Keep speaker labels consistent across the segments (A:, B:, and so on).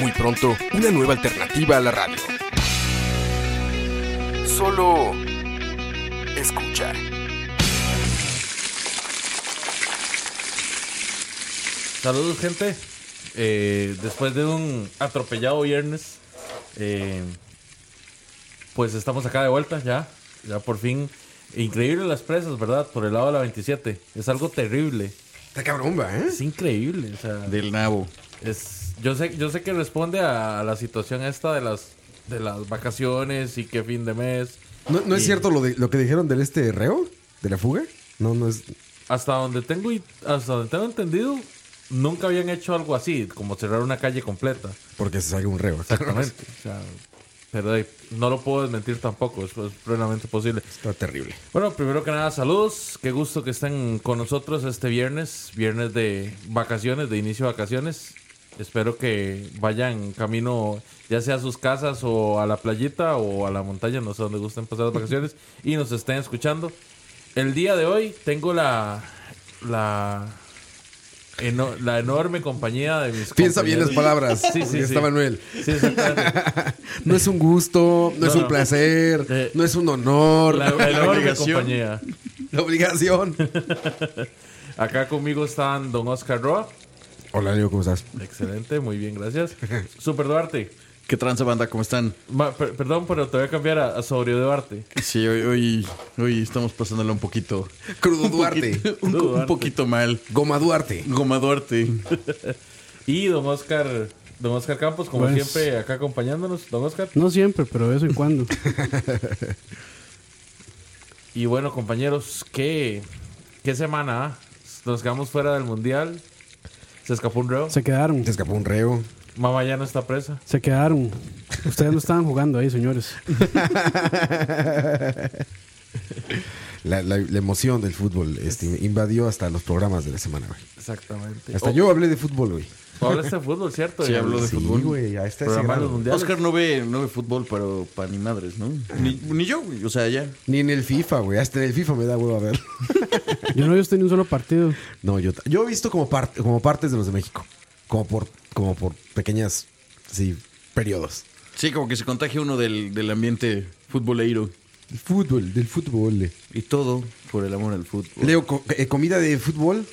A: Muy pronto, una nueva alternativa a la radio. Solo escuchar.
B: Saludos, gente. Eh, después de un atropellado viernes, eh, pues estamos acá de vuelta ya. Ya por fin. Increíble las presas, ¿verdad? Por el lado de la 27. Es algo terrible.
A: Está cabromba, ¿eh?
B: Es increíble. O sea,
C: Del nabo.
B: es, yo, sé, yo sé que responde a, la situación esta de las, de las vacaciones y que fin de mes.
D: ¿No, no es cierto lo, de- lo que dijeron del este reo? ¿De la fuga? No, no es.
B: Hasta donde tengo y- hasta donde tengo entendido, nunca habían hecho algo así, como cerrar una calle completa.
D: Porque se salga un reo.
B: Exactamente. O sea, pero de- no lo puedo desmentir tampoco, es, es plenamente posible.
D: Está terrible.
B: Bueno, primero que nada, saludos. Qué gusto que estén con nosotros este viernes, viernes de vacaciones, de inicio de vacaciones. Espero que vayan camino ya sea a sus casas o a la playita o a la montaña, no sé dónde gusten pasar las vacaciones, y nos estén escuchando. El día de hoy tengo la la, eno- la enorme compañía de mis
D: Piensa bien las
B: compañeros.
D: palabras.
B: Sí, sí,
D: está
B: sí.
D: Manuel.
B: Sí, exactamente.
D: No es un gusto, no, es
B: No,
D: un
B: no.
D: placer,
B: Eh,
D: no es un honor,
B: La,
D: la,
B: la enorme
C: obligación.
B: compañía.
D: obligación.
B: Acá conmigo están Don Oscar Roa.
D: Hola, amigo, ¿cómo estás?
B: Excelente, muy bien, gracias. Super Duarte.
C: ¿Qué tranza, banda? ¿Cómo están?
B: Ma- per- perdón, pero te voy a cambiar a, a Sobrio Duarte.
C: Sí, hoy, hoy, hoy estamos pasándolo un poquito.
D: Crudo Duarte,
C: Un,
B: Crudo Duarte.
C: un poquito mal.
D: Goma Duarte.
C: Goma Duarte.
B: Y don Oscar, don Oscar Campos, como
E: Pues-
B: siempre, acá acompañándonos, don Oscar.
E: No siempre, pero de vez en cuando.
B: Y bueno, compañeros, ¿qué, qué semana? ah? Nos quedamos fuera del mundial. Se escapó un reo.
E: Se quedaron.
D: Se escapó un reo.
B: Mamá ya no está presa.
E: Se quedaron. Ustedes no estaban jugando ahí, señores.
D: La, la- la emoción del fútbol este, invadió hasta los programas de la semana, güey.
B: Exactamente.
D: Hasta yo hablé de fútbol, güey.
B: Hablas de fútbol, ¿cierto?
C: Sí,
B: Y-
C: hablo de
D: Sí,
C: fútbol.
D: güey, ahí está ese
B: Programa de los
D: grado.
B: mundiales.
C: Oscar no ve, no ve fútbol, pero para ni madres, ¿no? Ni, ni yo, güey. O sea, ya.
D: Ni en el FIFA, güey. Hasta en el FIFA me da huevo a ver.
E: Yo no he visto ni un solo partido.
D: No, yo, yo he visto como, par- como partes de los de México. Como por, como por pequeñas, sí, periodos.
C: Sí, como que se contagia uno del, del ambiente futboleiro.
D: El fútbol, del fútbol. eh.
C: Y todo por el amor al fútbol.
D: Leo, co- eh, comida de fútbol.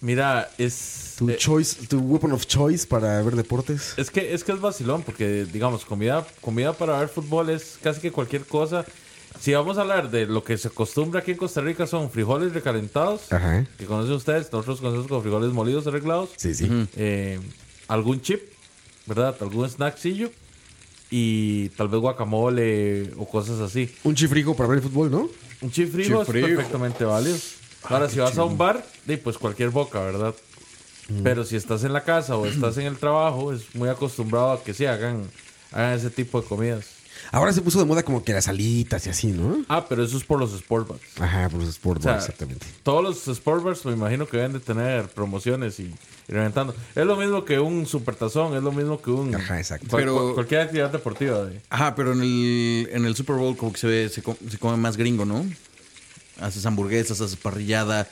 B: Mira, es.
D: Tu
B: eh,
D: choice, tu weapon of choice para ver deportes.
B: Es que es que es vacilón porque digamos comida comida para ver fútbol es casi que cualquier cosa. Si vamos a hablar de lo que se acostumbra aquí en Costa Rica son frijoles recalentados,
D: Ajá. ¿eh?
B: que conocen ustedes, nosotros conocemos como frijoles molidos arreglados,
D: Sí, sí.
B: eh, algún chip, ¿verdad? Algún snacksillo y tal vez guacamole o cosas así.
D: Un chifrigo para ver el fútbol, ¿no?
B: Un chip frío es
C: Chifrijo.
B: perfectamente válido.
D: Ah,
B: Ahora, si vas a un bar, di, pues cualquier boca, ¿verdad?
D: Mm.
B: Pero si estás en la casa o estás en el trabajo, es muy acostumbrado a que sí hagan, hagan ese tipo de comidas.
D: Ahora se puso de moda como que las alitas y así, ¿no?
B: Ah, pero eso es por los sport bars.
D: Ajá, por los sport
B: O sea,
D: bars, exactamente.
B: Todos los sport bars me imagino que deben de tener promociones y, y reventando. Es lo mismo que un supertazón, es lo mismo que un...
D: Ajá, exacto.
B: cual-
C: Pero-
B: cual- cualquier actividad deportiva. de-
C: Ajá, pero en el, en el Super Bowl como que se ve, se, co- se come más gringo, ¿no? Haces hamburguesas, haces parrillada,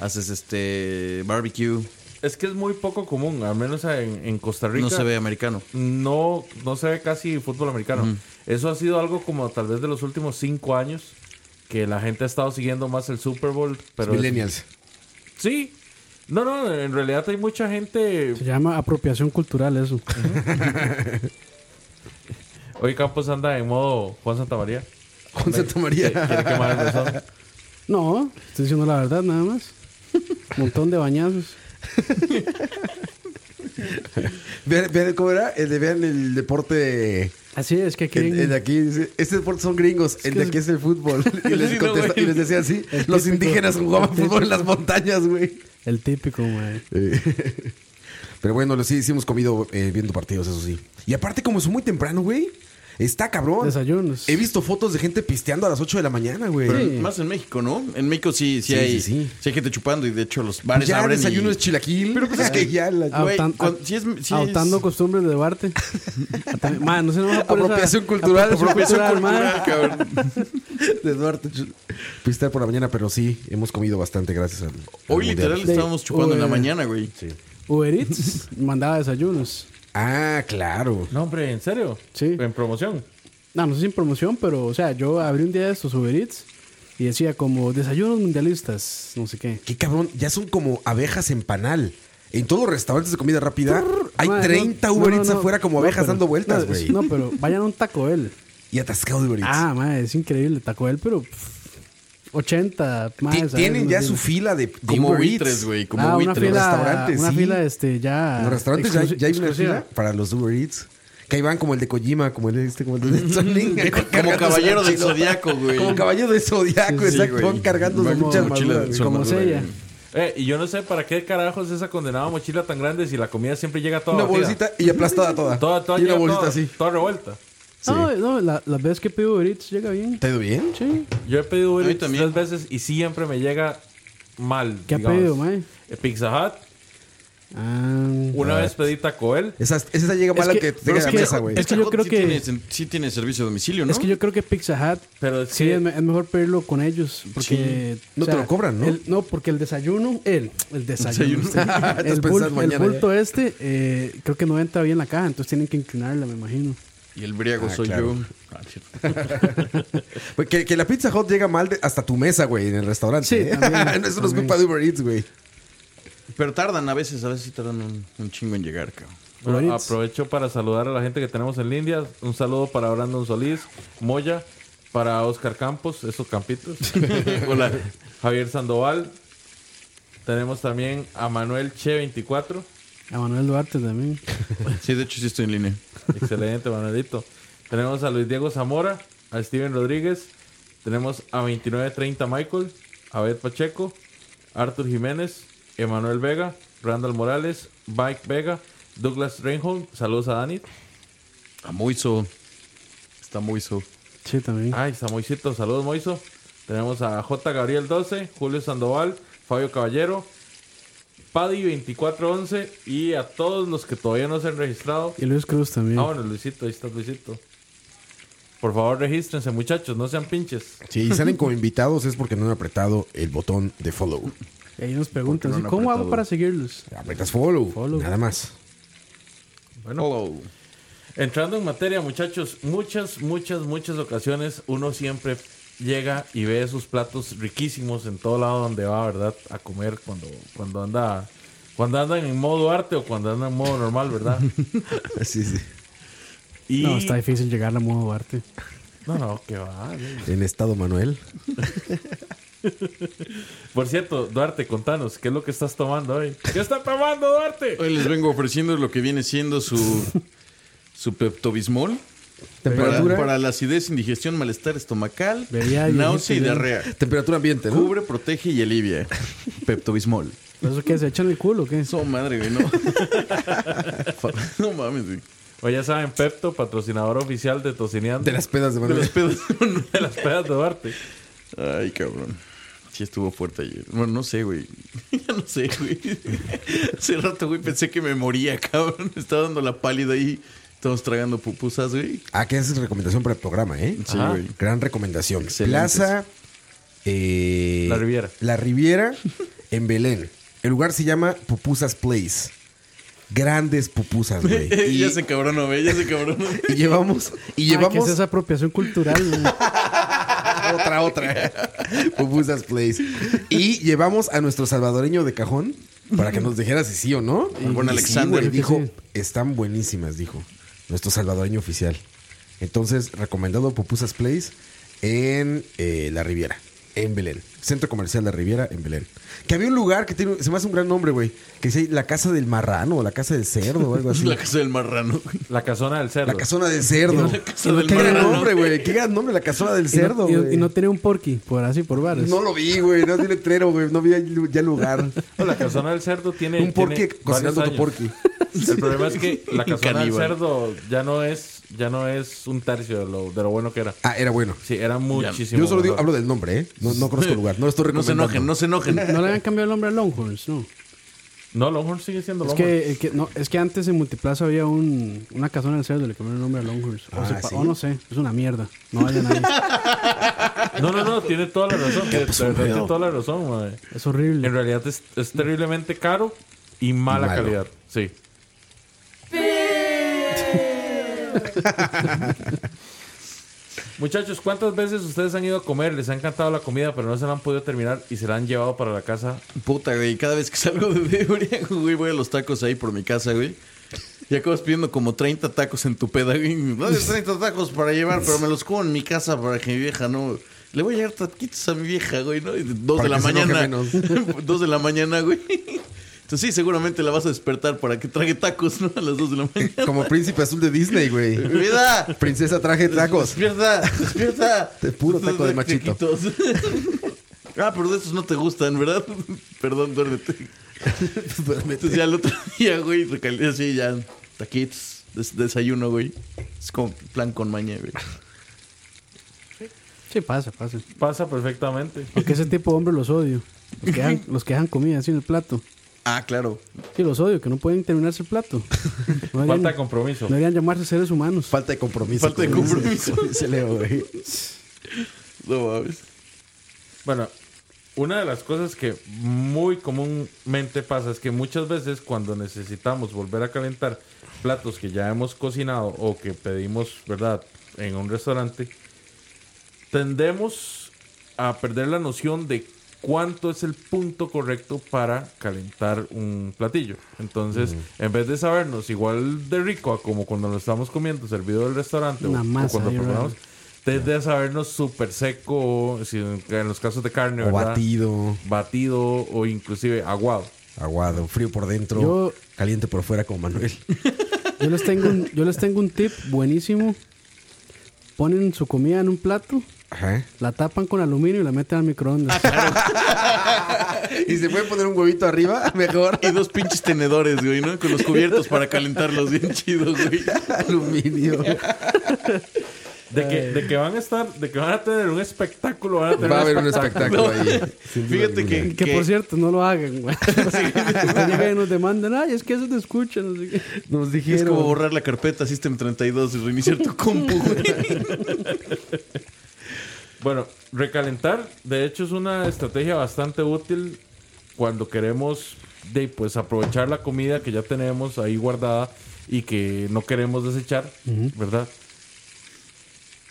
C: haces este barbecue.
B: Es que es muy poco común, al menos en, en Costa Rica.
C: No se ve americano.
B: no, no se ve casi fútbol americano. Eso ha sido algo como tal vez de los últimos cinco años que la gente ha estado siguiendo más el Super Bowl. Pero
D: Millennials.
B: sí. No, no, en realidad hay mucha gente.
E: Se llama apropiación cultural eso.
B: Hoy Campos anda en modo Juan Santamaría.
D: Juan Santa María.
B: Quiere quemar el mesón.
E: No, estoy diciendo la verdad nada más. Montón de bañazos.
D: Vean, vean cómo era. El de, vean el deporte.
E: Así es que aquí
D: El, el de
E: en-
D: aquí dice: Este deporte son gringos. El de aquí es el fútbol. Y les,
B: Sí, no,
D: contesta-
B: güey.
D: y les decía así: Los
E: típico.
D: indígenas jugaban
E: El típico.
D: fútbol en las montañas, güey.
E: el típico, mae.
D: Eh, Pero bueno, lo- sí, sí hemos comido eh, viendo partidos, eso sí. Y aparte, como es muy temprano, güey, está cabrón.
E: Desayunos.
D: He visto fotos de gente pisteando a las 8 de la mañana, güey.
C: Pero Más en México, ¿no? En México sí,
D: Sí,
C: sí, hay,
D: sí, sí.
C: sí hay gente chupando y de hecho los bares
D: ya el
C: abren.
D: desayuno
C: y-
D: es chilaquil.
C: Pero pues es que
D: ya la
C: Ah, Güey,
E: Autan-
C: cuando- si es- si
E: autando
C: es-
E: costumbres de Duarte. Man, no se enoja por esa-
D: Apropiación cultural.
E: Apropiación cultural, man.
D: de Duarte. ch- Pistear por la mañana, pero sí, hemos comido bastante gracias al. al
C: Hoy
D: mundial.
C: literal
E: De-
C: estábamos chupando en la
E: Uy.
C: mañana, güey.
E: Uber Eats mandaba desayunos.
D: Ah, claro.
B: No, hombre, ¿en serio?
E: Sí.
B: En promoción.
E: No, no sé sin promoción, pero, o sea, yo abrí un día de estos Uber Eats y decía como desayunos mundialistas, no sé qué.
D: Qué cabrón, ya son como abejas en panal. En todos los restaurantes de comida rápida hay
E: Madre,
D: 30
E: no,
D: Uber
E: no,
D: Eats
E: no,
D: afuera como
E: no,
D: abejas
E: pero-
D: dando vueltas,
E: no,
D: güey.
E: es- No, pero vayan a un Taco Bell.
D: Y atascado de Uber Eats.
E: Ah, madre, es increíble Taco Bell, pero pff, 80
D: Ti-
E: más.
D: Tienen ya su fila de, de
C: Como
D: Uber Eats.
C: buitres, güey. Como
E: ah, una
C: buitres.
E: fila,
D: restaurantes,
E: una
D: sí.
E: fila este ya
D: En los restaurantes ya,
E: exclusi-
D: ya hay una
E: exclusiva.
D: fila para los Uber Eats. Que ahí van como el de Kojima, como el de este, como el de Sonic.
C: Como caballero del zodiaco, güey.
D: Como caballero de Zodíaco,
C: Sí, sí,
D: exacto.
C: güey.
D: Van cargando su
C: Van
D: pinche
C: con mochila
D: armadura,
C: de
D: güey.
C: sol.
E: como
C: madura,
E: sella.
C: güey.
B: Eh, y yo no sé para qué carajos esa condenada mochila tan grande si la comida siempre llega toda
D: Una
B: batida.
D: bolsita y aplastada toda.
B: Toda, toda
D: y una
B: llega
D: bolsita
B: toda-
D: así.
B: Toda revuelta.
E: No, no, la, las veces que pido Uber Eats llega bien.
D: ¿Te ha ido bien?
E: Sí.
B: Yo he pedido Uber
C: A mí
B: Eats
C: también.
B: tres veces y siempre me llega mal.
E: ¿Qué ha
B: digamos.
E: pedido, mae?
B: Eh, Pizza Hut.
E: Ah,
B: Una vez pedí Taco Bell.
D: Esa, esa llega mala que, te llega
E: no, es
D: a la
E: que-
D: mesa, güey.
E: Es que yo
C: Hot
E: creo
C: sí
E: que-
C: Tiene, sí tiene servicio a domicilio, ¿no?
E: Es que yo creo que Pizza Hut
B: Pero es
E: sí,
B: que-
E: es, me- es mejor pedirlo con ellos porque
D: No te lo cobran, ¿no?
E: el- no, porque el desayuno, el, el desayuno,
C: Desayuno.
E: sí.
D: Estás
E: el,
D: pensando
E: bulto, el
D: mañana ya.
E: bulto este, eh, creo que no entra bien la caja, entonces tienen que inclinarla, me imagino.
C: Y el briago
D: Ah,
C: soy
D: claro.
C: yo. Ah, cierto.
D: Güey, Que, que la Pizza Hut llega mal de- hasta tu mesa, güey, en el restaurante.
E: Sí,
D: ¿eh?
E: también,
D: Eso no es
E: también.
D: culpa de Uber Eats, güey.
C: Pero tardan a veces, a veces sí tardan un, un chingo en llegar, cabrón.
B: Bueno,
E: Uber Eats.
B: aprovecho para saludar a la gente que tenemos en India. Un saludo para Brandon Solís, Moya, para Oscar Campos, esos campitos. Hola. Javier Sandoval. Tenemos también a Manuel Che24.
E: A Manuel Duarte también.
C: Sí, de hecho sí estoy en línea.
B: Excelente, Manuelito. Tenemos a Luis Diego Zamora, a Steven Rodríguez. Tenemos a 2930 Michael, a Bet Pacheco, Arthur Jiménez, Emanuel Vega, Randall Morales, Mike Vega, Douglas Reinhold. Saludos a Dani.
C: Está Moiso. Está Moiso.
E: Sí, también.
D: Ah.
B: Ay, Samoycito, saludos Moiso. Tenemos a J. Gabriel 12, Julio Sandoval, Fabio Caballero, Paddy 2411 y a todos los que todavía no se han registrado.
E: Y Luis Cruz también.
B: Ah, bueno, Luisito, ahí está Luisito. Por favor, regístrense, muchachos, no sean pinches.
D: Si salen como invitados es porque no han apretado el botón de follow.
E: Y ahí nos preguntan,
C: Porque no
E: ¿sí,
C: han
E: ¿cómo hago
C: apretado?
E: para seguirlos?
D: Apretas follow,
E: Follow.
D: nada más.
C: Hello.
B: Entrando en materia, muchachos, muchas, muchas, muchas ocasiones uno siempre llega y ve esos platos riquísimos en todo lado donde va, ¿verdad? A comer cuando, cuando anda. Cuando andan en modo arte o cuando andan en modo normal, ¿verdad?
D: Sí, sí.
B: Y...
E: No, está difícil llegar a modo Duarte.
B: No, no, que va.
D: En estado Manuel.
B: Por cierto, Duarte, contanos, ¿qué es lo que estás tomando hoy? ¿Qué está tomando, Duarte?
C: Hoy les vengo ofreciendo lo que viene siendo su, su peptobismol. Para,
D: Temperatura,
C: para la acidez, indigestión, malestar estomacal,
E: Bebía de
C: náusea y
E: viejito,
C: diarrea.
D: temperatura ambiente, ¿no?
C: Cubre, protege y alivia. Peptobismol.
E: ¿Pero ¿Eso qué? ¿Se echan el culo o qué? Ah,
C: Eso, madre, güey, no. no mames, güey.
B: O ya saben, Pepto, patrocinador oficial de Tocineando.
D: De las pedas de
C: De los
D: Manuel.
C: pedos.
B: De las pedas de Duarte.
C: Ay, cabrón. Sí estuvo fuerte ayer. Bueno, no sé, güey. Ya no sé, güey. Hace rato, güey, pensé que me moría, cabrón. Me estaba dando la pálida ahí. Estamos tragando pupusas, güey.
D: Ah, que esa es recomendación para el programa, ¿eh?
C: Sí,
B: Ajá.
C: güey.
D: Gran recomendación.
C: Excelentes.
D: Plaza. eh,
B: La Riviera.
D: La Riviera en Belén. El lugar se llama Pupusas Place. Grandes pupusas, güey.
C: Ya se cabronó, güey. Ya se cabronó.
D: Y llevamos. Y
E: Ah, ¿Qué es
D: llevamos.
E: esa apropiación cultural? güey?
D: otra, otra. Pupusas Place. Y llevamos a nuestro salvadoreño de cajón para que nos dijera si sí o no.
C: Al buen
D: Y sí,
C: Alexander.
D: güey, dijo,
E: Sí.
D: están buenísimas, dijo. Nuestro salvadoreño oficial. Entonces, recomendado Pupusas Place en eh, La Riviera, en Belén. Centro comercial La Riviera, en Belén. Que había un lugar que tiene, se me hace un gran nombre, güey. Que dice la casa del marrano o la casa del cerdo o algo así.
C: La casa del marrano, güey.
B: La casona del cerdo.
D: La casona del cerdo.
C: La casa del
D: Qué gran
C: marrano.
D: nombre, güey. Qué gran nombre, la casona del
E: Y no-
D: cerdo.
E: y no,
D: güey.
E: y no tiene un porky, por así, por bares.
D: No lo vi, güey. No tiene letrero, güey. No vi ya el lugar.
B: La casona del cerdo tiene.
D: Un porqui
B: tiene varios
D: cocinando tu
B: años.
D: porqui.
B: El problema es que la cazuela del
C: Caníbal.
B: cerdo ya no es, ya no es un tercio de lo, de lo bueno que era.
D: Ah, era bueno.
B: Sí, era muchísimo.
D: Yo solo digo,
B: mejor.
D: hablo del nombre, ¿eh? No, no conozco el lugar. No lo estoy
C: No se
D: recomendando.
C: enojen, no se enojen.
E: No le habían cambiado el nombre a Longhorns, no.
B: No, Longhorn sigue siendo
E: Es
B: Longhorn.
E: que, es que- no, es que antes en Multiplaza había un, una casona del cerdo, le cambiaron el nombre a Longhorns. O,
D: Ah,
E: se pa-
D: ¿sí?
E: o no sé, es una mierda. No vayan ahí.
B: No, no, no, tiene toda la razón. Tiene,
D: pasó,
B: de verdad,
D: Leo?
B: tiene toda la razón, madre.
E: Es horrible.
B: En realidad es, es terriblemente caro y mala
D: Malo.
B: calidad. Sí. Muchachos, ¿cuántas veces ustedes han ido a comer, les ha encantado la comida, pero no se la han podido terminar y se la han llevado para la casa?
C: Puta, güey. Cada vez que salgo de Briago, güey, voy a los tacos ahí por mi casa, güey. Y acabas pidiendo como 30 tacos en tu peda, güey. No, es 30 tacos para llevar, pero me los como en mi casa para que mi vieja no. Le voy a llevar taquitos a mi vieja, güey, ¿no? Y Dos
D: Para
C: de la
D: que se enoje
C: mañana.
D: menos.
C: Dos de la mañana, güey. Entonces sí, seguramente la vas a despertar para que trague tacos, ¿no? A las dos de la mañana.
D: Como príncipe azul de Disney, güey.
C: ¡Vida!
D: Princesa traje tacos.
C: Despierta, despierta.
D: De puro taco de machito.
C: Taquitos. Ah, pero de esos no te gustan, ¿verdad? Perdón, duérmete. Entonces ya el otro día, güey, recalé así ya. Taquitos, des- desayuno, güey. Es como plan con maña, güey.
E: Sí, pasa, pasa.
B: Pasa perfectamente.
E: Porque ese tipo de hombres los odio. Los que dejan, los que dejan comida así en el plato.
C: Ah, claro.
E: Sí, los odio, que no pueden terminarse el plato. No deberían,
B: Falta de compromiso.
E: no deberían llamarse seres humanos.
D: Falta de compromiso.
C: Falta de
D: como dice-
C: compromiso.
D: como dice Leo, güey.
C: No mames.
B: Bueno, una de las cosas que muy comúnmente pasa es que muchas veces cuando necesitamos volver a calentar platos que ya hemos cocinado o que pedimos, ¿verdad?, en un restaurante, tendemos a perder la noción de cuánto es el punto correcto para calentar un platillo. Entonces, en vez de sabernos igual de rico a como cuando lo estamos comiendo servido del restaurante o-
E: Una
B: o,
E: masa
B: cuando
E: ahí,
B: probamos, desde sabernos súper seco, si en en los casos de carne,
D: O
B: ¿verdad?
D: batido,
B: Batido o inclusive aguado.
D: aguado, frío por dentro,
E: Yo-
D: caliente por fuera como Manuel.
E: Yo les tengo un, yo les tengo un tip buenísimo. Ponen su comida en un plato,
D: Ajá.
E: la tapan con aluminio y la meten al microondas.
D: Y se puede poner un huevito arriba, mejor.
C: Y dos pinches tenedores, güey, ¿no? Con los cubiertos para calentarlos bien chidos, güey.
D: Aluminio.
B: De que, de que van a estar, de que van a tener un espectáculo, van a tener
D: Va a haber un
C: No.
D: espectáculo ahí. sin duda
C: Fíjate
D: alguna.
C: que,
E: que
C: que-
E: por cierto, no lo hagan, güey. Llegan y nos demandan, ay, es que eso te escucha, no sé qué.
D: nos
C: es
D: dijeron.
C: como borrar la carpeta System 32 y reiniciar tu compu, güey.
B: Bueno, recalentar, de hecho, es una estrategia bastante útil cuando queremos de, pues, aprovechar la comida que ya tenemos ahí guardada y que no queremos desechar, ¿verdad?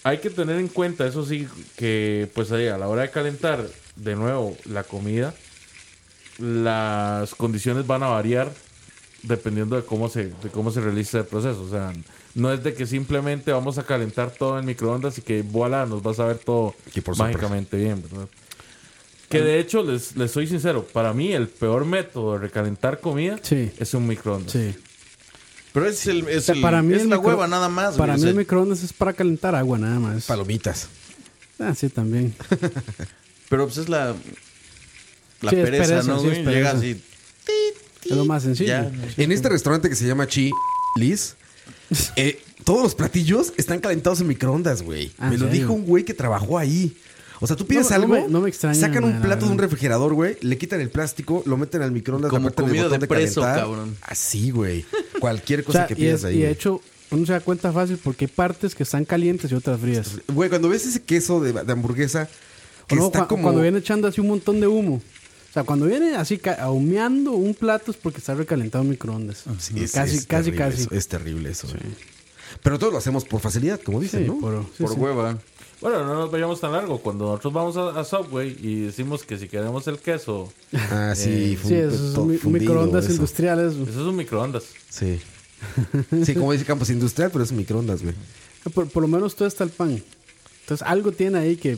B: Hay que tener en cuenta, eso sí, que pues ahí a la hora de calentar de nuevo la comida, las condiciones van a variar dependiendo de cómo se de cómo se realiza el proceso. O sea, no es de que simplemente vamos a calentar todo en el microondas y que voilà, nos va a saber todo
D: Que por sorpresa.
B: mágicamente bien, ¿verdad? Que de hecho, les, les soy sincero, para mí el peor método de recalentar comida
E: Sí.
B: es un microondas.
E: Sí.
C: Pero es, el, es,
E: O sea,
C: el-
E: para mí
C: es
E: el
C: la
E: micro-
C: hueva nada más,
E: Para
C: güey.
E: mí
C: O sea,
E: el microondas es para calentar agua nada más.
D: Palomitas.
E: Ah, sí, también.
C: Pero pues es la. La
E: Sí, es
C: pereza,
E: pereza,
C: ¿no,
E: sí, es
C: güey? Llega
E: pereza.
C: así. ti, ti.
E: Es lo más sencillo.
C: Ya.
D: En este restaurante que se llama Chi Liz, eh, todos los platillos están calentados en microondas, güey.
E: Ah,
D: me
E: ¿en
D: lo
E: serio?
D: dijo un güey que trabajó ahí. O sea, tú pides
E: No, no
D: algo,
E: me- no me extraña,
D: sacan un
E: la
D: plato de un
E: verdad.
D: refrigerador, güey, le quitan el plástico, lo meten al microondas,
C: Como
D: apretan el
C: comida
D: botón
C: de preso,
D: calentar.
C: cabrón.
D: Así, güey. Cualquier
E: O
D: cosa
E: sea,
D: que
E: y,
D: pidas
E: es-
D: ahí.
E: y de
D: güey.
E: hecho, uno se da cuenta fácil porque hay partes que están calientes y otras frías.
D: Güey, cuando ves ese queso de, de hamburguesa que
E: O no,
D: está
E: cua-
D: como
E: Cuando viene echando así un montón de humo. O sea, cuando viene así ca- ahumeando un plato es porque está recalentado en microondas.
D: Ah, Sí, es-
E: casi,
D: es
E: casi,
D: terrible
E: casi.
D: eso, es terrible eso. güey. Pero todos lo hacemos por facilidad, como dicen,
E: Sí,
D: ¿no?
E: por, sí,
C: Por
E: sí.
C: hueva.
B: Bueno, no nos vayamos tan largo. Cuando nosotros vamos a, a Subway y decimos que si queremos el queso,
D: Ah, sí,
E: Eh, Sí,
D: fun-
E: eso es un mi-
D: fundido,
E: microondas
D: eso.
E: industriales. güey.
B: eso es un microondas.
D: Sí. Sí, como dice Campos Industrial, pero es microondas, güey.
E: Por, por lo menos todo está el pan. Entonces algo tiene ahí que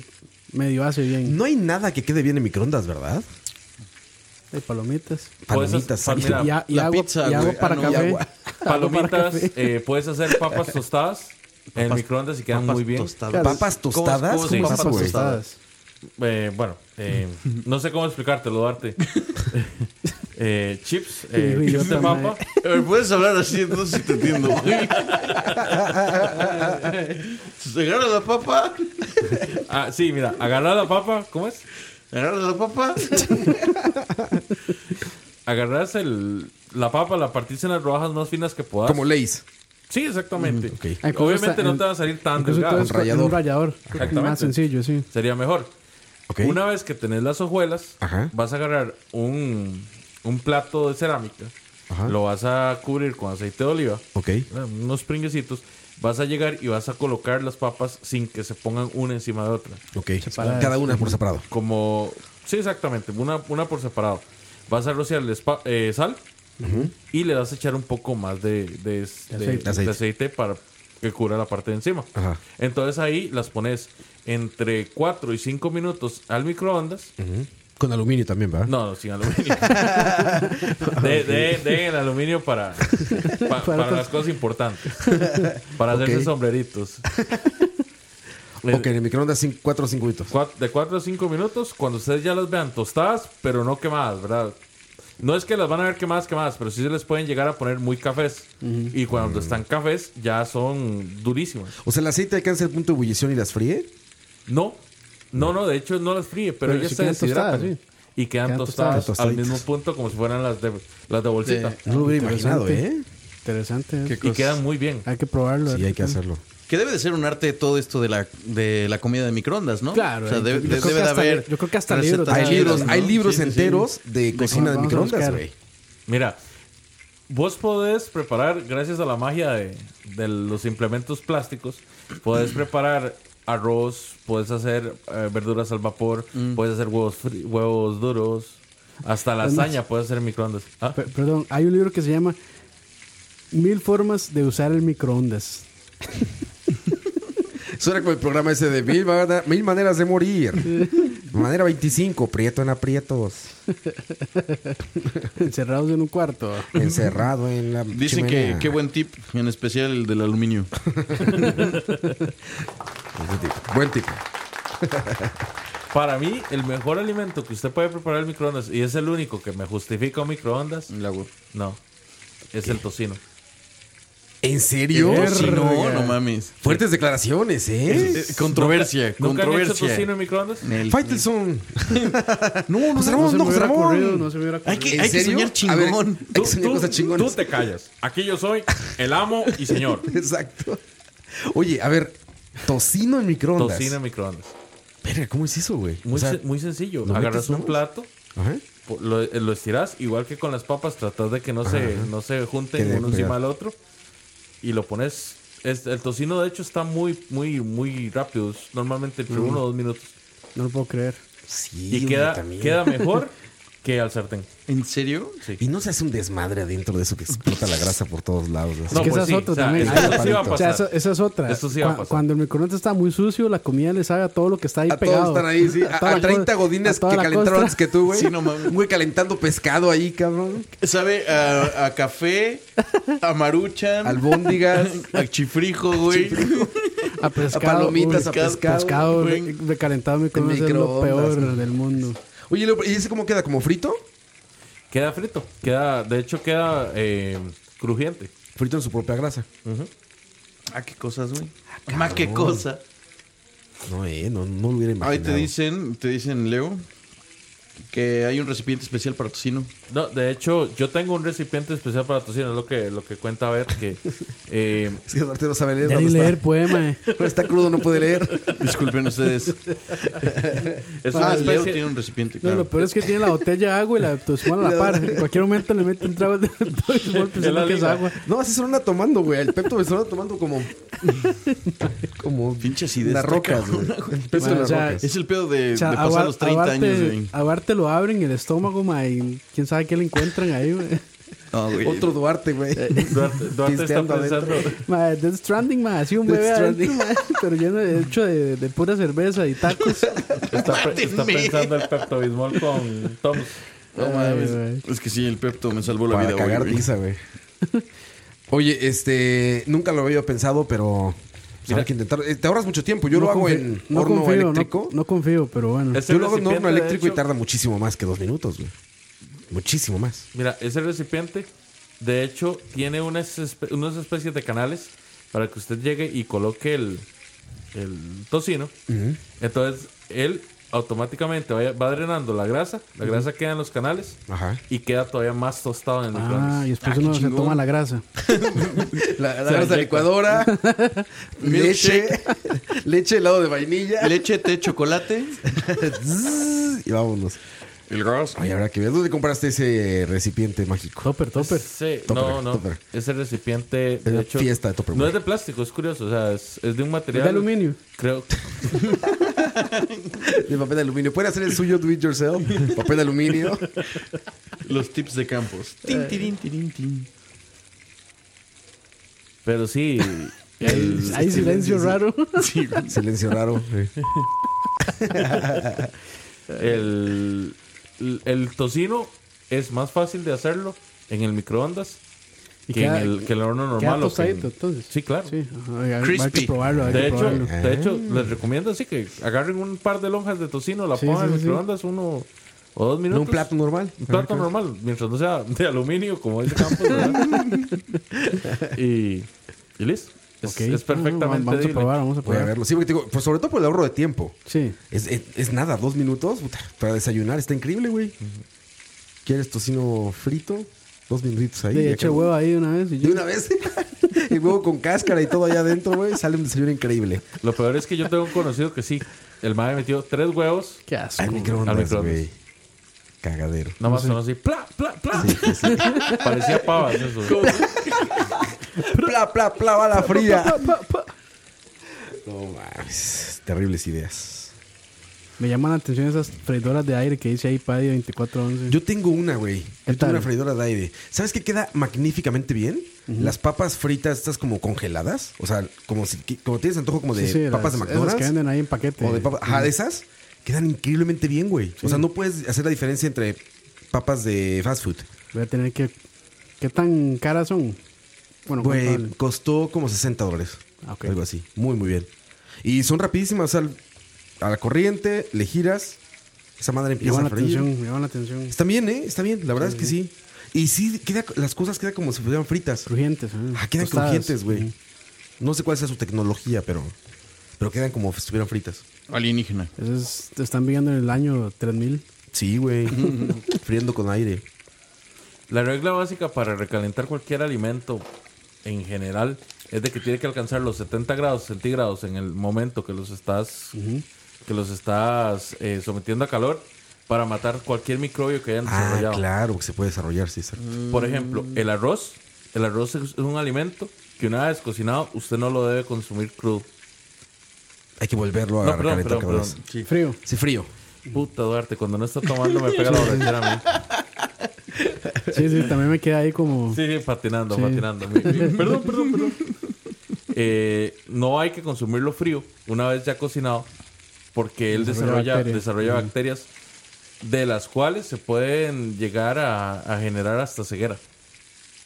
E: medio hace bien.
D: No hay nada que quede bien en microondas, ¿verdad?
E: Hay palomitas.
B: Puedes
D: Palomitas,
B: hacer-
D: salsa.
B: Ah,
E: Y, a- y
C: la
E: agua,
C: pizza,
E: y
C: güey.
E: agua
C: Ah,
E: para
C: no, y
E: café.
C: agua.
E: Agua para
B: Palomitas,
E: café.
B: eh, puedes hacer papas tostadas en el microondas y quedan muy bien.
C: Tostadas.
D: Papas
C: ¿Cómo-
D: tostadas,
C: cómo se
D: ¿cómo es
C: llama?
D: eso,
E: Papas
D: güey?
E: tostadas.
B: Eh, bueno, eh, no sé cómo explicártelo, Duarte. eh, chips, eh,
E: Uy,
B: chips de
E: otra madre.
B: papa.
C: A ver, puedes hablar así, entonces sí te entiendo, güey. Se agarra la papa,
B: Ah, sí, mira, agarrar la papa, ¿cómo es?
C: agarra la papa.
B: Agarras el, la papa, la partís en las rodajas más finas que puedas.
D: Como Lays.
B: Sí, exactamente.
D: Mm, ok.
E: Ay, con
B: Obviamente
E: esta-
B: no te va a salir tan
E: Incluso
B: delgado.
E: todo es con- en
D: rallador.
E: Un rallador.
B: Exactamente.
E: Más sencillo, sí.
B: Sería mejor.
D: Ok.
B: Una vez que tenés las hojuelas,
D: Ajá.
B: vas a agarrar un, un plato de cerámica.
D: Ajá.
B: Lo vas a cubrir con aceite de oliva.
D: Ok.
B: Unos pringuecitos. Vas a llegar y vas a colocar las papas sin que se pongan una encima de otra.
D: Ok.
E: Separadas.
D: Cada una por separado.
B: Como... Sí, exactamente. Una, una por separado. Vas a rociarles pa- eh, sal. Y le vas a echar un poco más de, de- de-
E: aceite.
B: de
D: Aceite.
B: aceite para que cubra la parte de encima.
D: Ajá.
B: Entonces ahí las pones entre 4 y 5 minutos al microondas.
D: Con aluminio también, ¿va?
B: No, no, sin aluminio. de, de- de el aluminio para, pa- para las cosas importantes. Para hacerse
D: Ok.
B: sombreritos.
C: eh,
D: Ok, en el microondas 4 o 5 minutos.
B: Cuat- De 4 a 5 minutos, cuando ustedes ya las vean tostadas, pero no quemadas, ¿verdad? No es que las van a ver quemadas, quemadas, pero sí se les pueden llegar a poner muy cafés. Y cuando están cafés, ya son durísimas.
D: O sea, el aceite alcanza el punto de ebullición y las fríe.
B: No, no, no, de hecho no las fríe, pero,
E: Pero
B: ellas
E: sí
B: se
E: quedan
B: deshidratan.
E: tostadas, sí.
B: Y quedan,
E: Quedan
B: tostadas,
D: tostadas.
B: al mismo punto como si fueran las de, las de bolsita.
D: No lo hubiera
E: Interesante.
D: imaginado, ¿eh?
E: Interesante.
C: Qué
E: ¿eh?
B: Y
C: cosas.
B: quedan muy bien.
E: Hay que probarlo. ¿eh? a
D: Sí,
E: ver
D: hay
E: qué
D: que
E: tal.
D: hacerlo.
C: Que debe de ser un arte todo esto de la, de la comida de microondas, ¿no?
E: Claro,
C: O sea,
E: yo
C: debe,
E: creo
C: de-
E: que
C: debe de
E: hasta-
C: haber.
E: yo creo que hasta
C: recetas
E: libros
C: chidas,
D: Hay libros,
C: ¿no?
D: hay libros
C: Sí, sí, sí.
D: enteros de cocina de
E: vamos a
D: microondas,
E: buscar.
D: güey.
B: Mira, vos podés preparar, gracias a la magia de, de los implementos plásticos, podés preparar arroz, podés hacer eh, verduras al vapor,
D: Mm.
B: podés hacer huevos, fri- huevos duros, hasta lasaña puedes hacer en microondas. ¿Ah?
E: Pe- Perdón, hay un libro que se llama Mil formas de usar el microondas.
D: Suena como el programa ese de mil, mana- mil maneras de morir. Manera 25, prieto en aprietos.
E: Encerrados en un cuarto.
D: Encerrado en la.
C: Dicen que
D: chimenea.
C: qué buen tip, en especial el del aluminio.
D: Buen tipo, Buen tipo.
B: Para mí, el mejor alimento que usted puede preparar en microondas, y es el único que me justifica un
D: Mm.
B: microondas,
C: El agua.
B: no, es el tocino.
D: ¿En serio?
C: Si
D: Sí, no.
C: no, no mames.
D: Fuertes declaraciones, ¿eh?
C: Eh, Controversia,
B: ¿Nunca han hecho
C: controversia.
B: tocino en microondas?
C: El-
D: Faitelson. no, no,
E: No
D: cerramos,
E: se me
D: no,
E: hubiera ocurrido,
D: cerramos.
E: no se me hubiera ocurrido.
C: Hay que,
D: ¿En
C: hay que
D: serio?
C: soñar
D: A ver,
C: chingón.
D: hay que soñar cosas
B: tú
D: chingonas.
B: te callas. Aquí yo soy el amo y señor.
D: Exacto. Oye, a ver, tocino en microondas.
B: Tocino en microondas.
D: Verga, ¿cómo es eso, güey?
B: Muy,
D: O sea,
B: sen- muy sencillo.
D: ¿lo
B: Agarras
D: metes
B: un
D: nomás?
B: plato,
D: ajá.
B: po- lo, eh, lo estirás, igual que con las papas, tratas de que no se, no se junten
D: Quede
B: uno
D: pegado.
B: encima del otro y lo pones. Es- el tocino, de hecho, está muy, muy, muy rápido. es Normalmente entre
D: Mm.
B: uno o dos minutos.
E: No lo puedo creer.
D: Sí,
B: Y
D: güey,
B: queda,
D: también.
B: queda mejor que al sartén.
C: ¿En serio?
D: Y no se hace un desmadre adentro de eso que explota la grasa por todos lados. güey.
B: No,
E: que
B: pues
E: esa es
B: sí,
E: otra
B: o sea,
E: también.
B: eso sí va a
E: O sea, eso-
B: pasar.
E: esa es otra.
B: Eso sí va a
E: Cu-
B: pasar.
E: Cuando el microondas está muy sucio, la comida le sabe a todo lo que está ahí
D: A
E: pegado.
D: todos están ahí, sí. A,
E: toda
D: a
E: la
D: 30
E: co-
D: godines
E: a
D: que
E: toda la
D: calentaron
E: costra.
D: antes que tú, güey.
C: Sí, no mames.
D: Un güey calentando pescado ahí, cabrón.
C: ¿Sabe a, a café, a maruchan,
D: Albóndigas,
C: a chifrijo, güey?
E: A pescado.
D: a palomitas, a
E: uy,
D: pescado.
E: pescado
C: güey.
E: re- recalentado en microondas es lo
D: microondas,
E: peor del mundo.
D: Oye, Leo, ¿y ese cómo queda? ¿Como frito?
B: Queda frito. Queda, de hecho, queda eh, crujiente.
D: Frito en su propia grasa.
C: Ah, qué cosas, güey. Ah, Ma, qué cosa.
D: No, eh, no, no lo hubiera imaginado.
C: Ahí te dicen, te dicen, Leo, que hay un recipiente especial para tocino.
B: No, de hecho, yo tengo un recipiente especial para tocino. Es lo que, lo que cuenta ver que... eh,
D: Es que Duarte no sabe leer.
E: Ya
D: cuando
E: ni
D: está-
E: leer poema. eh.
D: cuando está crudo, no puede leer.
C: Disculpen ustedes.
B: es una
C: Ah, Leo
B: especie...
C: tiene un recipiente,
E: No,
C: claro.
E: lo peor es que tiene la botella de agua y la tosmol a la par. En cualquier momento le mete un trago de tosmol pensando
B: la
E: que es
B: liga.
E: agua.
D: No, así se lo anda tomando, güey. El Pepto me se lo anda tomando como. como.
C: Pinche acidez,
D: Las
C: está
D: rocas, güey. El
B: Pues
D: peso de
E: Bueno,
D: las
E: o sea,
D: rocas.
C: Es el pedo de,
E: O sea,
C: de
E: a Bar-
C: pasar los 30
E: a Barte-
C: años, güey.
E: A Barte lo abren el estómago, ma, y quién sabe qué le encuentran ahí, güey.
C: No, güey.
D: Otro Duarte, güey.
B: Eh, Duarte, Duarte está
D: Pisteando adentro.
B: pensando...
E: Ma, Death Stranding, ma, así un
D: Death
E: bebé adentro,
D: Stranding.
E: ma, pero lleno de, hecho de, de pura cerveza y tacos.
B: Está, pre- está
C: Mátenme.
B: pensando el Pepto Bismol con Toms.
C: No mames. Es que sí, el Pepto me salvó la
D: Para
C: vida, hoy,
D: cagar
C: güey.
D: tiza, güey. Oye, este. Nunca lo había pensado, pero. pues, habrá que intentar. Eh, Te ahorras mucho tiempo. Yo lo hago
E: confío-
D: en
E: no
D: horno
E: confío, no-
D: eléctrico.
E: No, confío, pero bueno.
B: Es-
D: Yo lo hago en
B: Ese
D: horno
B: recipiente, de
D: eléctrico y
B: hecho-
D: tarda muchísimo más que dos minutos, güey. Muchísimo más.
B: Mira, ese recipiente, de hecho, tiene unas, espe- unas especies de canales para que usted llegue y coloque el, el tocino. Entonces, él automáticamente va, va drenando la grasa, la grasa queda en los canales
D: Ajá.
B: y queda todavía más tostado en el
E: Ah,
B: microondas.
E: y después
C: Ah,
E: uno
C: qué
E: se
C: chingón.
E: toma la grasa.
D: La,
B: Se
D: la
B: inyecta.
D: licuadora, leche, leche, helado de vainilla.
C: Leche, té, chocolate.
D: Zzz, y vámonos.
C: El gas.
D: Ay, habrá que ver. ¿Dónde compraste ese recipiente mágico?
E: Topper, topper.
B: Sí,
D: Topper,
B: no, no.
D: topper.
B: Ese recipiente, de
D: una
B: hecho,
D: fiesta de Tupperware.
B: no es de plástico, es curioso. O sea, es, es de un material.
E: de aluminio.
B: Creo.
D: De papel de aluminio. ¿Puede hacer el suyo, do it yourself? Papel de aluminio.
C: Los tips de campos. Tin, tirín, tirín, tin.
B: Pero sí. el-
E: Hay silencio raro.
C: Sí, güey.
D: Silencio raro. Sí.
B: El, el- el tocino es más fácil de hacerlo en el microondas
E: Y
B: que,
E: queda-
B: en el, que el horno normal.
E: Queda
B: o que en-
E: tostadito, entonces.
B: Sí, claro.
E: Sí, ajá, hay- hay que
C: Crispy.
E: probarlo, hay
B: De
E: que
B: hecho,
E: probarlo.
B: de hecho,
D: Ah.
B: les recomiendo así que agarren un par de lonjas de tocino, la
E: Sí,
B: pongan en
E: sí,
B: el
E: sí.
B: microondas uno o dos minutos.
D: No un plato normal.
B: pues, Un plato normal, mientras no sea de aluminio, como dice Campos. ¿verdad? y, y listo. Es,
E: Ok.
B: es
E: Ah,
B: perfectamente.
E: Vamos a
B: edible.
E: probar, vamos a
D: Voy a
E: probar.
D: verlo. Sí, porque te digo, pues, sobre todo por el ahorro de tiempo.
E: Sí.
D: Es, es- es nada, dos minutos puta, para desayunar. Está increíble, güey. ¿Quieres tocino frito? Dos minutitos ahí.
E: Le
D: ya
E: eché
D: acabó.
E: huevo ahí una vez y
D: De
E: yo.
D: una vez. el huevo con cáscara y todo allá adentro, güey. Sale un desayuno increíble.
B: Lo peor es que yo tengo un conocido que sí. El madre metió tres huevos
E: Qué asco.
D: Al
B: Pues, Al
D: microondas,
B: microondas.
D: güey. Cagadero.
B: Nada más sonó así, ¡pla, pla, pla! Parecía pavas eso.
D: Pla, pla, pla, bala fría. No mames. Terribles ideas.
E: Me llaman la atención esas freidoras de aire que dice ahí Padio 2411.
D: Yo tengo una, güey. Yo tengo
E: tal?
D: una freidora de aire. ¿Sabes qué queda magníficamente bien? Las papas fritas, estas como congeladas. O sea, como si qui- como tienes antojo como de
E: Sí, sí,
D: papas
E: las-
D: de
E: Esas que
D: McDonald's.
E: venden ahí en paquete.
D: O de papas. Ajá, de esas. Quedan increíblemente bien, güey. O sea, no puedes hacer la diferencia entre papas de fast food.
E: Voy a tener que. ¿Qué tan caras son? Bueno,
D: Güey,
E: contable.
D: costó como 60 dólares.
E: Ah, ok.
D: Algo así. Muy, muy bien. Y son rapidísimas. O sea, a la corriente, le giras. Esa madre
E: Me
D: empieza
E: llaman
D: a
E: la
D: freír.
E: atención, me llaman la atención.
D: Está bien, ¿eh? Está bien. La verdad es que sí. Y sí, queda, las cosas quedan como si fueran fritas.
E: Crujientes. ¿eh?
D: Ah, quedan
E: Tostadas.
D: crujientes, güey. No sé cuál sea su tecnología, pero, pero quedan como si estuvieran fritas.
C: Alienígena.
E: Eso es- te están viendo en el año 3000.
D: Sí, güey. Friendo con aire.
B: La regla básica para recalentar cualquier alimento en general es de que tiene que alcanzar los 70 grados centígrados en el momento que los estás, que los estás eh, sometiendo a calor para matar cualquier microbio que hayan
D: Ah,
B: desarrollado. Mm.
D: claro, que se puede desarrollar, sí, exacto.
B: Por ejemplo, el arroz. El arroz es un alimento que una vez cocinado usted no lo debe consumir crudo.
D: Hay que volverlo a
B: No, perdón,
D: recalentar
B: perdón,
D: cada vez.
B: perdón.
E: Frío.
D: Sí, frío.
B: Puta Duarte, cuando no está tomando me pega la borrachera a mí.
E: Sí, sí, también me queda ahí como.
B: Sí, sí, patinando,
E: Sí.
B: patinando. Mi- mi- perdón, perdón, perdón. Eh, no hay que consumirlo frío una vez ya cocinado porque él
E: Desarrolla
B: desarrolla,
E: bacterias.
B: desarrolla bacterias de las cuales se pueden llegar a, a generar hasta ceguera.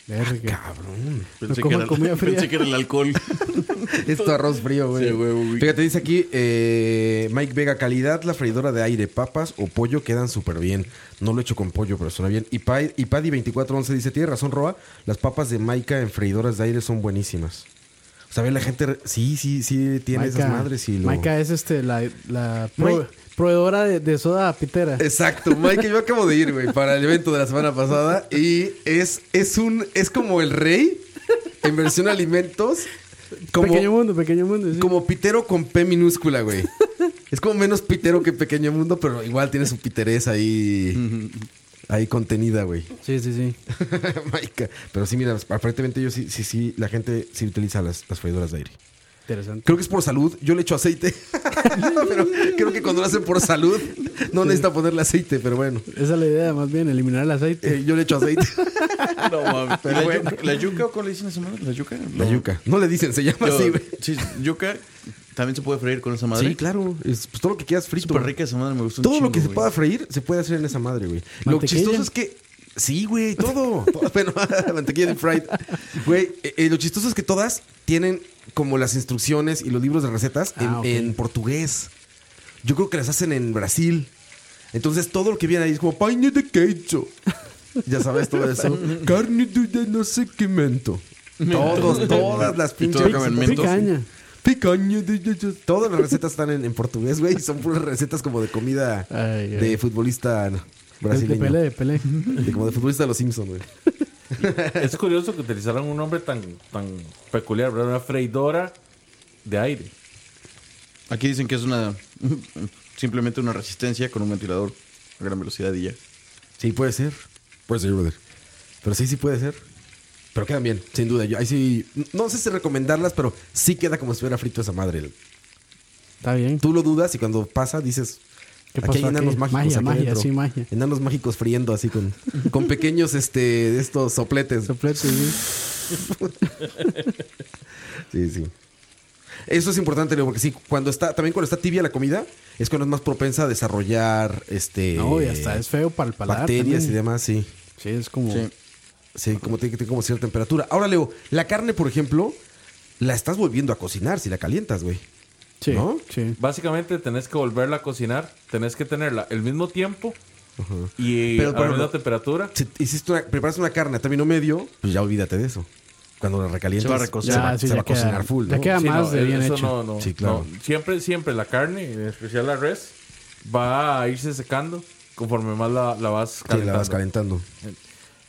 E: Verga.
D: Ah, Cabrón.
E: No coman comida fría.
C: pensé que era el alcohol.
D: Esto arroz frío, güey.
C: Sí, güey, güey.
D: Fíjate, dice aquí eh, Mike Vega, calidad, la freidora de aire, papas o pollo quedan súper bien. No lo he hecho con pollo, pero suena bien. Y, pa y Paddy2411 dice, tiene razón, Roa, las papas de Maika en freidoras de aire son buenísimas. O sea, ve la gente, re- sí, sí, sí, tiene esas madres y lo...
E: Maika es este, la, la
D: Mike-
E: prove- proveedora de, de soda pitera.
D: Exacto, Mike, yo acabo de ir, güey, para el evento de la semana pasada y es, es un, es como el rey en versión alimentos. Como,
E: Pequeño mundo, pequeño mundo. sí.
D: Como pitero con P minúscula, güey. es como menos pitero que Pequeño Mundo, pero igual tiene su piterés ahí. ahí contenida, güey.
E: Sí, sí, sí.
D: Maica. Pero sí, mira, aparentemente yo sí, sí, sí, la gente sí utiliza las, las freidoras de aire.
E: Interesante.
D: Creo que es por salud. Yo le echo aceite. pero creo que cuando lo hacen por salud, no necesita ponerle aceite, pero bueno.
E: Esa es la idea, más bien, eliminar el aceite.
D: Eh, yo le echo aceite.
C: No mames.
D: Pero
C: ¿La,
D: bueno.
C: yuca, ¿La yuca o cómo le dicen a esa madre? ¿La yuca?
D: La yuca. No le dicen, se llama
C: Yo-
D: así, güey.
C: sí, yuca también se puede freír con esa madre.
D: Sí, claro. Es, pues, todo lo que quieras frito.
C: Súper rica esa madre, me gusta un
D: Todo lo
C: chingo,
D: que se
C: güey.
D: pueda freír se puede hacer en esa madre, güey. Lo
E: ¿Mantequilla?
D: chistoso es que. Sí, güey, todo. Todo- bueno, mantequilla de fried. Güey, eh, eh, lo chistoso es que todas tienen como las instrucciones y los libros de recetas en,
E: Ah, ok.
D: en portugués. Yo creo que las hacen en Brasil. Entonces todo lo que viene ahí es como paine de queijo. Ya sabes todo eso. Carne de no sé qué mento. Todos, todas las
C: Y
D: pinches.
C: todo acaba en mento.
E: Picaña.
D: Picaña de- de- de- Todas las recetas están en, en portugués, güey. y Son puras recetas como de comida
E: Ay, ay.
D: de futbolista
E: De
D: brasileño.
E: Pelé, de Pelé.
D: De como de futbolista de los Simpsons, güey.
B: Es curioso que utilizaran un nombre tan, tan peculiar, ¿verdad? Una freidora de aire.
C: Aquí dicen que es una simplemente una resistencia con un ventilador a gran velocidad y ya.
D: Sí, puede ser. Puede ser, brother. Pero sí, sí puede ser. Pero quedan bien, sin duda. Yo ahí sí. No sé si recomendarlas, pero sí queda como si fuera frito esa madre.
E: Está bien.
D: Tú lo dudas y cuando pasa dices.
E: ¿Qué
D: aquí
E: pasó
D: hay enanos
E: aquí?
D: mágicos.
E: Magia,
D: aquí
E: magia,
D: adentro".
E: sí, magia.
D: Enanos mágicos friendo así con, con pequeños este, de estos sopletes.
E: Soplete, sí.
D: Sí, sí. Eso es importante, Leo, porque sí, cuando está, también cuando está tibia la comida, es cuando es más propensa a desarrollar este.
E: No, y hasta es feo para el paladar.
D: Bacterias
E: también.
D: y demás, sí.
E: Sí, es como.
C: Sí.
D: Sí, como tiene que tener como cierta temperatura. Ahora, Leo, la carne, por ejemplo, la estás volviendo a cocinar si la calientas, güey.
E: Sí,
D: ¿No?
E: sí.
B: Básicamente tenés que volverla a cocinar, tenés que tenerla el mismo tiempo y
D: Pero,
B: a
D: por
B: la misma
D: ejemplo,
B: temperatura.
D: Si te hiciste una, preparas una carne a término medio, pues ya olvídate de eso. Cuando la recalientas,
C: Se va a recocinar.
D: se
E: Ya,
D: va, se
E: sí, ya
D: va a
E: queda-
D: cocinar full,
E: ya
D: ¿no?
E: queda- más de
B: e-
E: bien
B: eso
E: hecho.
B: no, no,
D: Sí, claro.
B: no. Siempre, siempre la carne, en especial la res, va a irse secando conforme más la, la vas
D: Sí, la
B: calentando.
D: vas calentando.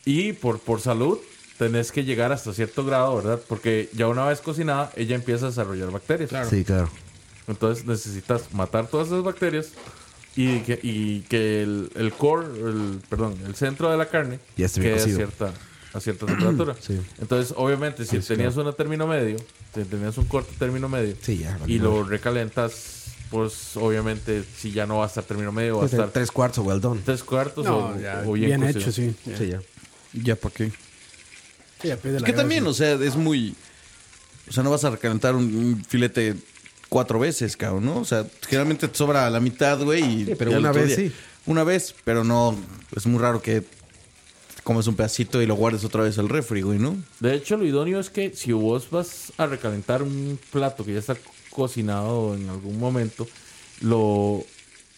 B: Y por, por salud, tenés que llegar hasta cierto grado, ¿verdad? Porque ya una vez cocinada, ella empieza a desarrollar bacterias.
D: Sí, claro.
B: Entonces necesitas matar todas esas bacterias y que, y que el, el core, el, perdón, el centro de la carne
D: Ya esté bien
B: quede a
D: cocido.
B: cierta, a cierta temperatura.
D: Sí.
B: Entonces, obviamente, si tenías un término medio, si tenías un corto término medio
D: Sí, ya, vale,
B: y
D: madre.
B: lo recalentas, pues obviamente, si ya no va a estar término medio, va a
D: Pues,
B: estar
D: tres cuartos, well done.
B: tres cuartos
E: No,
B: o,
E: ya,
B: o
E: bien,
B: cocido.
E: hecho, sí.
D: Sí, ya.
C: ¿Ya para qué?
E: Sí, ya pide
C: Es
E: la
C: que
E: grasa.
C: también, o sea, es muy. O sea, no vas a recalentar un, un filete cuatro veces, cabrón, ¿no? O sea, generalmente te sobra la mitad, güey. y
D: Sí, pero
C: ya el
D: una
C: otro
D: vez sí.
C: Una vez, pero no. Es muy raro que te comes un pedacito y lo guardes otra vez al refri, güey, ¿no?
B: De hecho, lo idóneo es que si vos vas a recalentar un plato que ya está cocinado en algún momento, lo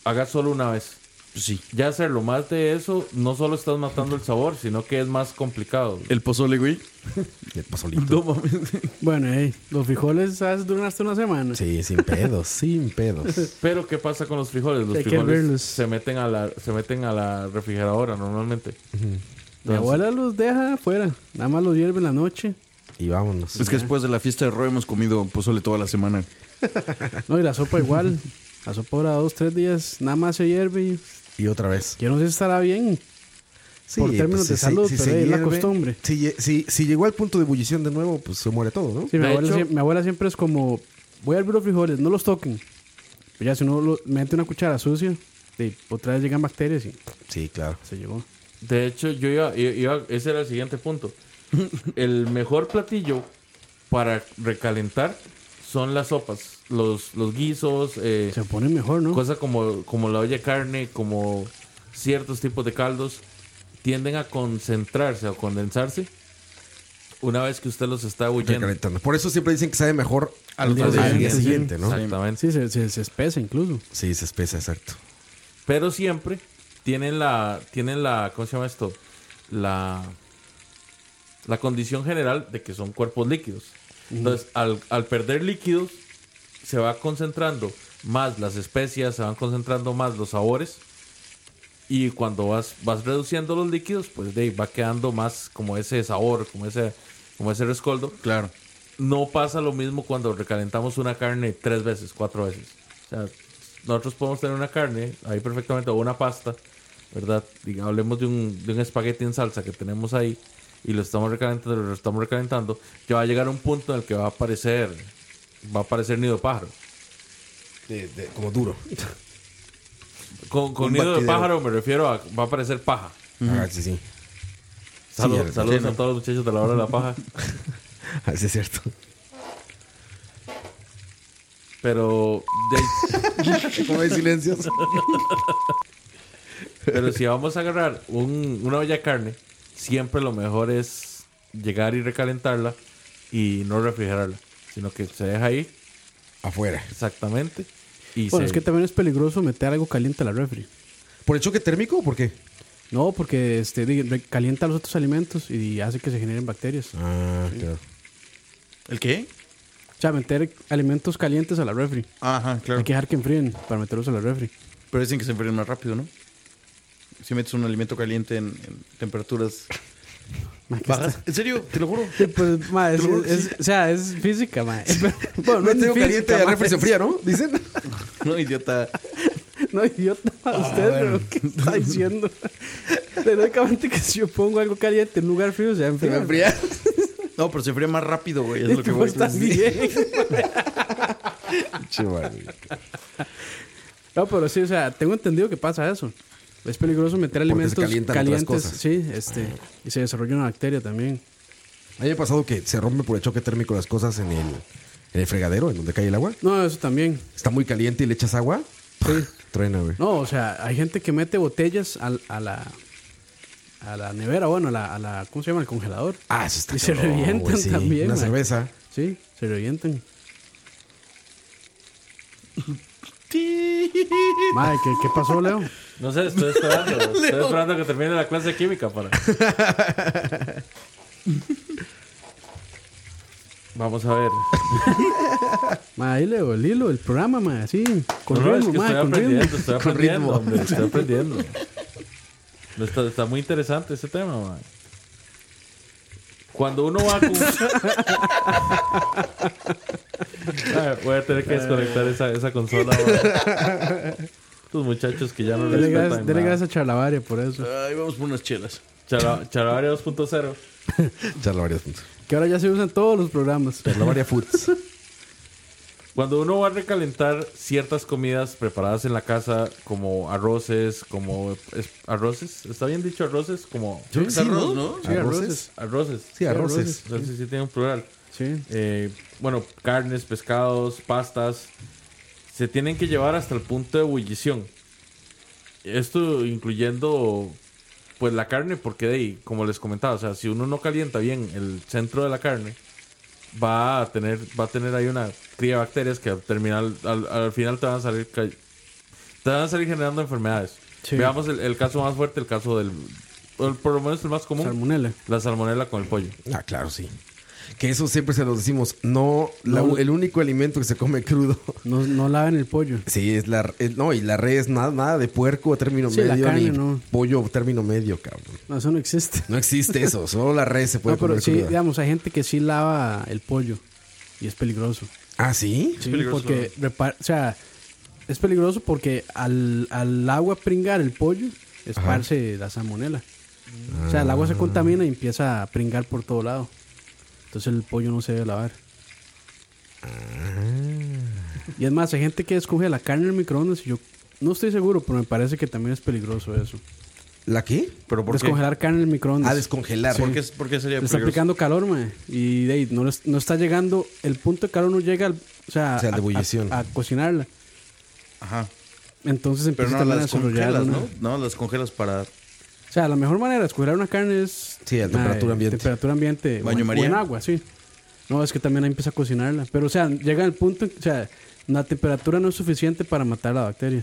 B: hagas solo una vez.
C: Pues sí.
B: Ya hacerlo más de eso, no solo estás matando el sabor, sino que es más complicado.
C: El pozole, güey.
D: El pozolito.
C: No mames.
E: Bueno, hey, los frijoles ¿sabes? duran hasta una semana.
D: Sí, sin pedos, sin pedos.
B: Pero ¿qué pasa con los frijoles? Los
E: Hay que
B: frijoles
E: hervirlos.
B: se meten a la se meten a la refrigeradora normalmente.
E: Mi abuela los deja afuera. Nada más los hierve en la noche.
D: Y vámonos.
C: Es que después de la fiesta de Roy hemos comido pozole toda la semana.
E: No, y la sopa igual. La sopa dura dos, tres días. Nada más se hierve. y
D: Y otra vez. pues,
E: Yo no sé si estará bien. por términos de
D: si-
E: salud, pero
D: se
E: es la
D: hierve,
E: costumbre.
D: Si, lle- si- si llegó al punto de ebullición de nuevo, pues se muere todo, ¿no?
E: Sí, mi,
B: De
E: abuela,
B: hecho-
E: siem- mi abuela siempre es como, voy a hervir los frijoles, no los toquen. Pero ya si uno lo- mete una cuchara sucia, sí, otra vez llegan bacterias y
D: Sí, claro.
E: se llegó.
B: De hecho, yo iba, i- iba- ese era el siguiente punto. El mejor platillo para recalentar son las sopas, los, los guisos, eh,
E: Se pone mejor, ¿no?
B: cosas como, como la olla de carne, como ciertos tipos de caldos, tienden a concentrarse o condensarse una vez que usted los está huyendo.
D: Recalentando. Por eso siempre dicen que sabe mejor
C: Al
D: al día,
C: otro día
D: al día
E: siguiente,
D: siguiente, ¿no?
B: Exactamente.
E: Sí, se, se, se espesa incluso.
D: Sí, se espesa, exacto.
B: Pero siempre tienen la, tienen la, ¿cómo se llama esto? La, la condición general de que son cuerpos líquidos. Entonces, al, al perder líquidos, se va concentrando más las especias, se van concentrando más los sabores. Y cuando vas, vas reduciendo los líquidos, pues de ahí va quedando más como ese sabor, como ese, como ese rescoldo.
C: Claro.
B: No pasa lo mismo cuando recalentamos una carne tres veces, cuatro veces. O sea, nosotros podemos tener una carne ahí perfectamente o una pasta, ¿verdad? Diga- hablemos de un, de un espagueti en salsa que tenemos ahí y lo estamos recalentando, lo estamos recalentando. Ya va a llegar un punto en el que va a aparecer, va a aparecer nido de pájaro.
D: De- de- como duro.
B: Con, con
D: Un
B: nido de
D: batidero.
B: pájaro me refiero a, va a aparecer paja.
D: Ah, sí, sí.
B: Salud-
D: ya-
B: saludos a todos los muchachos de la hora de la paja.
D: Ah, sí, es cierto.
B: Pero de-
D: Como hay silencios.
B: Pero si vamos a agarrar un- una olla de carne, siempre lo mejor es llegar y recalentarla y no refrigerarla, sino que se deja ahí
D: Afuera.
B: exactamente. Y se-
E: bueno, es que también es peligroso meter algo caliente a la refri.
D: ¿Por el choque térmico o por qué?
E: No, porque este, di- re- calienta los otros alimentos y hace que se generen bacterias.
D: Ah, claro.
C: ¿El qué?
E: O sea, meter alimentos calientes a la refri.
C: Ajá, claro.
E: Hay que dejar que enfríen para meterlos a la refri.
C: Pero dicen que se enfrían más rápido, ¿no? Si metes un alimento caliente en, en temperaturas
E: Ma, ¿qué
C: bajas.
E: está-
C: ¿En serio? Te lo juro.
E: Sí, pues, ma, es,
D: Te lo juro que
E: es- o sea, es física, ma. Bueno, no es
D: Mete
E: ni
D: un caliente
E: física,
D: a
E: ma,
D: refri se
E: es-
D: fría, ¿no? Dicen. Ah,
C: No, idiota.
E: No, idiota, usted
C: bueno.
E: lo que está diciendo. Teóricamente que si yo pongo algo caliente en un lugar frío, se va a
D: Se va a
E: enfriar.
D: enfriar.
C: No, pero se enfría más rápido, güey.
E: Y
C: Es lo que
E: tú
C: voy
E: estás bien.
D: Che, madre.
E: No, pero sí, o sea, tengo entendido que pasa eso. Es peligroso
D: se
E: meter alimentos
D: calientan otras
E: calientes.
D: cosas.
E: Sí, este, y se desarrolla una bacteria también.
D: A mí me ha pasado que se rompe por el choque térmico las cosas en el, en el fregadero, en donde cae el agua.
E: No, eso también.
D: Está muy caliente y le echas agua. Ah, Truena, güey.
E: No, o sea, hay gente que mete botellas al- a, la a la nevera, bueno, a la, a la ¿cómo se llama? Al congelador.
D: Ah, eso está
E: Y se
D: cabrón,
E: revientan
D: güey, sí.
E: también.
D: Una
E: ma.
D: cerveza.
E: Sí, se revientan. Madre, ¿qué, qué pasó, Leo?
B: No sé, estoy esperando. estoy esperando que termine la clase de química para. Vamos a ver.
E: Madre, ahí Leo, el hilo, el programa, madre, sí. Con
B: No, no, es
E: ritmo,
B: que
E: madre,
B: estoy
E: con ritmo.
B: aprendiendo, estoy
D: Con
B: aprendiendo,
D: ritmo.
B: hombre, estoy aprendiendo. No, Está, está muy interesante ese tema, man. Cuando uno va con... Ah, Voy a tener que desconectar esa, esa consola, man. Estos muchachos que ya no
E: Dele
B: respetan
E: gracias, dele
B: nada.
E: gracias a Charlavaria por eso.
C: Ay, vamos por unas chelas.
B: Chara- Charavaria 2.0.
D: Charla varias puntos.
E: Que ahora ya se usan todos los programas.
D: Charla varias foods.
B: Cuando uno va a recalentar ciertas comidas preparadas en la casa, como arroces, como es- arroces, ¿está bien dicho arroces? Como
C: Es arroz, ¿no?
E: Sí, arroces.
D: ¿Arroces?
B: arroces.
D: Sí, arroces.
B: O sea, sí, sí tiene un plural.
E: Sí.
B: Eh, bueno, carnes, pescados, pastas, se tienen que llevar hasta el punto de ebullición. Esto incluyendo pues la carne, porque de ahí, como les comentaba, o sea, si uno no calienta bien el centro de la carne, va a tener, va a tener ahí una cría de bacterias que al terminar, al, al final te van a salir ca- te van a salir generando enfermedades.
E: Sí.
B: Veamos el, el caso más fuerte, el caso del, el- por lo menos el más común,
E: Salmonella.
B: la salmonela con el pollo.
D: Ah, claro, sí. Que eso siempre se los decimos. No, la-
E: No.
D: el único alimento que se come crudo.
E: No, no laven el pollo.
D: Sí, es la. es- no, y la res, nada, nada de puerco, término
E: Sí, la
D: medio,
E: carne,
D: ni
E: no.
D: pollo, término medio, cabrón.
E: No, eso no existe.
D: No existe eso. Solo la res se puede
E: No, pero
D: comer
E: sí,
D: cruda.
E: digamos, hay gente que sí lava el pollo y es peligroso.
D: Ah, sí.
E: Sí,
C: peligroso,
E: porque, repar- o sea, es peligroso porque al, al agua pringar el pollo, esparce la salmonela.
D: Ah.
E: O sea, el agua se contamina y empieza a pringar por todo lado. Entonces el pollo no se debe lavar.
D: Ah.
E: Y es más, hay gente que escoge la carne en el microondas y yo no estoy seguro, pero me parece que también es peligroso eso.
D: ¿La qué?
C: ¿Pero por qué?
E: Descongelar carne en el microondas.
D: Ah, descongelar.
C: ¿Por qué, por qué sería
E: Le está
C: peligroso?
E: aplicando calor, mae. Y de ahí, no, les- no está llegando. El punto de calor no llega al, o sea,
D: O sea, al de
E: a- a-
D: ebullición.
E: A, cocinarla.
C: Ajá.
E: Entonces
C: Pero
E: empieza
C: no
E: también a
C: las
E: desarrollar.
C: congelas,
E: una-
C: ¿no? No, las congelas para...
E: O sea, la mejor manera de escoger una carne es.
D: Sí, a
E: mae,
D: temperatura ambiente.
E: Temperatura ambiente. o
C: Baño
E: en- o
C: María.
E: en agua, sí. No, es que también ahí empieza a cocinarla. Pero, o sea, llega al punto. O sea, la temperatura no es suficiente para matar la bacteria.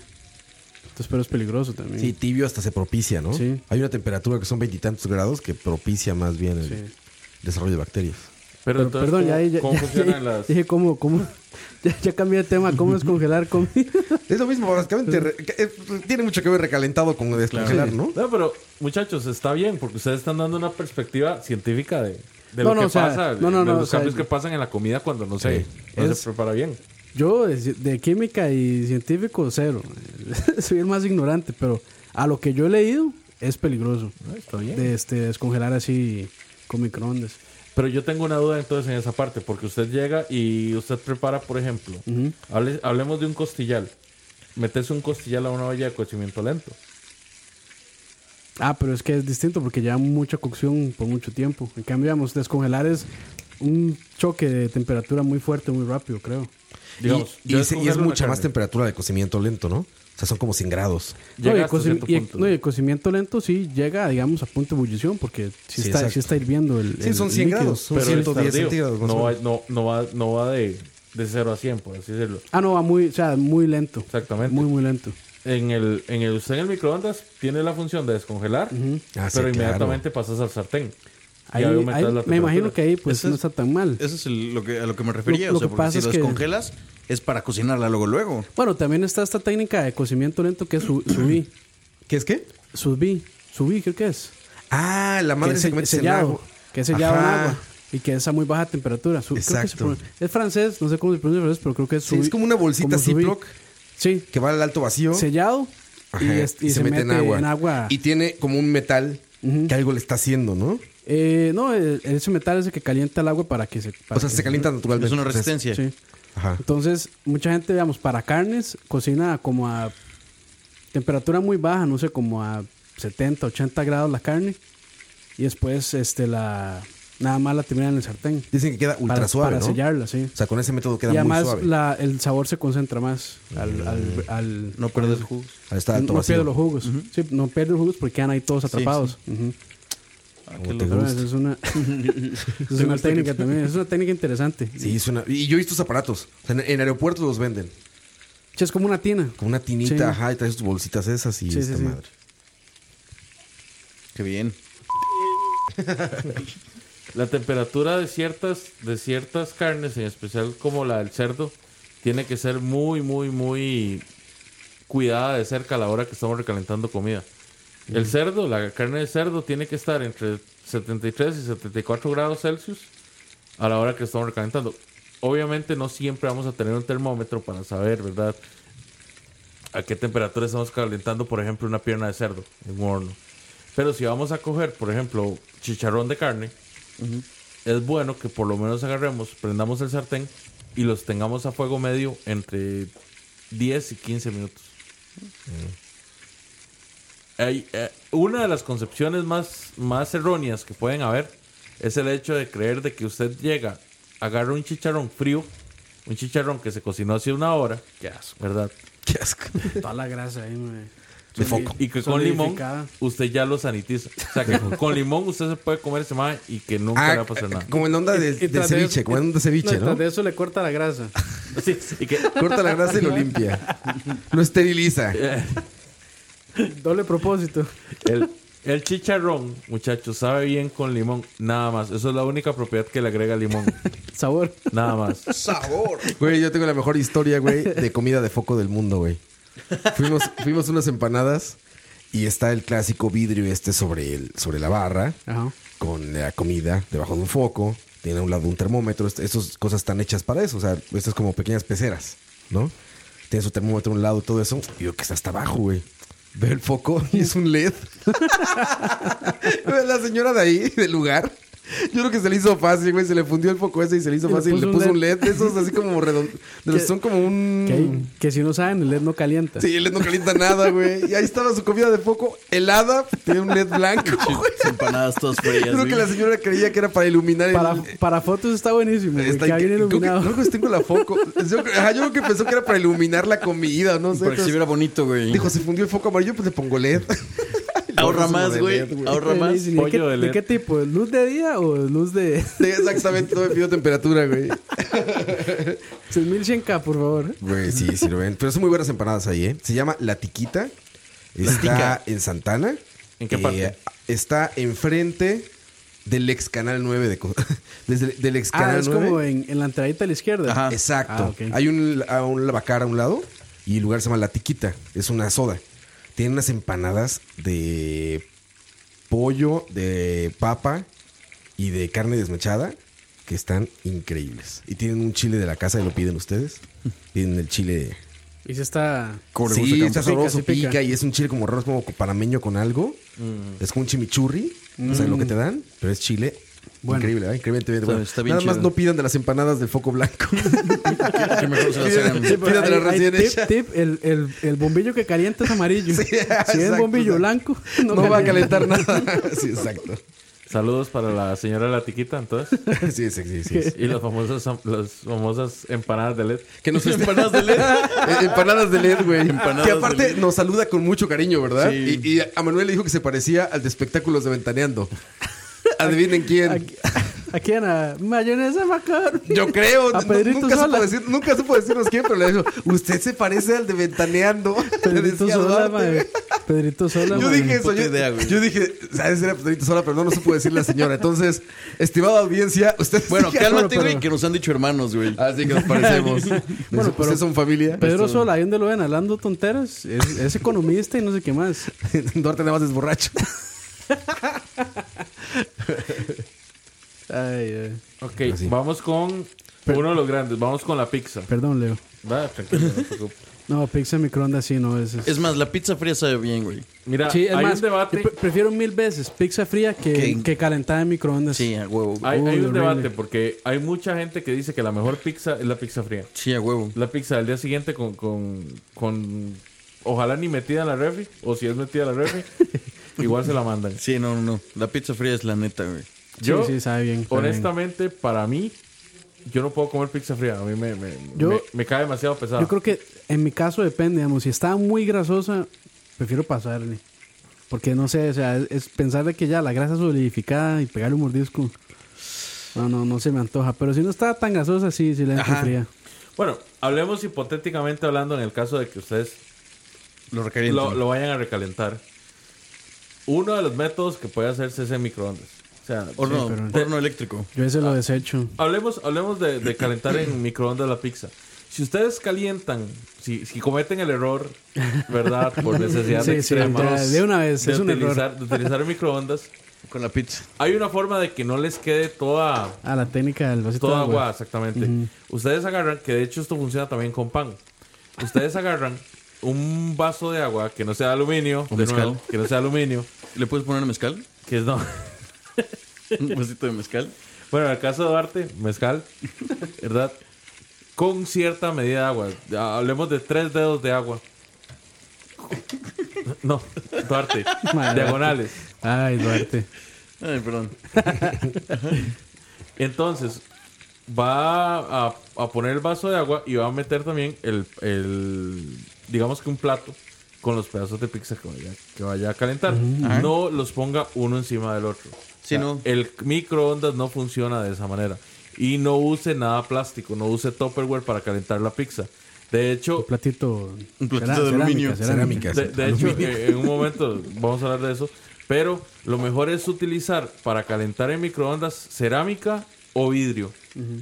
E: Entonces, pero es peligroso también.
D: Sí, tibio hasta se propicia, ¿no?
E: Sí.
D: Hay una temperatura que son veintitantos grados que propicia más bien el
E: Sí.
D: desarrollo de bacterias.
B: Pero,
E: Pero,
B: entonces,
E: perdón,
B: ¿cómo,
E: ya, ya,
B: cómo
E: ya-
B: funcionan
E: ya-
B: las...?
E: Dije, ¿cómo? cómo? Ya, ya cambié de tema. ¿Cómo es congelar comida?
D: Es lo mismo, básicamente. re- que- eh, tiene mucho que ver recalentado con descongelar, ¿no?
B: No, pero muchachos, está bien, porque ustedes están dando una perspectiva científica de, de
E: No,
B: lo
E: no,
B: que
E: o sea,
B: pasa,
E: no, no,
B: de
E: no,
B: los
E: o sea,
B: cambios que pasan en la comida cuando no, se,
D: Sí.
B: no
E: Es-
B: se prepara bien.
E: Yo, de, ci- de química y científico, cero. Soy el más ignorante, pero a lo que yo he leído, es peligroso.
B: está bien.
E: De este, descongelar así con microondas.
B: Pero yo tengo una duda entonces en esa parte, porque usted llega y usted prepara, por ejemplo, hable- hablemos de un costillar. Metes un costillar a una olla de cocimiento lento.
E: Ah, pero es que es distinto porque lleva mucha cocción por mucho tiempo. En cambio, digamos, descongelar es un choque de temperatura muy fuerte, muy rápido, creo.
B: Digamos,
D: y,
B: yo
D: y se- y es
B: descongelo una
D: mucha más
B: carne.
D: temperatura de cocimiento lento, ¿no? O sea, son como 100 grados.
E: No, y,
B: Llega
E: el
B: hasta
E: coci-
B: cierto
E: y el-
B: punto.
E: no, y el cocimiento lento sí llega, digamos, a punto de ebullición porque
D: Sí,
E: sí, está,
D: exacto.
E: sí está hirviendo el.
D: Sí,
E: el
D: son 100
E: líquido.
D: grados. Son
B: Pero es
D: 110
B: tardío.
D: centígrados. más
B: No
D: o
B: va,
D: menos.
B: no, no va, no va de, de 0 a 100, por así decirlo.
E: Ah, no, va muy, o sea, muy lento.
B: Exactamente.
E: Muy, muy lento.
B: en el, en el, usted en el microondas tiene la función de descongelar,
D: Ah, sí,
B: pero
D: claro.
B: inmediatamente pasas al sartén. Y
E: Ahí-
B: ahí aumentas
E: ahí-
B: la
E: me
B: temperatura.
E: imagino que ahí pues
C: Ese
E: no
C: es-
E: está tan mal.
C: Eso es el- lo que, a lo que me refería.
E: Lo- lo
C: o sea,
E: que
C: porque
E: pasa
C: si
E: es
C: la
E: que-
C: descongelas, es para cocinarla luego, luego.
E: Bueno, también está esta técnica de cocimiento lento que es su- subí.
D: ¿Qué es qué?
E: Subí. Subí, creo que es.
D: Ah, la madre
E: que
D: se
E: se-
D: mete en
E: sellado,
D: agua.
E: Que es sellado en
D: Ajá.
E: agua. Y que es a muy baja temperatura. Su- creo que se
D: Exacto.
E: pronuncia- es francés, no sé cómo se pronuncia en francés, pero creo que es
D: Sí, es
E: subí-
D: como una bolsita
E: subí.
D: Ziploc.
E: Sí,
D: Que va al alto vacío.
E: sellado y,
D: Ajá,
E: es- y se, mete, en agua.
D: Y tiene como un metal que algo le está haciendo, ¿no?
E: Eh, no, el- ese metal es el que calienta el agua para que se... para
D: O sea,
E: que-
D: se calienta naturalmente.
C: Es una
D: Entonces,
C: resistencia.
E: Sí.
D: Ajá.
E: Entonces, mucha gente, digamos, para carnes, cocina como a temperatura muy baja, no sé, como a 70, 80 grados la carne. Y después, este, la... Nada más la terminan en el sartén.
D: Dicen que queda ultra
E: para,
D: suave,
E: Para
D: ¿no?
E: sellarla, sí.
D: O sea, con ese método queda
E: y
D: muy
E: además
D: suave.
E: la- el sabor se concentra más al, al, al-
C: No perder jugos.
D: Ahí está alto
E: no
D: vacío.
E: pierde los jugos sí, no pierde los jugos porque quedan ahí todos atrapados Ujú.
D: Como te
E: Pero
D: gusta.
E: esa es una esa es una técnica también es una técnica interesante
D: Sí, es una... Y yo he visto estos aparatos. O sea, en, en aeropuertos los venden.
E: Sí, es como una tina
D: Con una tinita,
E: Sí.
D: ajá, y traes tus bolsitas esas y
E: Sí,
D: esta
E: sí, sí.
D: madre.
C: Qué bien.
B: La temperatura de ciertas, de ciertas carnes, en especial como la del cerdo, tiene que ser muy, muy, muy cuidada de cerca a la hora que estamos recalentando comida. El cerdo, la carne de cerdo, tiene que estar entre 73 y 74 grados Celsius a la hora que estamos recalentando. Obviamente no siempre vamos a tener un termómetro para saber, ¿verdad? A qué temperatura estamos calentando, por ejemplo, una pierna de cerdo en un horno. Pero si vamos a coger, por ejemplo, chicharrón de carne, es bueno que por lo menos agarremos, prendamos el sartén y los tengamos a fuego medio entre 10 y 15 minutos. Hay, eh, una de las concepciones más, más erróneas que pueden haber es el hecho de creer de que usted llega, agarra un chicharrón frío, un chicharrón que se cocinó hace una hora,
E: qué asco
B: ¿verdad?
D: Qué asco.
E: toda la grasa ahí me...
D: De foco.
B: Y que con limón
E: Solidificada.
B: usted ya lo sanitiza. O sea, que con limón usted se puede comer ese mae y que nunca
D: Ah,
B: le va a pasar nada.
D: como en onda de,
E: Y
D: de
E: tras de
D: ceviche,
E: eso-
D: como en onda de ceviche,
E: y tras
D: ¿no?
E: de eso le corta la grasa
B: Sí, y que
D: Corta la grasa y lo limpia. Lo esteriliza.
E: doble propósito
B: El, el chicharrón, muchachos, sabe bien con limón, nada más. Eso es la única propiedad que le agrega limón,
E: sabor
B: nada más.
C: ¡Sabor!
D: Güey, yo tengo la mejor historia, güey, de comida de foco del mundo, güey. Fuimos, fuimos unas empanadas y está el clásico vidrio este sobre, el, sobre la barra,
E: Ajá.
D: con la comida debajo de un foco, tiene a un lado un termómetro, est- esas cosas están hechas para eso, o sea, estas como pequeñas peceras, ¿no? Tiene su termómetro a un lado, todo eso, y yo que está hasta abajo, güey. Veo el foco y es un LED. la señora de ahí, del lugar. Yo creo que se le hizo fácil, güey. Se le fundió el foco ese y se le hizo
E: Y le
D: fácil. Y le puso un LED.
E: LED.
D: de Esos así como redondos. Son como un.
E: que, ahí- que si no saben el LED no calienta
D: Mm. Sí, el LED no calienta nada, güey. Y ahí estaba su comida de foco helada. Tenía un LED blanco, güey.
C: Empanadas todas frías.
D: Creo que
C: güey.
D: la señora creía que era para iluminar el-
E: para, para fotos está buenísimo güey,
D: Está
E: queda bien
D: increíble. Creo que-
E: iluminado
D: Creo que tengo la foco. Yo, ajá, yo creo que pensó que era para iluminar la comida, no sé.
C: Para que se
D: Entonces,
C: viera bonito, güey.
D: Dijo, se fundió el foco amarillo, pues le pongo LED.
C: Ahorra
D: Como
C: más,
D: de
C: güey.
D: LED, güey.
C: Ahorra más.
E: Este, ¿De qué-
B: pollo de
E: ¿De
B: LED.
E: qué tipo? ¿Luz de día o luz de
D: Sí, exactamente, no me pidió temperatura, güey.
E: 6100K, por favor?
D: Güey, sí, sí lo ven. Pero son muy buenas empanadas ahí, ¿eh? Se llama La Tiquita. Está en Santana. Eh,
B: ¿En qué parte?
D: Está enfrente del ex Canal 9 de... Co- Desde el- del ex Canal
E: Ah, es
D: 9.
E: como en, en la entradita a la izquierda.
C: Ajá.
D: Exacto.
E: Ah, ok.
D: Hay un, a un lavacar a un lado y el lugar se llama La Tiquita. Es una soda. Tienen unas empanadas de pollo, de papa y de carne desmechada que están increíbles. Y tienen un chile de la casa y lo piden ustedes. Tienen el chile.
E: Y se está.
D: sí, está
E: Pica,
D: sabroso,
E: sí
D: pica,
E: pica.
D: y es un chile como raro, es como panameño con algo. Es como un chimichurri, o sea, lo que te dan, pero es chile.
E: Bueno.
D: Increíble, ¿eh? increíblemente bien.
C: Está-
D: bueno.
C: está bien
D: Nada más
C: chido.
D: no pidan de las empanadas del foco blanco.
C: Que mejor se las hagan.
D: Sí, pero
E: Hay-
D: Pídatela
E: hay
D: recién
E: tip,
D: hecha.
E: tip, el, el, el bombillo que calienta es amarillo.
D: Sí,
E: si es
D: exacto,
E: bombillo
D: exacto.
E: blanco,
D: No, va a calentar nada. Sí, exacto.
B: Saludos para la señora La Tiquita, entonces.
D: Sí, sí, sí. sí.
B: Y las famosas, las famosas empanadas de E LED.
D: Que nos empanadas de LED. empanadas de LED, güey.
C: Empanadas
D: Que aparte
C: de LED.
D: nos saluda con mucho cariño, ¿verdad?
C: Sí.
D: Y, y a Manuel le dijo que se parecía al de espectáculos de Ventaneando. Adivinen quién.
E: Aquí- ¿A quién? A mayonesa Macar.
D: Yo creo.
E: A
D: nu-
E: Pedrito
D: nunca, supo
E: Sola.
D: decir, nunca supo decirnos quién, pero le dijo, usted se parece al de Ventaneando. Le
E: Pedrito
D: decía
E: Sola,
D: Duarte.
E: mae. Pedrito Sola,
D: Yo
E: mae.
D: dije eso,
C: puta
D: yo,
C: idea, güey.
D: yo dije, ¿sabes? Era Pedrito Sola, pero no lo supo decir la señora. Entonces, estimada audiencia, usted
C: Bueno, cálmate,
E: pero-
C: güey, que nos han dicho hermanos, güey.
D: Así Ah, que nos parecemos.
E: Bueno,
D: bueno,
E: pero-
D: ustedes son familia.
E: Pedro Sola, ahí donde lo ven, hablando tonteras. Es, es economista y no sé qué más.
D: Duarte nada más es borracho.
E: Ay, ay.
B: Ok, vamos con uno de los grandes. Vamos con la pizza.
E: Perdón, Leo.
B: Va, tranquilo, no te preocupes.
E: No, pizza microondas sí, no. Es, es-
C: Es más, la pizza fría sabe bien, güey.
B: Mira,
E: Sí, es
B: hay
E: más,
B: un debate.
E: pre- prefiero mil veces pizza fría que,
C: Que-
E: que calentada en microondas.
C: Sí, a huevo. güey.
B: Hay,
E: Uy,
B: hay un
E: horrible.
B: debate porque hay mucha gente que dice que la mejor pizza es la pizza fría.
C: Sí, a huevo.
B: La pizza del día siguiente con, con, con- ojalá ni metida en la refri, o si es metida en la refri, igual se la mandan.
C: Sí, no, no, no. La pizza fría es la neta, güey.
B: Yo,
E: sí, sabe bien, sabe
B: honestamente, para mí, yo no puedo comer pizza fría. A mí me, me,
E: Yo-
B: me- me cae demasiado pesado.
E: Yo creo que en mi caso depende, digamos, si está muy grasosa, prefiero pasarle. Porque no sé, o sea, es, es pensar de que ya la grasa solidificada y pegarle un mordisco. No, no, no se me antoja. Pero si no está tan grasosa, sí, sí le entro fría.
B: Bueno, hablemos hipotéticamente hablando en el caso de que ustedes
C: Lo recaliento.
B: lo, lo vayan a recalentar. Uno de los métodos que puede hacerse es en microondas. O sea,
C: Horno,
E: Sí, pero-
C: horno eléctrico.
E: Yo ese lo desecho.
B: Hablemos, hablemos de, de calentar en microondas la pizza. Si ustedes calientan, si, si cometen el error, ¿verdad? Por necesidad
E: Sí, sí,
B: extrema,
E: ya, de una vez,
B: de
E: es un error.
B: utilizar- De utilizar el microondas,
C: Con la pizza.
B: hay una forma de que no les quede toda,
E: A la técnica del vasito
B: toda
E: de agua.
B: agua, exactamente. Ustedes agarran, que de hecho esto funciona también con pan. Ustedes agarran un vaso de agua que no sea de aluminio,
C: O
B: de
C: mezcal.
B: nuevo, que no sea de aluminio,
C: ¿Le puedes poner mezcal?
B: que es no.
C: Un vasito de mezcal.
B: Bueno, en el caso de Duarte, mezcal, ¿verdad? Con cierta medida de agua. Ya Hablemos de tres dedos de agua. No, Duarte.
E: Madre.
B: diagonales.
E: Ay, Duarte.
C: Ay, perdón.
B: Entonces, va a, a poner el vaso de agua y va a meter también el, el- digamos que un plato con los pedazos de pizza que vaya, que vaya a calentar. No los ponga uno encima del otro.
C: Sí, no.
B: El microondas no funciona de esa manera. Y no use nada plástico, no use Tupperware para calentar la pizza. De hecho,
E: Un platito.
C: Un platito de aluminio.
E: Cerámica.
D: Cerámica.
B: de, de hecho, eh, en un momento vamos a hablar de eso. Pero lo mejor es utilizar para calentar en microondas cerámica o vidrio.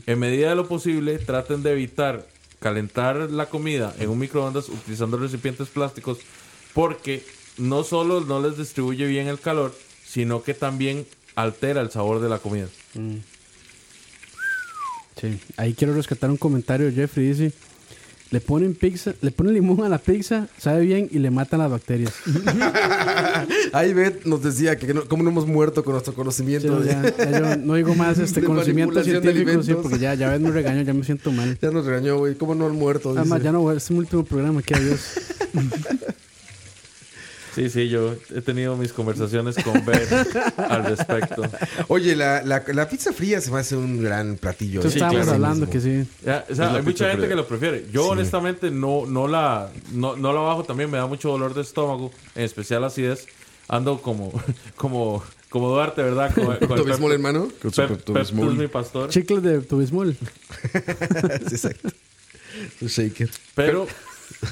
B: En medida de lo posible, traten de evitar calentar la comida en un microondas utilizando recipientes plásticos porque no solo no les distribuye bien el calor, sino que también altera el sabor de la comida.
E: Sí, ahí quiero rescatar un comentario. de Jeffrey dice: Le ponen pizza, le ponen limón a la pizza, sabe bien y le matan las bacterias.
D: Ahí Beth nos decía que no- cómo no hemos muerto con nuestro
E: Sí,
D: conocimiento.
E: no,
D: de-
E: ya- ya yo no digo más este
D: De
E: conocimiento
D: manipulación de
E: científico, sí,
D: alimentos.
E: porque ya, ya ves, me regaño, ya me siento mal.
D: Ya nos regañó, güey. ¿Cómo no han muerto? Dice.
E: Además, ya no voy, este es mi último programa, que adiós.
B: Sí, sí, yo he tenido mis conversaciones con Ben al respecto.
D: Oye, la, la- la pizza fría se me hace un gran platillo.
E: Tú
D: ¿eh?
E: estábamos
D: Claro.
E: hablando
D: Sí
E: que
D: mismo.
E: sí.
B: Ya, o sea,
C: Es la
B: hay
C: pizza
B: mucha gente
C: fría.
B: que lo prefiere. Yo honestamente no, no la no, no la bajo también, me da mucho dolor de estómago, en especial acidez. Ando como como como Duarte, ¿verdad? Con, con
D: ¿Tu bismol, hermano?
C: Con su
B: Pep-
C: Pepto
B: Pepto es
C: Bismol.
B: mi pastor.
E: Chicles de tu bismol.
D: Sí, exacto. Un shaker.
B: Pero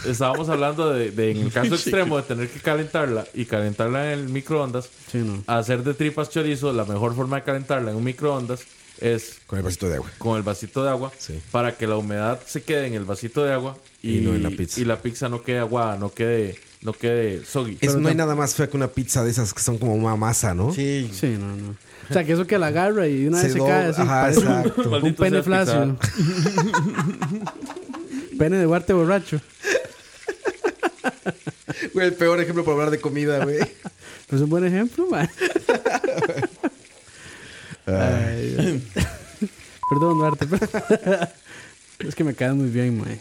B: estábamos hablando de, de, en el caso extremo de tener que calentarla y calentarla en el microondas.
E: Sí, no.
B: Hacer de tripas chorizo, la mejor forma de calentarla en un microondas es
D: Con el vasito de agua.
B: con el vasito de agua
D: Sí.
B: para que la humedad se quede en el vasito de agua y,
D: Y no en la pizza.
B: y la pizza no quede aguada, no quede, no quede soggy.
D: Es- no hay nada más feo que una pizza de esas que son como una masa, ¿no?
C: Sí.
E: Sí, no, no. O sea, que eso que la agarra y de una vez se,
D: do-
E: cae así.
D: Ajá,
E: parece un-
D: exacto.
E: un
B: Maldito
E: pene
B: sea
E: flácido. pene de Duarte borracho.
D: Güey, el peor ejemplo para hablar de comida, güey.
E: Pero Pues es un buen ejemplo, man.
D: Ah.
E: Ay, Dios. Perdón, Duarte. pero- es que me cae muy bien, man.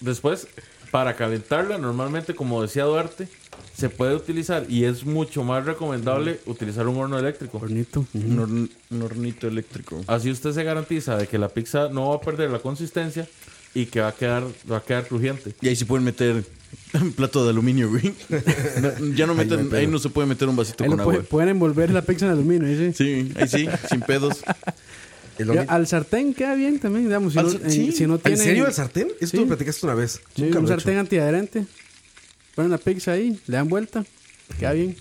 B: Después, para calentarla, normalmente, como decía Duarte, se puede utilizar y es mucho más recomendable
D: Mm.
B: utilizar un horno eléctrico.
E: Bonito.
C: Un, horn- un hornito eléctrico.
B: Así usted se garantiza de que la pizza no va a perder la consistencia y que va a quedar, va a quedar crujiente.
C: Y ahí sí pueden meter Un plato de aluminio, güey. No, ya no
D: Ahí no hay
C: meten,
D: pedo.
C: ahí no se puede meter un vasito
E: Ahí lo
C: con
E: puede-
C: agua.
E: pueden envolver la pizza en aluminio, dice.
C: Sí, ahí sí, sin pedos.
D: El horni-
E: Ya, al sartén queda bien también, digamos. Si,
C: Al
E: no,
C: sar-
E: eh,
C: sí.
E: si no
D: ¿En
E: tiene,
D: serio el sartén? Eso
E: Sí.
D: tú me platicaste una vez.
E: Sí,
D: Nunca
E: un
D: lo he
E: sartén
D: hecho.
E: antiadherente. Ponen la pizza ahí, le dan vuelta, queda bien.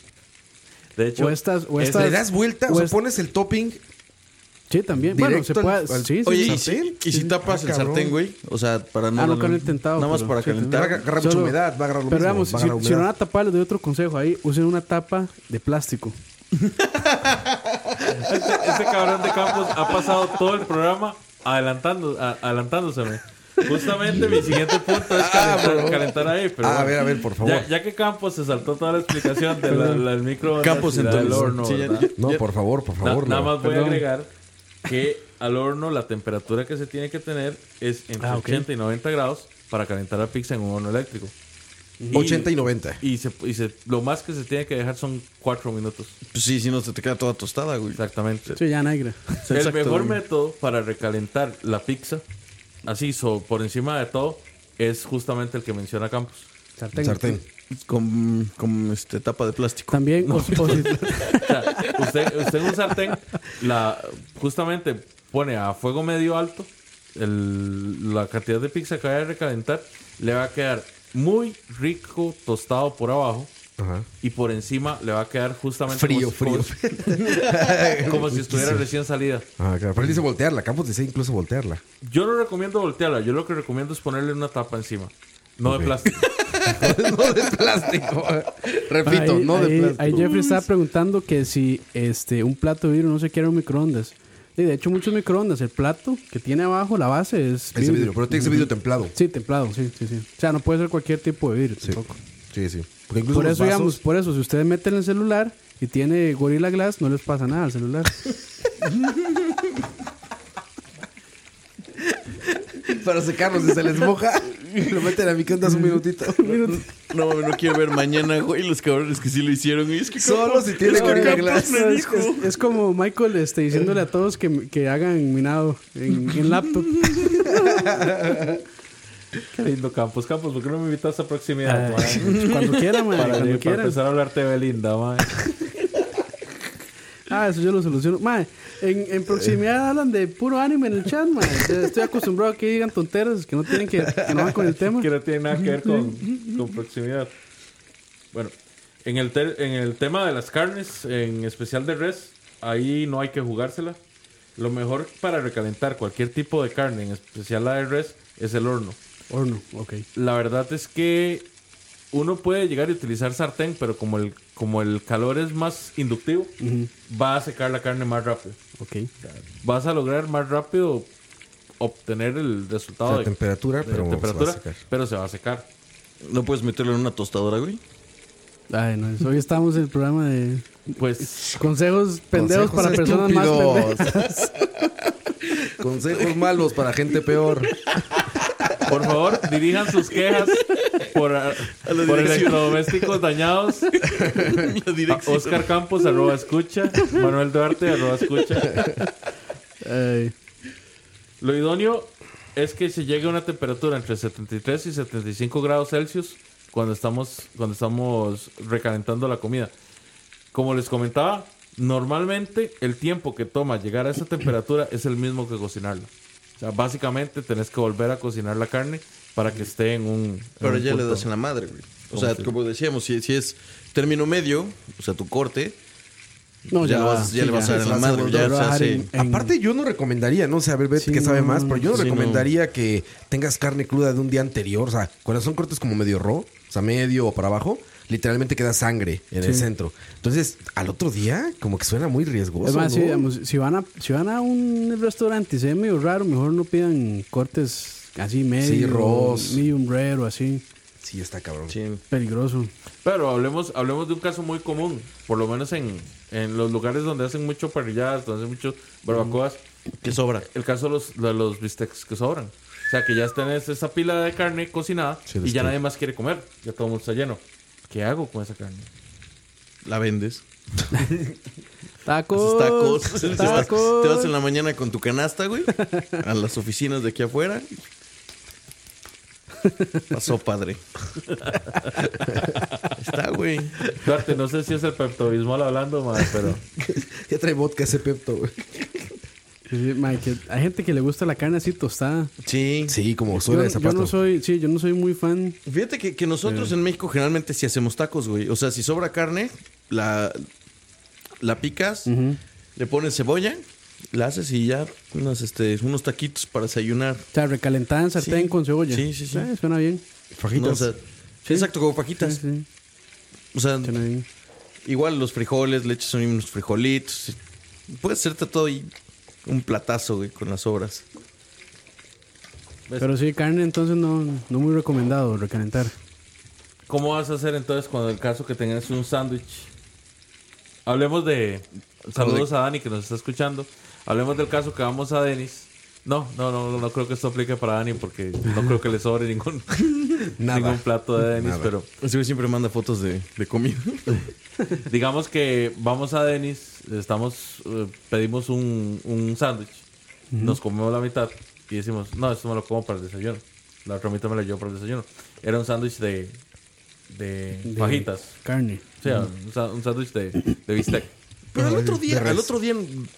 B: De hecho,
E: O estas, o
B: es-
E: estas-
D: ¿Le das vuelta?
E: o
D: O sea,
E: es-
D: pones el topping.
E: Sí, también.
D: directo
E: Bueno, se
D: al-
E: puede.
D: al-
E: sí, sí,
C: Oye,
E: sí.
C: ¿y si, y si tapas
D: Ah,
C: el
D: cabrón.
C: sartén, güey? O sea, para no...
E: Ah, nunca lo he intentado,
C: Nada más
E: pero
C: para
E: sí, también.
D: Va a
C: calentar.
D: agarrar mucha
E: Solo-
D: humedad, va a agarrar lo
E: Pero
D: mismo.
E: veamos,
D: va a
E: si,
D: agarrar
E: si no van a
D: humedad.
E: tapar, les doy otro consejo ahí. Usen una tapa de plástico.
B: este, este cabrón de Campos ha pasado todo el programa adelantando, a- adelantándoseme. Justamente mi siguiente punto es calentar, calentar ahí. Pero
D: Ah, a
B: bueno.
D: ver, a ver, por favor.
B: Ya, ya que Campos se saltó toda la explicación del la, la- el microondas
C: Campos,
B: y la del
C: entonces.
B: horno,
C: Sí, ya-
B: ¿verdad?
D: No, por favor, por
B: Na-
D: favor.
B: nada
D: no.
B: más voy
E: Perdón.
B: a agregar que al horno la temperatura que se tiene que tener es entre
E: Ah, ok.
B: 80 y 90 grados para calentar la pizza en un horno eléctrico.
D: 80 y 90.
B: Y, se, y se- lo más que se tiene que dejar son 4 minutos.
C: Pues sí, si no se te queda toda tostada, güey.
B: Exactamente.
E: Sí, ya negra.
C: Exacto,
B: El mejor
C: güey.
B: método para recalentar la pizza, así so- por encima de todo, es justamente el que menciona Campos.
E: Sartén.
D: Sartén.
C: Con, con este, tapa de plástico.
E: También, o-
D: pues,
E: o
B: O
E: si-
B: sea, usted, usted en un sartén la, justamente pone a fuego medio alto el- la cantidad de pizza que vaya a recalentar. Le va a quedar muy rico tostado por abajo.
D: Ajá.
B: Y por encima le va a quedar justamente
D: Frío,
B: como, si-
D: frío.
B: como- como si estuviera recién salida.
D: Ah, claro. Pero él dice voltearla. Campos decía incluso voltearla.
B: Yo no recomiendo voltearla. Yo lo que recomiendo es ponerle una tapa encima. No de plástico.
D: no de plástico. Repito,
E: ahí,
D: no de
E: ahí-
D: plástico.
E: ahí Jeffrey estaba preguntando que si este un plato de vidrio no se quiere un microondas. Y de hecho, muchos microondas, el plato que tiene abajo, la base es.
D: Ese vidrio, pero tiene que ser vidrio templado.
E: Sí, templado, sí, sí, sí. O sea, no puede ser cualquier tipo de vidrio
D: Sí,
E: tampoco.
D: sí. sí. Porque incluso
E: Por
D: los
E: eso,
D: vasos-
E: digamos, por eso, si ustedes meten el celular y tiene Gorilla Glass, no les pasa nada al celular.
D: Para secarlos, si se les moja, lo meten a mi microondas un minutito.
C: No, mami, no quiero ver mañana, güey, los cabrones que sí lo hicieron. güey. Es que
D: Solo si tiene
C: es que
D: Gorilla
C: Campos
D: Glass.
C: me
E: Es-
C: dijo.
E: Es, es como Michael este, diciéndole a todos que, que hagan minado en, en laptop.
B: Qué lindo, Campos. Campos, ¿por qué no me invitas a proximidad?
E: Ay,
B: mae?
E: cuando quiera, man,
B: Para,
E: cuando
B: para
E: quiera.
B: empezar a hablarte de Belinda, mae.
E: Ah, eso yo lo soluciono. Mae, en, en proximidad hablan de puro anime en el chat, mae. Yo Estoy acostumbrado a que digan tonteras que no tienen que, que no van con el tema.
B: que no tiene nada que ver con, con proximidad. Bueno, en el, tel- en el tema de las carnes, en especial de res, ahí no hay que jugársela. Lo mejor para recalentar cualquier tipo de carne, en especial la de res, es el horno.
E: Horno, ok.
B: La verdad es que uno puede llegar y utilizar sartén, pero como el, como el calor es más inductivo, va a secar la carne más rápido.
E: Ok.
B: Vas a lograr más rápido obtener el
D: O
B: resultado
D: sea,
B: de,
D: temperatura,
B: de
D: pero se va a
B: temperatura,
D: secar.
B: pero se va a secar.
C: No puedes meterlo en una tostadora, güey.
E: Ay, no, es- hoy estamos en el programa de
B: Pues
E: consejos pendejos
D: Consejos
E: para personas más
D: estúpidos.
E: pendejas.
D: Consejos malos para gente peor.
B: Por favor, dirijan sus quejas por,
C: la
B: por
C: dirección.
B: electrodomésticos dañados.
C: La
B: a
C: dirección.
B: Oscar Campos, arroba escucha. Manuel Duarte, arroba escucha.
E: Ay,
B: Lo idóneo es que se llegue a una temperatura entre 73 y 75 grados Celsius cuando estamos, cuando estamos recalentando la comida. Como les comentaba, normalmente el tiempo que toma llegar a esa temperatura es el mismo que cocinarla. O sea, básicamente tenés que volver a cocinar la carne para que esté en un... en
C: Pero
B: un
C: ya le
B: punto.
C: das en la madre, güey. O sea, como decíamos, si, si es término medio, o sea, tu corte,
E: no,
C: ya,
E: ya,
C: lo
E: va.
C: vas, ya
E: Sí,
C: le vas
E: ya.
C: a dar en la
D: se
C: madre,
D: hace
C: ya se
E: volver a bajar
C: hace...
E: en-
D: Aparte, yo no recomendaría, no sé, a ver, Beth,
E: Sí,
D: que sabe
E: no,
D: más,
E: no,
D: pero yo no
C: sí, no.
D: recomendaría que tengas carne cruda de un día anterior. O sea, cuando son cortes como medio ro, o sea, medio o para abajo, literalmente queda sangre en el
E: Sí.
D: centro. Entonces, al otro día, como que suena muy riesgoso.
E: Es más,
D: ¿no?
E: sí, digamos, si, van a, si van a un restaurante y se ve medio raro, mejor no pidan cortes así medio,
D: ros.
E: medium rare o así.
D: Sí, está cabrón.
C: Sí.
E: Peligroso.
B: Pero hablemos, hablemos de un caso muy común, por lo menos en, en los lugares donde hacen mucho parrilladas, donde hacen mucho barbacoas,
C: Que sobra.
B: el caso de los, de los bistecs que sobran. O sea, que ya tenés esa pila de carne cocinada
D: Sí,
B: y
D: destruye.
B: ya nadie más quiere comer, ya todo el mundo está lleno. ¿Qué hago con esa carne?
C: La vendes.
E: Tacos.
C: Haces tacos. Te vas-
E: Tacos.
C: Te vas en la mañana con tu canasta, güey, a las oficinas de aquí afuera. Pasó padre. Está, güey.
B: Duarte, no sé si es el peptobismol hablando, madre, pero.
D: Ya trae vodka ese Pepto, güey.
E: Sí, mae, que hay gente que le gusta la carne así tostada.
C: Sí.
D: Sí, como
E: Yo,
D: suena de
E: yo
D: zapato.
E: no soy, sí, yo no soy muy fan.
C: Fíjate que, que nosotros en México generalmente sí hacemos tacos, güey. O sea, si sobra carne, la, la picas, le pones cebolla, la haces y ya unas, este, unos taquitos para desayunar.
E: O sea, recalentada en sartén
C: Sí.
E: con cebolla.
C: Sí, sí, sí.
E: Ah, suena bien.
D: Fajitas.
C: No, o sea,
E: Sí.
C: Exacto, como
E: Sí,
C: fajitas.
E: sí,
C: O sea,
E: suena bien.
C: igual los frijoles, le echas unos frijolitos. Puedes hacerte todo y un platazo, güey, con las sobras.
E: Pero sí, carne entonces no, no muy recomendado recalentar.
B: ¿Cómo vas a hacer entonces cuando el caso que tengas un sándwich? Hablemos de. Saludos a Dani que nos está escuchando. Hablemos del caso que vamos a Denis. No, no, no, no, no creo que esto aplique para Dani porque no creo que le sobre ningún,
D: Nada.
B: ningún plato de Denis,
D: Nada.
B: pero
C: Ese güey siempre manda fotos de, de comida.
B: digamos que vamos a Denis, estamos, eh, pedimos un, un sándwich, nos comemos la mitad y decimos, no, esto me lo como para el desayuno. La otra mitad me la llevo para el desayuno. Era un sándwich de, de,
E: De
B: fajitas.
E: Carne.
B: O sea, un sa- un sándwich de, de bistec.
C: Pero al otro día,
D: de res.
C: al otro día,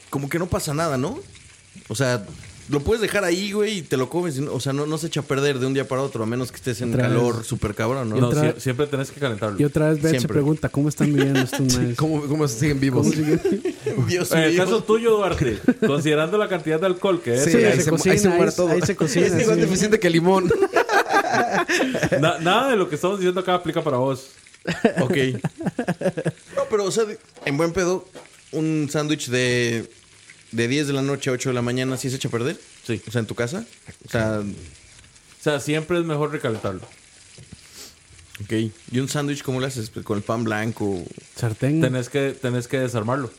C: como que no pasa nada, ¿no? O sea, lo puedes dejar ahí, güey, y te lo comes. y no- O sea, no, no se echa a perder de un día para otro, a menos que estés en
E: Otra
C: calor
E: vez.
C: súper cabrón, ¿no?
B: No,
E: otra-
B: sie- siempre tenés que calentarlo.
E: Y otra vez Beth se
C: Siempre.
E: pregunta cómo están viviendo estos maes.
D: ¿Cómo, ¿Cómo siguen vivos?
C: Dios
B: En Eh, el
C: mío.
B: caso tuyo, Duarte, considerando la cantidad de alcohol que es,
D: Sí,
E: ahí
D: ahí,
E: se
D: se,
E: cocina,
D: ahí se muere
E: ahí-
D: todo.
E: ahí se cocina,
D: Es igual
E: sí.
D: de eficiente que limón.
B: na- nada de lo que estamos diciendo acá aplica para vos.
C: Ok. No, pero, o sea, de- en buen pedo, un sándwich de, de 10 de la noche a 8 de la mañana, ¿sí se echa a perder?
B: Sí.
C: O sea, en tu casa. O sea,
B: O sea, siempre es mejor recalentarlo.
C: ok. ¿Y un sándwich cómo lo haces? Pues, ¿Con el pan blanco?
E: Sartén.
B: Tenés que, tenés que desarmarlo.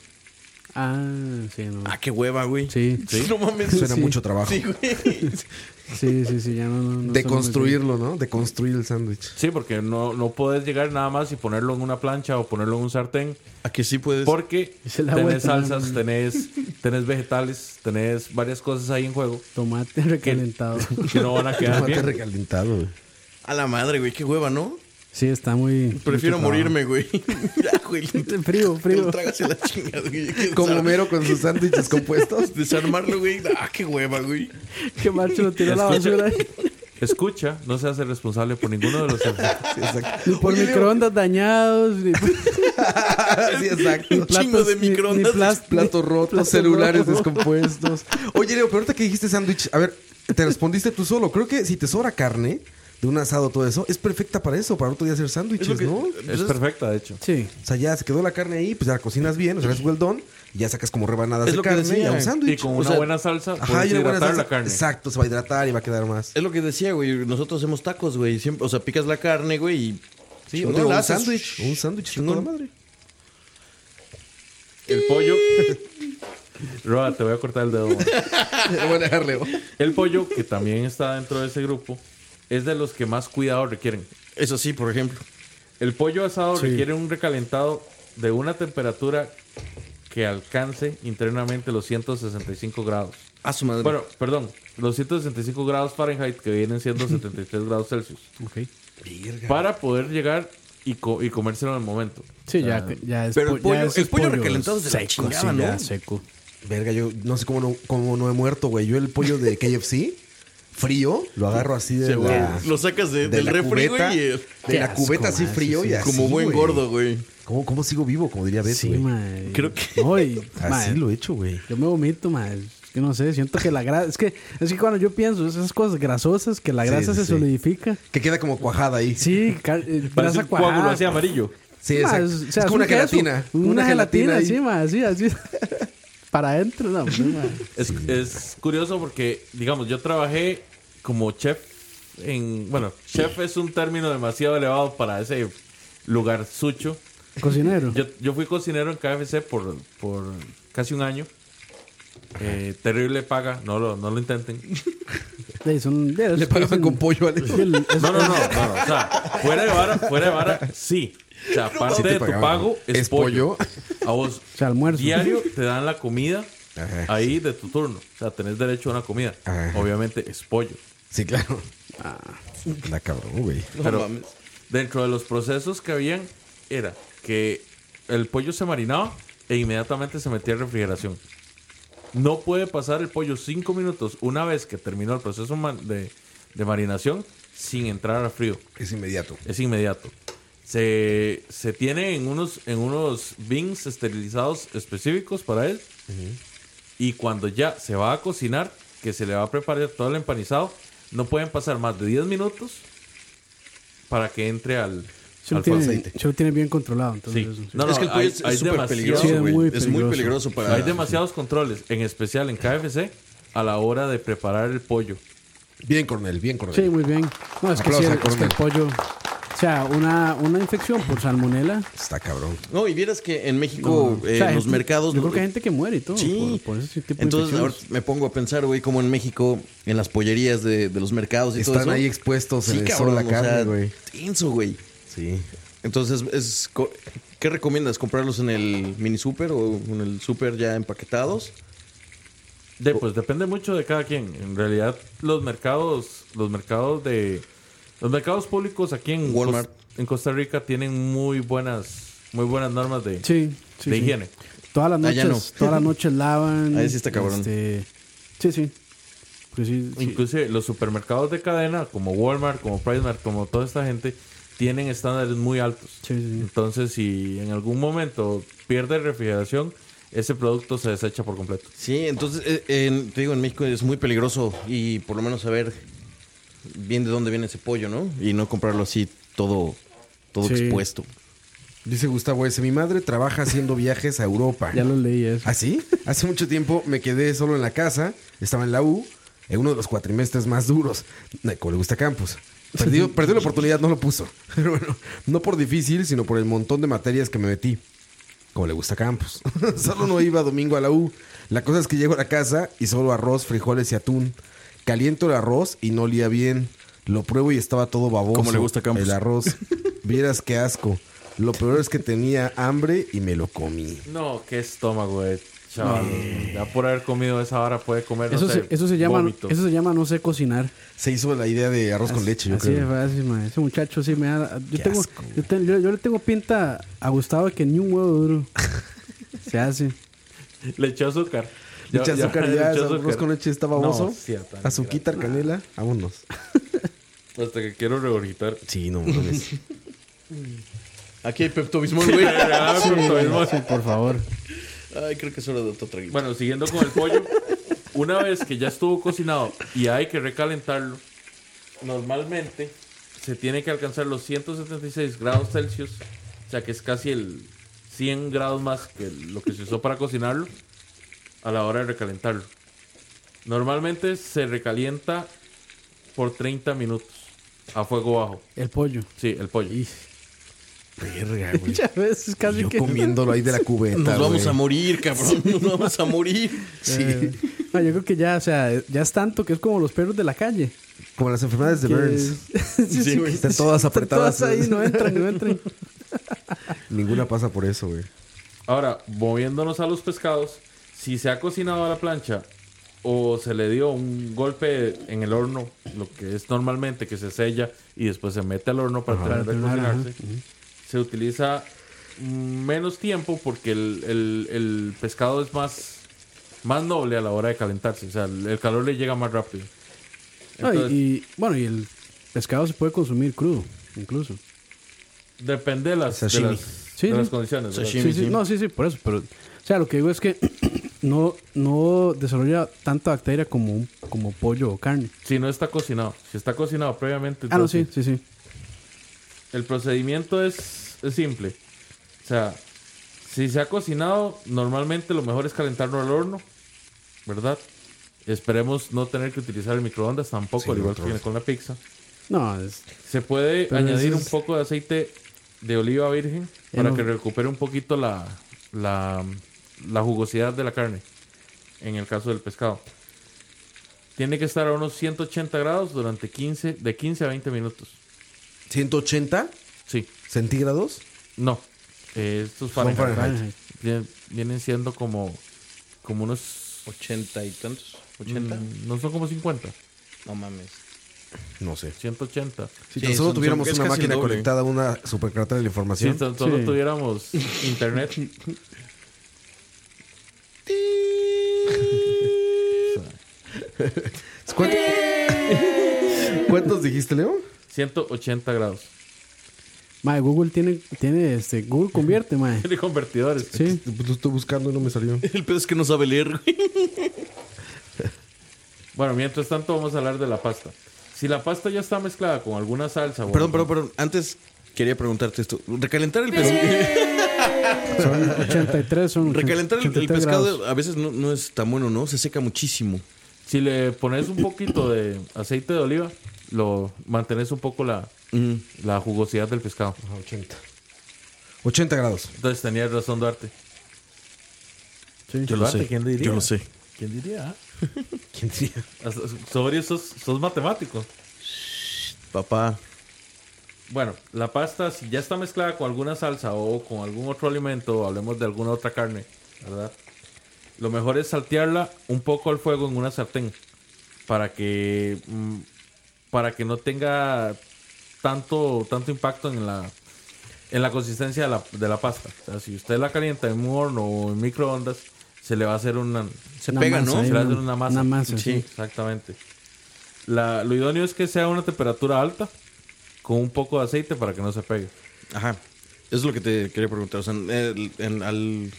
E: Ah, sí, no.
C: Ah, qué hueva, güey.
E: Sí,
C: No mames.
D: Suena
E: Sí.
D: mucho trabajo.
C: Sí, güey.
E: sí, sí, sí, ya no. no, no
D: De
E: soy muy
D: construirlo, ¿no? De construir el sándwich.
B: Sí, porque no, no puedes llegar nada más y ponerlo en una plancha o ponerlo en un sartén.
C: ¿A que sí puedes?
B: Porque
E: Es el agua de
B: tenés
E: tomar,
B: salsas,
E: man.
B: tenés, tenés vegetales, tenés varias cosas ahí en juego
E: fan. Tomate recalentado.
B: que no van a quedar
D: Tomate
B: bien.
D: recalentado, güey.
C: A la madre, güey. Qué hueva, ¿no?
E: sí, está muy.
C: Prefiero
E: mucho trabajo.
C: morirme, güey. Ya, güey.
E: Frío,
C: Te
E: frío.
C: lo tragas a la chingada, güey.
D: Como
C: me
D: Homero con sus sándwiches compuestos.
C: Desarmarlo, güey. Ah, qué hueva, güey.
E: Que Marcho lo tiró a la
B: Escucha.
E: basura.
B: Escucha, no se hace responsable por ninguno de los
D: Sí, exacto.
E: Ni por
C: Oye,
E: microondas dañados, ni
D: Sí, exacto.
C: Chingo de
E: ni-
C: microondas.
E: Ni, plas-
D: Platos rotos,
E: Platos
D: celulares
E: rotos.
D: descompuestos. Oye, Leo, pero ahorita que dijiste sándwich, a ver, te respondiste tú solo. Creo que si te sobra carne de un asado, todo eso, es perfecta para eso, para otro día hacer sándwiches, ¿no? O
B: Es perfecta, de hecho.
E: Sí.
D: sea, ya se quedó la carne ahí, pues ya la cocinas bien, o sea, es well done, y ya sacas como rebanadas
C: Es
D: de
C: lo que
D: carne y
C: decía.
D: a un
B: Y
D: sándwich.
B: con
C: O
B: una
C: sea,
B: buena salsa,
D: Ajá,
B: puedes
D: y una buena
B: hidratar
D: salsa.
B: la carne.
D: Exacto, se va a hidratar y va a quedar más.
C: Es lo que decía, güey. Nosotros hacemos tacos, güey. Siempre, o sea, picas la carne, güey, y...
D: Sí,
C: Chingón,
D: digo,
C: la
D: un
C: haces.
D: sándwich. Un sándwich está
C: Chingón.
D: toda madre.
B: El pollo. Roa, te voy a cortar el dedo. man.
D: Voy a dejar Leo.
B: El pollo, que también está dentro de ese grupo, es de los que más cuidado requieren.
C: Eso sí, por ejemplo.
B: El pollo asado
E: Sí.
B: requiere un recalentado de una temperatura que alcance internamente los 165 grados.
C: A su madre.
B: Bueno, perdón, los 165 grados Fahrenheit que vienen siendo 73 grados Celsius.
E: Ok.
B: Para poder llegar y, co- y comérselo en el momento.
E: Sí, ya, ya es
C: pero el
E: po- ya
C: pollo-
E: es
C: el pollo recalentado es de la
E: seco,
C: chingada,
E: sí,
C: ¿no?
E: ya seco.
D: Verga, yo no sé cómo no, cómo no he muerto, güey. Yo el pollo de KFC, frío, lo agarro así de
C: Güey,
D: la...
C: Lo sacas de-
D: de
C: del
D: la
C: refri,
D: cubeta,
C: güey. y-
D: De la
E: asco,
D: cubeta así
E: man, sí,
D: frío
E: sí.
D: y así,
C: Como buen
D: güey.
C: gordo, güey.
D: ¿Cómo, cómo sigo vivo? Como diría Beth,
E: Sí,
D: Pues, güey.
E: mae.
C: Creo que-
E: No, y,
D: Así
E: mae,
D: lo he hecho, güey.
E: Yo me vomito, mae. Es que no sé, siento que la grasa. Es que, es que cuando yo pienso esas cosas grasosas, que la
D: Sí,
E: grasa
D: sí,
E: se
D: sí.
E: solidifica.
D: Que queda como cuajada ahí. Sí,
E: Sí, car- eh,
B: Parece
E: grasa
B: un coágulo así
E: cuajada.
B: amarillo.
D: exacto.
E: Mae, o sea,
D: es como una
E: un queso,
D: gelatina.
E: Una, gelatina,
D: ahí.
E: sí, mae, así, así. Para adentro, no, hombre, mae.
B: Es, es curioso porque, digamos, yo trabajé como chef en... Bueno, chef es un término demasiado elevado para ese lugar sucho.
E: Cocinero.
B: Yo, yo fui cocinero en KFC por, por casi un año. Eh, terrible paga, no lo, no lo intenten.
E: Le, son, le,
D: Le pagaban con pollo, Alex.
B: No, no, no, no, no, O sea, fuera de vara, fuera de vara, sí. O sea, parte
D: Sí te
B: de tu
D: pagaban.
B: pago es,
D: Es pollo.
B: pollo. A vos,
E: O sea, almuerzo.
B: diario te dan la comida
D: Ajá.
B: ahí de tu turno. O sea, tenés derecho a una comida.
D: Ajá.
B: Obviamente es pollo.
D: Sí, claro.
E: Ah.
D: Está cabrón, güey.
C: No
B: Pero-
C: mames.
B: Dentro de los procesos que habían era que el pollo se marinaba e inmediatamente se metía en refrigeración. No puede pasar el pollo cinco minutos una vez que terminó el proceso ma- de, de marinación sin entrar a frío.
D: Es inmediato.
B: Es inmediato. Se, se tiene en unos, en unos bins esterilizados específicos para él. Y cuando ya se va a cocinar, que se le va a preparar todo el empanizado, no pueden pasar más de 10 minutos para que entre al,
E: Se lo,
B: al
E: tiene,
D: aceite.
E: se lo tiene bien controlado. Entonces,
B: Sí.
E: eso,
B: No,
C: es que el pollo
B: hay-
C: es-
B: hay
C: es súper
B: demasiado-
C: peligroso,
E: Sí, es
C: güey.
E: muy
C: es muy
E: peligroso.
C: peligroso para...
B: Hay demasiados controles, en especial en KFC, a la hora de preparar el pollo.
D: Bien, Cornel, bien, Cornel.
E: Sí, muy bien. No, es que, sí,
D: Aplausos a
E: el, es que el pollo. O sea, una, una infección por salmonela.
D: Está cabrón.
C: No, y vieras que en México eh,
E: o sea,
C: los
E: gente-
C: mercados...
E: Yo
C: no-
E: creo que hay gente que muere y todo.
C: Sí.
E: Por, por ese tipo de
C: Entonces ahora
E: infecciones.
C: me pongo a pensar, güey, como en México, en las pollerías de, de los mercados y todo
D: Están
C: eso.
D: ahí expuestos, se
C: Sí,
D: les
C: cabrón,
D: sola
C: o
D: la carne,
C: sea,
D: güey.
C: tenso, güey.
D: Sí.
C: Entonces, es, co- ¿qué recomiendas? ¿Comprarlos en el mini super o en el super ya empaquetados?
B: De- pues depende mucho de cada quien. En realidad, los mercados, los mercados de los mercados públicos aquí en
C: Walmart.
B: Cos- en Costa Rica tienen muy buenas, muy buenas normas de,
E: Sí, sí,
B: de
E: sí.
B: higiene.
E: Todas las
C: Allá
E: noches,
C: no.
E: todas las noches lavan.
C: Ahí sí está cabrón.
E: este, sí, sí. Porque sí, sí.
B: Inclusive los supermercados de cadena, como Walmart, como PriceMart, como toda esta gente, tienen estándares muy altos.
E: Sí, sí, sí.
B: Entonces, si en algún momento pierde refrigeración, ese producto se desecha por completo.
C: Sí, entonces, eh, en- te digo, en México es muy peligroso y por lo menos saber bien de dónde viene ese pollo, ¿no? Y no comprarlo así todo, todo
E: Sí.
C: expuesto.
D: Dice Gustavo S. Mi madre trabaja haciendo viajes a Europa.
E: Ya lo leí eso.
D: ¿Así? ¿Ah, Hace mucho tiempo me quedé solo en la casa, estaba en la U, en uno de los cuatrimestres más duros, eh, como le gusta Campus. Perdió, perdió la oportunidad, no lo puso. Pero bueno, no por difícil, sino por el montón de materias que me metí. Como le gusta Campus. solo no iba domingo a la U. La cosa es que llego a la casa y solo arroz, frijoles y atún. Caliento el arroz y no olía bien. Lo pruebo y estaba todo baboso.
C: Como le gusta Campos.
D: El arroz. Vieras qué asco. Lo peor es que tenía hambre y me lo comí.
B: No, qué estómago, eh. chaval. Ya por haber comido esa hora puede comer. no
E: Eso,
B: sé,
E: se, eso, se llama,
B: vómito.
E: eso se llama no sé cocinar.
D: Se hizo la idea de arroz con leche, yo
E: así
D: creo.
E: es, así, ma. Ese muchacho sí me da. Yo,
D: Qué
E: tengo,
D: asco,
E: yo, te- yo- yo le tengo pinta a Gustavo de que ni un huevo duro se hace.
B: Le echó azúcar.
D: Le echa azúcar ya,
B: le
D: es
B: echó
D: arroz
B: azúcar.
D: con leche está
B: No,
D: baboso.
B: sí, a tan-
D: Azuquitar, canela, vámonos.
B: Hasta que quiero regurgitar.
D: Sí, no mames.
C: Aquí hay Pepto Bismol, güey.
B: Ah, pero todavía no-
E: Sí, por favor.
C: Ay, creo que es hora de otro traguito.
B: Bueno, siguiendo con el pollo, una vez que ya estuvo cocinado y hay que recalentarlo, normalmente se tiene que alcanzar los 176 grados Celsius, o sea que es casi el 100 grados más que lo que se usó para cocinarlo a la hora de recalentarlo. Normalmente se recalienta por 30 minutos a fuego bajo.
E: El pollo.
B: Sí, el pollo.
D: Verga, güey.
E: Muchas veces casi
D: Yo
E: que.
D: comiéndolo ahí de la cubeta.
C: Nos vamos
D: güey.
C: a morir, cabrón. Nos vamos a morir.
D: Sí.
E: No, yo creo que ya, o sea, ya es tanto que es como los perros de la calle.
D: Como las enfermedades de
E: que-
D: Burns.
E: Sí, sí,
D: güey.
E: que
D: Están todas apretadas.
E: todas ahí, no entran, no entran.
D: Ninguna pasa por eso, güey.
B: Ahora, moviéndonos a los pescados, si se ha cocinado a la plancha o se le dio un golpe en el horno, lo que es normalmente que se sella y después se mete al horno para tratar de
E: terminar, ajá.
B: cocinarse, se utiliza menos tiempo porque el, el- el pescado es más, más noble a la hora de calentarse, o sea, el, el calor le llega más rápido.
E: No, y-
B: Entonces,
E: y, bueno, y el pescado se puede consumir crudo, incluso.
B: depende de las, de
D: Sashimi.
B: las-
E: Sí,
B: de
E: sí.
B: las condiciones. ¿verdad?
C: Sashimi. Sí,
E: Sí,
C: sí.
E: sí, no, sí, sí, por eso. Pero, o sea, lo que digo es que no, no desarrolla tanta bacteria como, un- como pollo o carne.
B: Si no está cocinado, si está cocinado previamente,
E: Ah, no,
B: entonces-
E: sí, sí, sí.
B: El procedimiento es, es simple. O sea, si se ha cocinado, normalmente lo mejor es calentarlo al horno, ¿verdad? Esperemos no tener que utilizar el microondas tampoco,
D: Sí,
B: al igual que
D: otro.
B: viene con la pizza.
E: No, es,
B: Se puede
E: Pero
B: añadir
E: eso
B: un
E: es-
B: poco de aceite de oliva virgen
E: Ya
B: para
E: no-
B: que recupere un poquito la, la, la jugosidad de la carne, en el caso del pescado. Tiene que estar a unos 180 grados durante 15, de 15 a 20 minutos.
D: 180
B: Sí.
D: centígrados.
B: No. Eh, estos Fahrenheit.
D: Fahrenheit.
E: Fahrenheit.
B: Vien- vienen siendo como, como unos...
C: Ochenta y tantos. Ochenta.
B: mm, No son como 50.
C: No mames.
D: No sé.
B: 180.
D: Si
C: Sí,
D: tan solo
C: son-
D: tuviéramos
C: son- es
D: una
C: casi el
D: máquina
C: doble.
D: conectada a una supercarta de la
B: Si
D: información,
B: tan solo
E: Sí.
B: tuviéramos internet.
D: ¿Cuántos, ¿Cuántos dijiste, Leo?
B: 180 grados.
E: Mae, Google tiene, tiene este, Google convierte, mae.
B: Tiene convertidores.
E: Sí.
D: Pues Lo estoy buscando y no me salió.
C: El pedo es que no sabe leer, güey.
B: Bueno, mientras tanto vamos a hablar de la pasta. Si la pasta ya está mezclada con alguna salsa, bueno,
C: Perdón, perdón, perdón. Antes quería preguntarte esto. Recalentar el pescado.
E: Son 83, son. ochenta-
C: Recalentar el, el
E: 83
C: pescado
E: grados.
C: a veces no, no es tan bueno, ¿no? Se seca muchísimo.
B: si le pones un poquito de aceite de oliva, lo mantenés un poco la,
C: Mm.
B: la jugosidad del pescado.
D: 80. 80 grados.
B: Entonces tenías razón, Duarte.
E: Sí.
C: Yo lo
B: Duarte,
C: sé.
B: ¿quién diría?
C: Yo lo sé.
B: ¿Quién diría?
D: ¿Quién diría?
B: Sobre sos, sos matemático.
C: Papá.
B: Bueno, la pasta, si ya está mezclada con alguna salsa o con algún otro alimento, o hablemos de alguna otra carne, ¿verdad? Lo mejor es saltearla un poco al fuego en una sartén para que, mm, para que no tenga tanto, tanto impacto en la, en la consistencia de la, de la pasta. O sea, si usted la calienta en un horno o en microondas, se le va a hacer una,
C: Se
E: Una
C: pega,
E: masa,
C: ¿no?
E: ¿eh?
B: se le hace una masa.
E: Una masa, sí.
B: exactamente. La- lo idóneo es que sea a una temperatura alta con un poco de aceite para que no se pegue.
C: Ajá. Eso es lo que te quería preguntar. O sea, en el, en- al-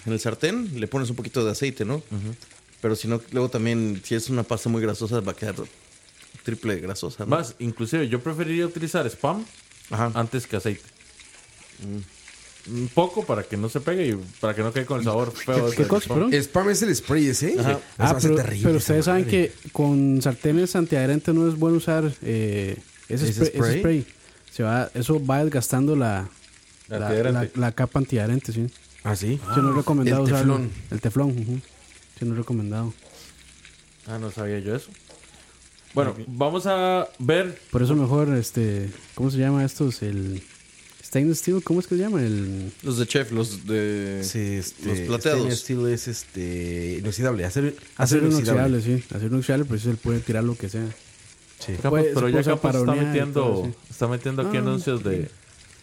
C: en el sartén le pones un poquito de aceite, ¿no? Pero si no, luego también, si es una pasta muy grasosa, va a quedar triple grasosa, ¿no?
B: Más, inclusive yo preferiría utilizar spam
C: Ajá.
B: antes que aceite. Un poco para que no se pegue y para que no quede con el sabor feo.
E: ¿Qué
B: del
E: cosa,
B: spam.
E: perdón?
D: Spam es el spray ese. Eso
E: Ah,
D: hace
E: pero,
D: terrible
E: pero
D: esa
E: ustedes saben
D: madre.
E: que con sartenes antiadherentes no es bueno usar eh, ese,
D: ¿Ese
E: spray, ese
D: spray?
E: spray. Se va, eso va desgastando la, la, la,
B: Antiadherente.
E: la capa antiadherente, sí.
D: Ah, sí.
E: Sí, no es recomendado
D: el
E: usarlo.
D: teflón.
E: El teflón. ujú. Sí, no es recomendado.
B: Ah, no sabía yo eso. Bueno, vamos a ver.
E: Por eso mejor, este, ¿cómo se llama estos? El stainless steel, ¿cómo es que se llama? El
C: Los de chef, los de...
D: Sí, este,
C: los
D: stainless
C: plateados.
D: steel es este inoxidable, acero,
E: acero
D: acero inoxidable.
E: inoxidable, sí. Acero inoxidable, pues él puede tirar lo que sea.
D: Sí.
B: Campos,
E: Pues,
B: pero
E: se
B: ya
E: puso
B: Campos está
E: paronear y
B: metiendo, Ah,
E: todo,
B: está metiendo aquí anuncios de,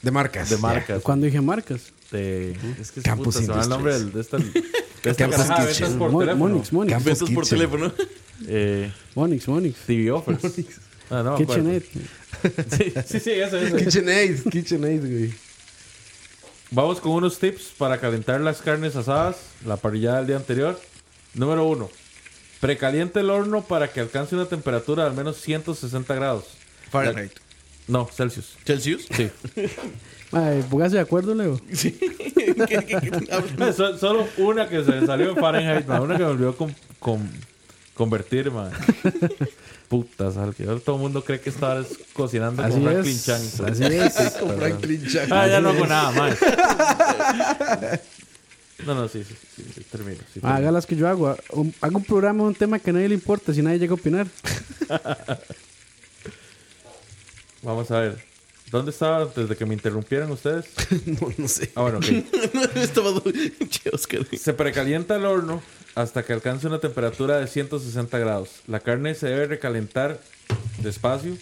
D: De marcas.
B: de marcas.
E: Cuando dije marcas.
B: de- es que se
D: Campos
B: puta, se me va el nombre del- de esta, de esta
D: Campos
B: caraja de
D: Kitchen.
B: ventas por
E: Mon-
B: teléfono.
E: Monix, Monix.
D: Campos
C: Ventas por
D: Kitchen.
C: teléfono.
B: Eh,
E: Monix, Monix.
B: TV Offers. Ah, no, me acuerdo.
E: KitchenAid.
B: Sí, sí, sí, eso,
C: Ah,
B: eso.
D: KitchenAid, KitchenAid, güey.
B: Vamos con unos tips para calentar las carnes asadas, la parrillada del día anterior. Número uno, Precaliente el horno para que alcance una temperatura de al menos 160 grados.
C: Fahrenheit.
B: No, Celsius.
C: ¿Celsius?
B: Sí.
E: Ay, póngase de acuerdo, Leo.
B: Eh, so- solo una que se le salió en Fahrenheit, ma, una que me olvidó con, con- convertir, man. Puta sal, que ahora todo el mundo cree que estabas cocinando
E: Así
B: con Franklin
E: es.
B: Chang.
E: Así es.
B: Perdón.
D: Jack.
B: Ah, ya no hago nada más. No, no, sí, sí, sí, sí, termino. sí, termino.
E: Haga las que yo hago. Un- Hago un programa, un tema que a nadie le importa, si nadie llega a opinar.
B: Vamos a ver. ¿Dónde estaba antes de que me interrumpieran ustedes?
D: no, no sé.
B: Ah, bueno, ok.
C: Estaba... do- Che, Oscar.
B: Se precalienta el horno hasta que alcance una temperatura de 160 grados. La carne se debe recalentar despacio.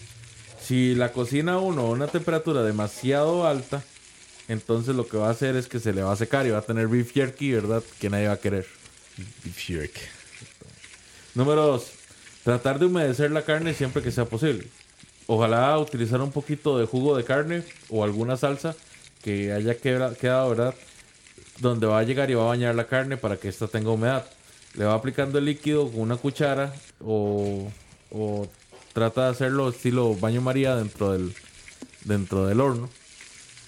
B: Si la cocina uno a una temperatura demasiado alta, entonces lo que va a hacer es que se le va a secar y va a tener beef jerky, ¿verdad? Que nadie va a querer. Número 2. Tratar de humedecer la carne siempre que sea posible. Ojalá utilizar un poquito de jugo de carne o alguna salsa que haya quebra- quedado, ¿verdad? Donde va a llegar y va a bañar la carne para que ésta tenga humedad. Le va aplicando el líquido con una cuchara o, o trata de hacerlo estilo baño María dentro del, dentro del horno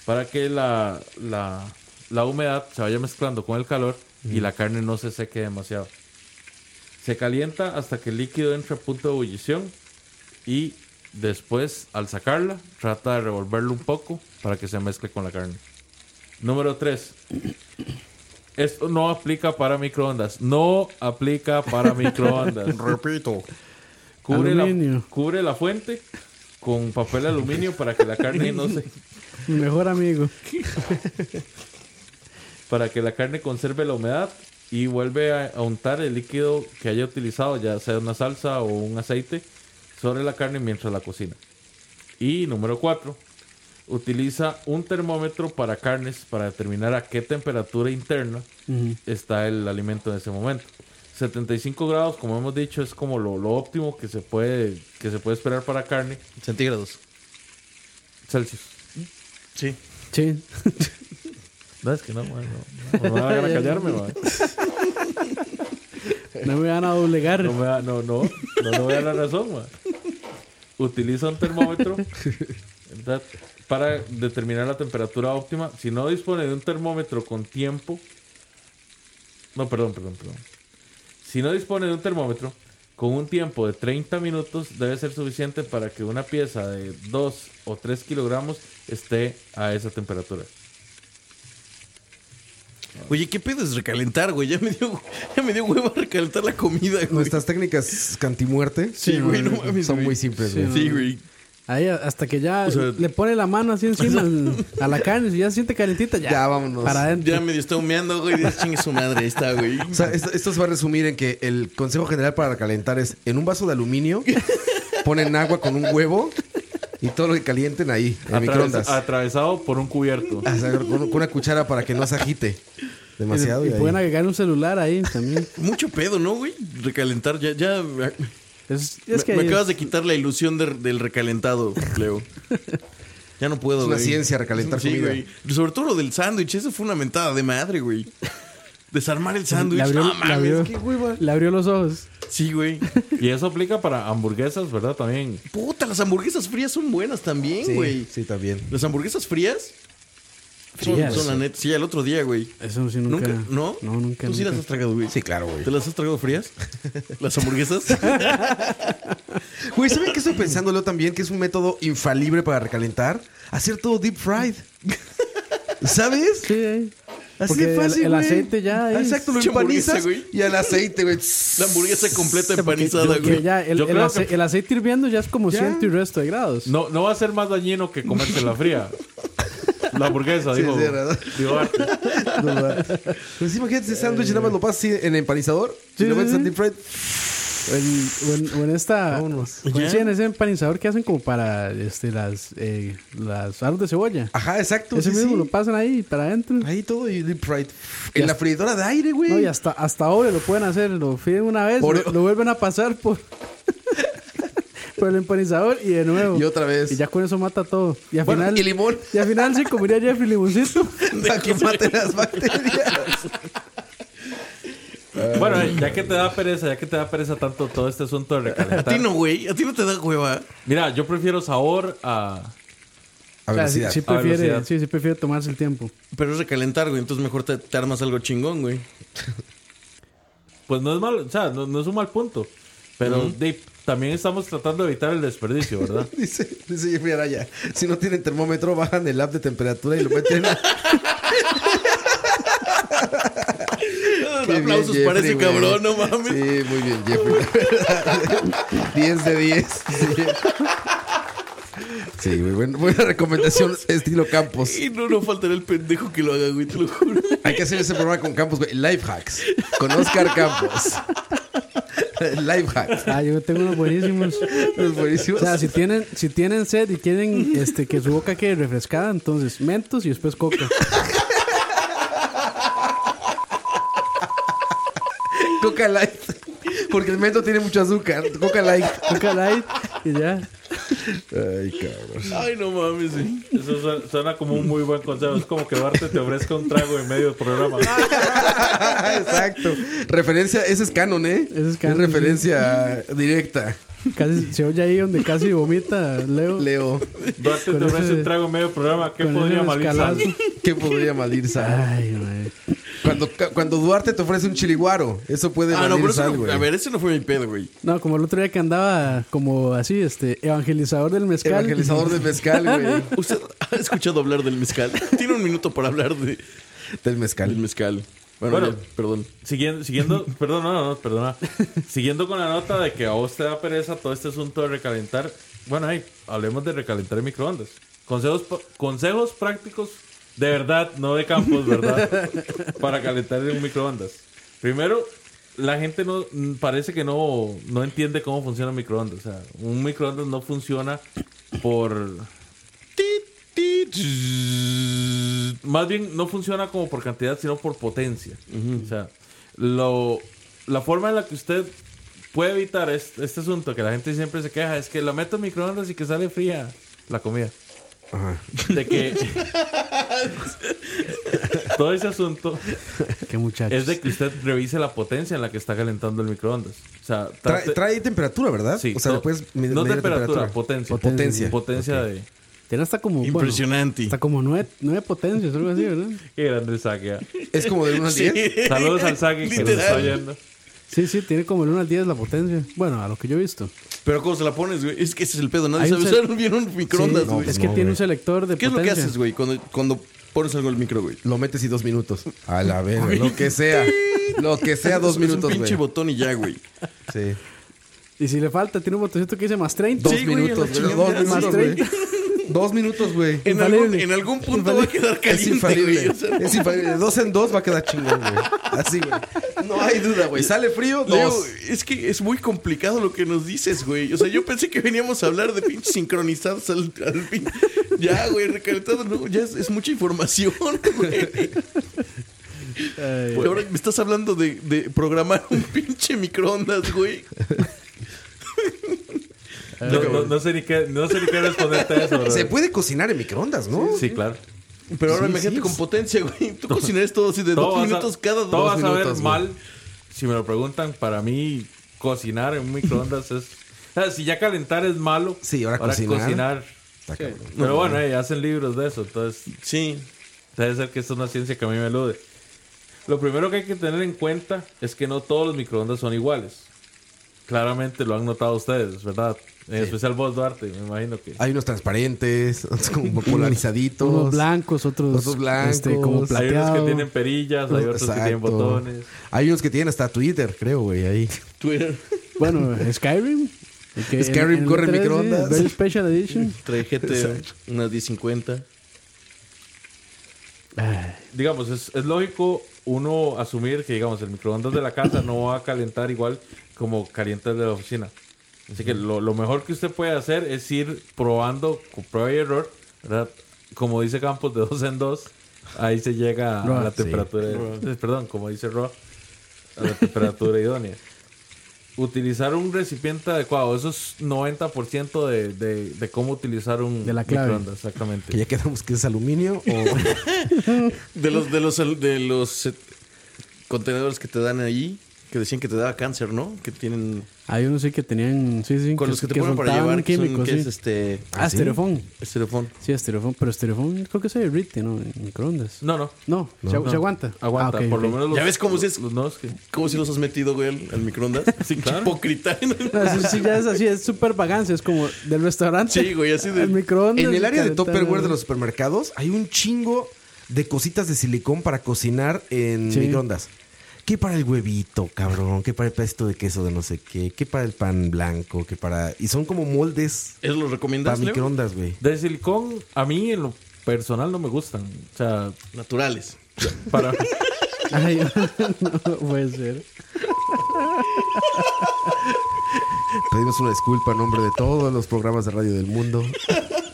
B: para que la, la, la humedad se vaya mezclando con el calor y la carne no se seque demasiado. Se calienta hasta que el líquido entre a punto de ebullición y después al sacarla trata de revolverlo un poco para que se mezcle con la carne. Número 3. Esto no aplica para microondas. No aplica para microondas.
C: Repito.
B: Cubre la,
E: Aluminio.
B: cubre la fuente con papel aluminio para que la carne no se,
E: Mi mejor amigo.
B: para que la carne conserve la humedad y vuelve a, a untar el líquido que haya utilizado, ya sea una salsa o un aceite, sobre la carne mientras la cocina. Y número 4, utiliza un termómetro para carnes para determinar a qué temperatura interna
E: Ujú.
B: está el alimento en ese momento. 75 grados, como hemos dicho, es como lo, lo óptimo que se, puede, que se puede esperar para carne
C: Centígrados.
B: Celsius.
C: Sí.
E: Sí.
B: No, es que no, man, no, no, no me da ganas de callarme, man.
E: No me van a doblegar.
B: No, me da- no, no, no, no me da la razón, man. Utiliza un termómetro ¿verdad? para determinar la temperatura óptima. Si no dispone de un termómetro con tiempo... No, perdón, perdón, perdón. Si no dispone de un termómetro con un tiempo de 30 minutos, debe ser suficiente para que una pieza de 2 o 3 kilogramos esté a esa temperatura.
C: Oye, ¿qué pedo es recalentar, güey? Ya me dio, ya me dio hueva recalentar la comida, güey.
D: Nuestras técnicas cantimuerte
C: Sí, güey, no mames,
D: son
C: güey.
D: muy simples, güey.
C: Sí, güey.
E: Ahí hasta que ya
C: O sea-
E: le pone la mano así encima al- a la carne. Si ya se siente calentita, ya.
D: Ya, vámonos.
E: Para adentro.
C: Ya medio está humeando, güey. Dice, chingue su madre, ahí está, güey.
D: O sea, esto, esto se va a resumir en que el consejo general para calentar es en un vaso de aluminio ponen agua con un huevo y todo lo que calienten ahí, en
B: Atraves-
D: microondas.
B: atravesado por un cubierto.
D: O sea, con, con una cuchara para que no se agite
E: Y-
D: demasiado.
E: y
D: Y, ahí.
E: pueden agregar un celular ahí también.
C: Mucho pedo, ¿no, güey? Recalentar, ya, ya. Me,
E: Es, es que
C: me acabas de quitar la ilusión de- del recalentado, Leo. Ya no puedo,
D: Es una
C: güey.
D: ciencia recalentar
C: sí,
D: comida.
C: güey. Sobre todo lo del sándwich, eso fue una mentada de madre, güey. Desarmar el sándwich.
E: le abrió,
C: no
E: le
C: mames,
E: abrió-
C: qué hueva.
E: le abrió los ojos.
C: Sí, güey.
B: Y eso aplica para hamburguesas, ¿verdad? También.
C: Puta, las hamburguesas frías son buenas también,
D: Sí,
C: güey.
D: sí, también.
C: Las hamburguesas frías. son-
E: Frías.
C: Son, la neta. Sí, el otro día, güey.
E: Eso sí, nunca.
C: Nunca, ¿no?
E: No, nunca.
C: ¿Tú sí las
E: nunca.
C: has tragado, güey?
D: Sí, claro, güey.
C: ¿Te las has tragado frías? ¿Las hamburguesas?
D: Güey, ¿saben qué estoy pensándolo también? Que es un método infalible para recalentar. Hacer todo deep fried. ¿Sabes?
E: Sí, ahí.
D: Así
E: Porque
D: de
E: el-
D: fácil,
E: el
D: güey.
E: aceite ya
D: Ah,
E: es-
D: Exacto, lo
C: Mucha hamburguesa,
D: empanizas
C: güey.
D: y al aceite, güey.
C: La hamburguesa completa
E: Porque-
C: empanizada,
E: porque
C: güey.
E: ya el,
B: Yo
E: el
B: creo
E: ace-
B: que-
E: el aceite hirviendo ya es como
D: Ya.
E: ciento y resto de grados.
B: No, no va a ser más dañino que comerse la fría. La hamburguesa,
D: Sí,
B: digo.
D: sí, ¿verdad?
B: digo, ah, arte.
D: No, va. Pero Pues sí, imagínate ese sándwich, nada más lo pasas así en el empanizador.
E: Sí,
D: y lo
E: sí,
D: metes
E: sí.
D: al deep fried.
E: O en, o en- o en esta.
D: Vámonos.
E: o en-
C: Ya.
E: sí, en ese empanizador que hacen como para este, las, eh, las aros de cebolla.
D: Ajá, exacto.
E: Ese
D: sí,
E: mismo
D: sí.
E: lo pasan ahí para adentro.
D: Ahí todo y deep fried.
E: Y
D: En la
E: hasta-
D: freidora de aire, güey.
E: No, y hasta, hasta ahora lo pueden hacer, lo fríen una vez,
D: Por-
E: lo, lo vuelven a pasar por, por el empanizador y de nuevo.
D: Y otra vez.
E: Y ya con eso mata todo. Y al
D: Bueno,
E: final.
D: y limón.
E: Y al final se comería Jeffrey Limoncito.
D: Para que mate las bacterias.
B: Bueno, eh, ya que te da pereza, ya que te da pereza tanto todo este asunto de
C: A ti
B: recalentar.
C: no, güey. A ti no te da hueva.
B: Mira, yo prefiero sabor a.
D: A
E: O sea,
D: ver,
E: sí, sí
B: A
E: prefiere,
B: velocidad.
E: sí, sí prefiere tomarse el tiempo.
C: Pero es recalentar, güey. Entonces mejor te, te armas algo chingón, güey.
B: Pues no es mal, o sea, no, no es un mal punto. Pero de- también estamos tratando de evitar el desperdicio, ¿verdad?
D: Dice, dice Jeffrey Araya, si no tienen termómetro, bajan el app de temperatura y lo meten a... Qué bien,
C: Aplausos para
D: Jeffrey,
C: ese
D: güey.
C: cabrón, no mames.
D: Sí, muy bien, Jeffrey. la verdad. 10 de 10. Sí. Sí, muy buen- buena recomendación, estilo Campos.
C: Y no, no faltará el pendejo que lo haga, güey, te lo juro.
D: Hay que hacer ese programa con Campos, güey. Life Hacks. Con Oscar Campos. Life Hacks.
E: Ah, yo tengo unos buenísimos.
D: Los
E: O
D: buenísimos.
E: sea, si tienen, si tienen sed y quieren este, que su boca quede refrescada, entonces mentos y después coca.
D: Coca Light. Porque el mento tiene mucho azúcar. Coca Light.
E: Coca light y ya.
D: Ay, cabrón.
C: Ay, no mames, güey.
B: Eso suena, suena como un muy buen consejo. Es como que Duarte te ofrezca un trago en medio del programa.
D: Exacto. Referencia, ese es canon, ¿eh?
E: Ese es canon,
D: referencia directa.
E: Casi, se oye ahí donde casi vomita Leo.
D: Leo,
B: Duarte
E: Con
B: te ofrece
E: ese-
B: un trago en medio del programa. ¿Qué
E: con
B: podría
E: ese
B: malir
E: escalazo.
B: sano?
D: ¿qué podría malir sano?
E: Ay, güey.
D: Cuando, cuando Duarte te ofrece un chiliguaro, eso puede
C: Ah, no,
D: malir
C: pero eso
D: sal,
C: no,
D: güey.
C: A ver, ese no fue mi pedo, güey.
E: No, como el otro día que andaba como así, este, evangelizador del mezcal.
D: Evangelizador de mezcal, güey.
C: ¿Usted ha escuchado hablar del mezcal? Tiene un minuto para hablar de,
D: Del
C: del
D: mezcal.
C: mezcal. Bueno,
B: Bueno.
C: ya, perdón.
B: Siguiendo, siguiendo, perdón, no, no, perdona. Siguiendo con la nota de que a vos te da pereza todo este asunto de recalentar. Bueno, ahí, hablemos de recalentar en microondas. Consejos, pa- consejos prácticos de verdad, no de campos, ¿verdad? Para calentar en un microondas. Primero, la gente no mm, parece que no, no entiende cómo funciona un microondas. O sea, un microondas no funciona por... Más bien no funciona como por cantidad, sino por potencia. O sea, lo, la forma en la que usted puede evitar es- este, asunto que la gente siempre se queja es que la meto en microondas y que sale fría la comida.
D: Ajá.
B: De que todo ese asunto
E: Qué muchachos.
B: es de que usted revise la potencia en la que está calentando el microondas. O sea,
D: Trae,
B: trate-
D: trae temperatura, ¿verdad?
B: sí,
D: o sea,
B: no-
D: le puedes medir
B: no
D: medir la
B: temperatura, potencia.
D: Potencia.
B: Potencia de.
E: Tiene hasta como. bueno,
C: Impresionante.
E: hasta como nueve, nueve potencias, algo así, ¿verdad?
B: Qué grande saque. ah.
D: Es como de 1 al 10.
B: Saludos al saque que nos está oyendo.
E: Sí, sí, tiene como el 1 al 10 la potencia. Bueno, a lo que yo he visto.
C: Pero ¿cómo se la pones, güey? Es que ese es el pedo. Nadie
E: Hay
C: sabe
E: un ser-
C: usar bien un microondas,
E: Sí,
C: güey.
E: es que
D: no,
E: tiene
D: güey.
E: un selector de
C: ¿Qué es lo que
E: potencia.
C: haces, güey, cuando, cuando pones algo al micro, güey?
D: Lo metes y dos minutos. A la verga. lo que sea. Lo que sea, dos
C: Es
D: minutos,
C: Un pinche
D: güey.
C: botón y ya, güey.
D: Sí.
E: Y si le falta, tiene un botoncito que dice más 30.
D: Dos
C: Sí, güey, a la
D: minutos, güey.
C: chingada,
D: Dos minutos,
E: más
D: güey. Dos minutos, güey.
C: En
E: Infalible.
C: algún, en algún punto va a quedar
D: Es
C: caliente, güey.
D: infalible.
C: O sea,
D: Es infalible. De dos en dos va a quedar chingón, güey. Así, güey. No hay duda, güey. Sale frío,
C: Leo,
D: dos.
C: es que es muy complicado lo que nos dices, güey. O sea, yo pensé que veníamos a hablar de pinches sincronizados al, al pin- Ya, güey, recalentado, no, ya es, es mucha información, güey. Y ahora me estás hablando de, de programar un pinche microondas, güey.
B: No, no- no sé ni qué, no sé ni qué responderte a eso. bro.
D: Se puede cocinar en microondas, ¿no?
B: Sí, claro.
C: Pero ahora
D: Sí,
C: imagínate
D: sí.
C: con potencia, güey. Tú cocinarías todo así de dos
B: vas a-
C: minutos cada dos
B: todo vas a ver
C: minutos. güey.
B: mal. Si me lo preguntan, para mí cocinar en un microondas es... o sea, si ya calentar es malo,
D: Sí, ahora cocinar. Está cabrón.
B: Pero bueno, eh, hacen libros de eso, entonces
C: Sí.
B: debe ser que esto es una ciencia que a mí me elude. Lo primero que hay que tener en cuenta es que no todos los microondas son iguales. Claramente lo han notado ustedes, ¿verdad? En especial vos, Duarte, me imagino que...
D: Hay unos transparentes, otros como polarizaditos.
E: Unos blancos, otros.
D: Otros blancos.
E: Este, como
D: Hay
B: Hay unos
E: plateado.
B: que tienen perillas, hay otros que tienen
D: Exacto.
B: botones.
D: Hay unos que tienen hasta Twitter, creo, güey, ahí.
C: Twitter.
E: Bueno, Skyrim. el que en-
D: Skyrim
E: en el
D: corre
E: 3D,
D: microondas.
E: Very Special Edition.
C: Trae GT, unas 1050.
E: Ay,
B: digamos, es, es lógico uno asumir que, digamos, el microondas de la casa no va a calentar igual como calienta el de la oficina. Así que lo, lo mejor que usted puede hacer es ir probando, con prueba y error, ¿verdad? Como dice Campos, de dos en dos, ahí se llega a
E: Roa.
B: la
E: Sí.
B: temperatura, eh, perdón, como dice Roa, a la temperatura idónea. Utilizar un recipiente adecuado, eso es 90% de, de, de cómo utilizar un
E: De la clave.
B: microondas, exactamente.
D: Que ya quedamos que es aluminio o
C: De los, de los, de los eh, contenedores que te dan ahí, que decían que te daba cáncer, ¿no? Que tienen.
E: Hay unos sí que tenían. Sí, sí.
C: Con los que te ponen para
E: soltaban
C: llevar, que son-
E: químicos,
C: que es
E: sí.
C: este.
E: Ah, estereofón.
C: Estelefón.
E: Sí, estereofón. Pero estereofón creo que se derrite, ¿no? En microondas.
B: No, no.
E: No, Se, agu- se aguanta.
B: Aguanta,
E: Ah, ok,
B: por
E: ok.
B: lo menos los,
C: ¿Ya ves cómo si es-
B: los nuevos que-
C: ¿Cómo si los has metido, güey, al, al microondas?
B: Sí, claro.
C: Hipócrita.
E: No, eso sí ya es así, es súper vagancia, es como del restaurante.
C: Sí, güey, así de-
E: Al microondas.
D: en el área de
E: calentar,
D: Tupperware de los supermercados hay un chingo de cositas de silicón para cocinar en
E: Sí.
D: microondas. ¿Qué para el huevito, cabrón? ¿Qué para el pedacito de queso de no sé qué? ¿Qué para el pan blanco? ¿Qué para...? Y son como moldes
C: ¿Eso lo
D: para
C: recomiendas, Leo?
D: microondas, güey.
B: De silicón, a mí en lo personal no me gustan. O sea,
C: Naturales.
B: para,
E: Ay, no puede ser.
D: Pedimos una disculpa en nombre de todos los programas de radio del mundo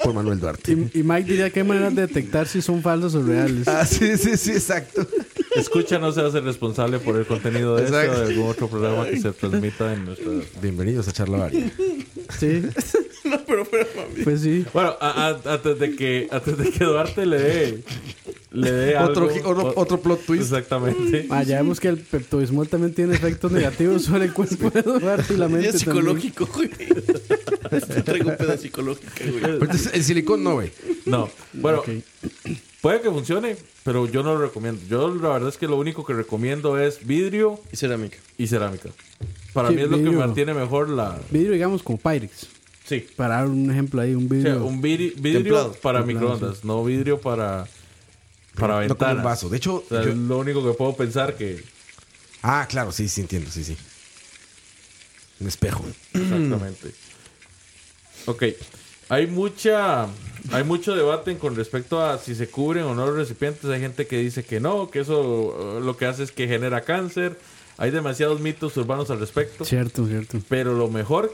D: por Manuel Duarte.
E: Y, y Mike diría que hay maneras de detectar si son falsos o reales.
D: Ah, sí, sí, sí, exacto.
B: escucha, no se hace responsable por el contenido de esto o
D: Exacto.
B: de algún otro programa que se transmita en nuestra.
D: Bienvenidos a Charla Varia.
E: Sí,
C: No, pero, pero, mami.
E: pues sí.
B: Bueno, a- a- antes, de que, antes de que Duarte le dé. Le dé
D: Otro
B: algo-
D: gi- otro-
B: o-
D: otro plot twist.
B: Exactamente.
E: Ah, ya vemos que el Pepto-Bismol también tiene efectos negativos sobre el cuerpo de Duarte y la
C: Ya
E: mente.
C: es
E: también.
C: psicológico, güey. Te traigo un pedo psicológico, güey.
D: Pero entonces, el silicón no, güey.
B: No. Bueno,
E: Ok.
B: puede que funcione, pero yo no lo recomiendo. Yo la verdad es que lo único que recomiendo es vidrio
C: Y cerámica.
B: y cerámica. Para
E: Sí,
B: mí es lo que
E: vidrio.
B: mantiene mejor la.
E: Vidrio, digamos, como Pyrex.
B: Sí.
E: Para dar un ejemplo ahí, un
B: O sea,
E: vidrio.
B: un vidri- vidrio
C: Templado.
B: para microondas, no vidrio para,
D: No
B: para
D: como
B: ventanas.
D: un vaso. De hecho,
B: O sea,
D: yo-
B: es lo único que puedo pensar que...
D: Ah, claro, sí, sí, entiendo, sí, sí. Un espejo.
B: Exactamente. Ok. Hay mucha... Hay mucho debate en- con respecto a si se cubren o no los recipientes. Hay gente que dice que no, que eso eh, lo que hace es que genera cáncer. Hay demasiados mitos urbanos al respecto.
E: Cierto, cierto.
B: Pero lo mejor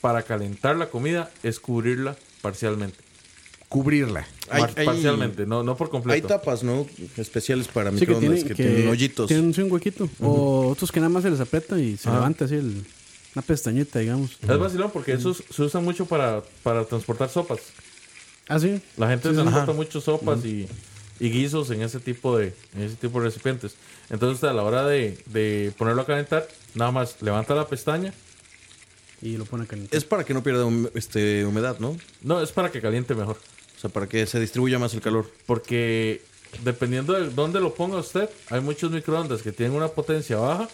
B: para calentar la comida es cubrirla parcialmente.
D: Cubrirla.
C: Hay-
B: Par-
C: hay-
B: parcialmente, no, no por
C: Hay
B: completo.
C: tapas, ¿no? Especiales para
E: Sí, que
C: microondas
E: tienen,
C: que,
E: que
C: tienen hoyitos.
E: Tienen sí, un huequito. O otros que nada más se les aprieta y se levanta así el- una pestañita, digamos.
B: Es vacilón porque eso se usa mucho para, para transportar sopas.
E: Ah, sí.
B: La gente
E: Sí,
B: se
E: sí.
B: transporta mucho sopas y, y guisos en ese tipo de en ese tipo de recipientes. Entonces usted a la hora de, de ponerlo a calentar, nada más levanta la pestaña.
E: Y lo pone a calentar.
C: Es para que no pierda hum- este, humedad, ¿no? O
B: No, es para que caliente mejor.
C: sea, para que se distribuya más el calor.
B: Porque dependiendo de dónde lo ponga usted, hay muchos microondas que tienen una potencia baja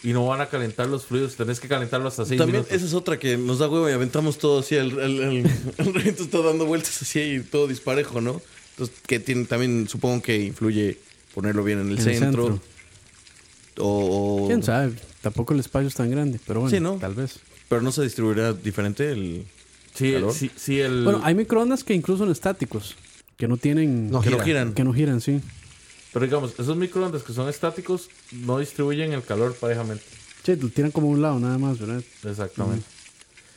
B: y no van a calentar los fluidos. Tenés que calentarlo hasta 6
C: También
B: minutos.
C: esa es otra que nos da huevo y aventamos todo así. El, el, reto está dando vueltas así y todo disparejo, ¿no? Entonces, que tiene, también supongo que influye ponerlo bien en el,
E: En el
C: centro.
E: centro.
C: O, o-
E: ¿Quién sabe? Tampoco el espacio es tan grande, pero bueno,
C: Sí, ¿no?
E: tal vez.
C: Pero no se distribuirá diferente el.
B: Sí,
C: calor.
B: sí, sí, el,
E: Bueno, hay microondas que incluso son estáticos, que no tienen...
D: No
C: que no
D: gira.
C: giran.
E: Que no giran, sí.
B: Pero digamos, esos microondas que son estáticos no distribuyen el calor parejamente.
E: Che, lo tiran como a un lado nada más, ¿verdad?
B: Exactamente.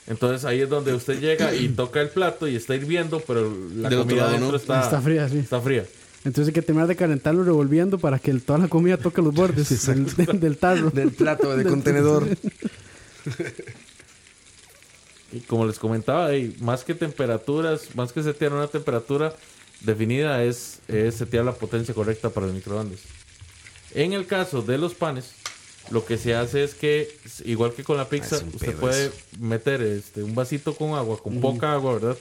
B: Entonces ahí es donde usted llega y toca el plato y está hirviendo, pero la
C: Del otro
B: comida
C: lado,
B: adentro
C: ¿no?
B: está,
E: Está fría, sí.
B: Está fría.
E: Entonces hay que terminar de calentarlo revolviendo para que el- toda la comida toque los bordes del, del tarro.
D: Del plato, de contenedor.
B: Y como les comentaba, ahí, más que temperaturas, más que setear una temperatura definida, es, es setear la potencia correcta para el microondas. En el caso de los panes, lo que se hace es que, s- igual que con la pizza,
D: Ah, es un
B: usted
D: pedo
B: puede
D: eso.
B: meter este, un vasito con agua, con poca agua, ¿verdad?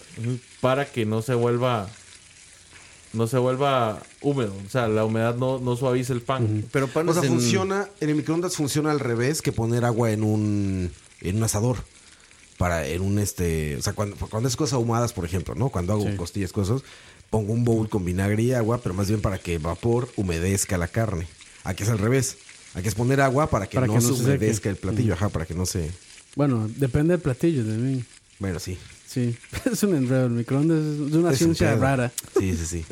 B: Para que no se vuelva no se vuelva húmedo, o sea, la humedad no, no suaviza el pan.
C: Pero panes
D: O sea,
C: en-
D: funciona, en el microondas funciona al revés que poner agua en un, en un asador. Para en un este, o sea, cuando, cuando es cosas ahumadas, por ejemplo, ¿no? Cuando hago costillas, cosas, pongo un bowl con vinagre y agua, pero más bien para que vapor humedezca la carne. Aquí es al revés. Aquí es poner agua para que,
E: Para
D: no,
E: que no
D: se
E: se seque.
D: humedezca el platillo, ajá, para que no se.
E: Bueno, depende del platillo también.
D: Bueno, sí.
E: Sí, es un enredo. El microondas es es una
D: Es un
E: ciencia
D: pedo.
E: rara.
D: Sí, sí, sí.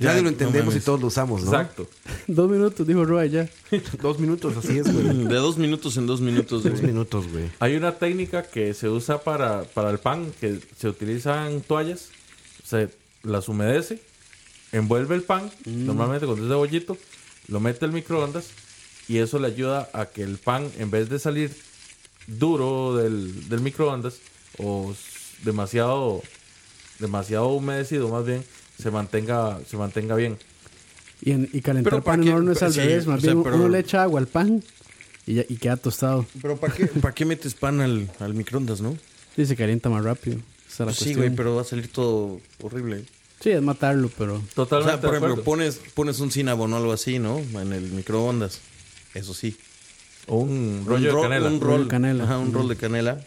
D: Nadie lo entendemos y todos lo usamos, ¿no?
B: Exacto.
E: Dos minutos, dijo Roy ya.
D: Dos minutos, así es, güey.
C: De dos minutos en dos minutos.
D: Dos
C: güey.
D: minutos, güey.
B: Hay una técnica que se usa para, para el pan, que se utilizan toallas, se las humedece, envuelve el pan,
C: Mm.
B: normalmente con ese bollito, lo mete al microondas y eso le ayuda a que el pan, en vez de salir duro del, del microondas o s- demasiado, demasiado humedecido más bien, se mantenga, se mantenga bien.
E: Y, en- y calentar
C: Pero
E: pan
C: para
E: en
C: qué-
E: horno es al
C: sí,
E: revés. Más
C: o sea,
E: bien
C: pero-
E: uno le echa agua al pan y, ya- y queda tostado.
C: Pero ¿para qué, ¿para qué metes pan al, al microondas, no?
E: Y se calienta más rápido. Esa es la
C: Pues sí,
E: cuestión.
C: güey, pero va a salir todo horrible.
E: Sí, es matarlo, pero...
C: O
B: Totalmente.
C: sea, por
B: de
C: ejemplo,
B: acuerdo.
C: pones, pones un cinnamon o algo así, ¿no? En el microondas. Eso sí.
B: O un
C: Un
B: rollo
C: ro-
B: de canela.
C: Un
E: Rollo
C: rol
E: de canela.
C: Ajá, un rol de canela.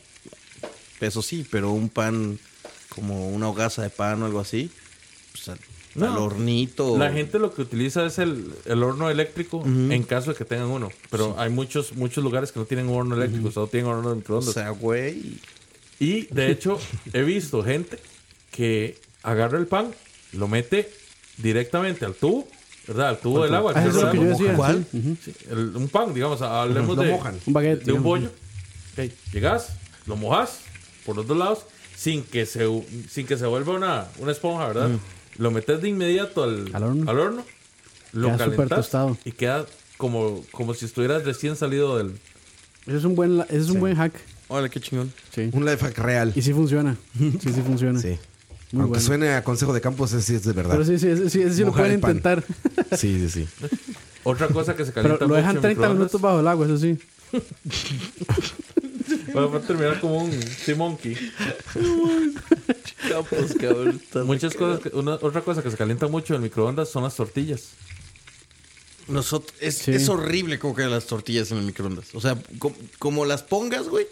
C: Eso sí, pero un pan como una hogaza de pan o algo así. Pues al,
B: No.
C: al hornito.
E: Oh.
B: La gente lo que utiliza es el, el horno eléctrico en caso de que tengan uno. Pero hay muchos, muchos lugares que no tienen un horno eléctrico, solo tienen horno de
C: O
B: microondas.
C: sea, güey.
B: y de hecho, he visto gente que agarra el pan, lo mete directamente al tubo, ¿verdad? Al tubo del agua.
E: Ah,
B: que
E: es lo
B: rodea.
E: que yo decía.
D: ¿Cuál?
E: sí, ujú.
B: Sí, el- un pan, digamos, hablemos
D: Lo
B: de,
D: mojan.
E: Un baguette,
B: de un
E: digamos.
B: bollo. Ok, Llegas, lo mojas por los dos lados sin que se, sin que se vuelva una, una esponja, ¿verdad? Lo metes de inmediato al,
E: Al horno.
B: lo
E: Queda súper
B: calentas
E: tostado.
B: y queda como, como si estuvieras recién salido del...
E: Ese es un buen, la- ese es un buen hack.
C: Órale, qué chingón.
E: Sí.
D: Un life hack real.
E: Y sí funciona. Sí, sí funciona.
D: Sí.
E: Muy
D: Aunque
E: bueno.
D: suene a consejo de campos, ese sí es de verdad.
E: Pero sí, sí, ese- sí, ese sí lo
D: Mojar
E: pueden
D: el pan.
E: intentar.
D: Sí, sí, sí.
B: Otra cosa que se calienta
E: Pero lo dejan
B: mucho en
E: 30 minutos
B: microondas.
E: bajo el agua, eso sí.
B: Bueno, va a terminar como un Sea Monkey. pues,
C: Campos, cabrón. estás
B: Muchas
C: de-
B: cosas... que- una- otra cosa que se calienta mucho en microondas son las tortillas.
C: Nosotros, es,
E: Sí.
C: es horrible como quedan las tortillas en el microondas. O sea, co- como las pongas, güey,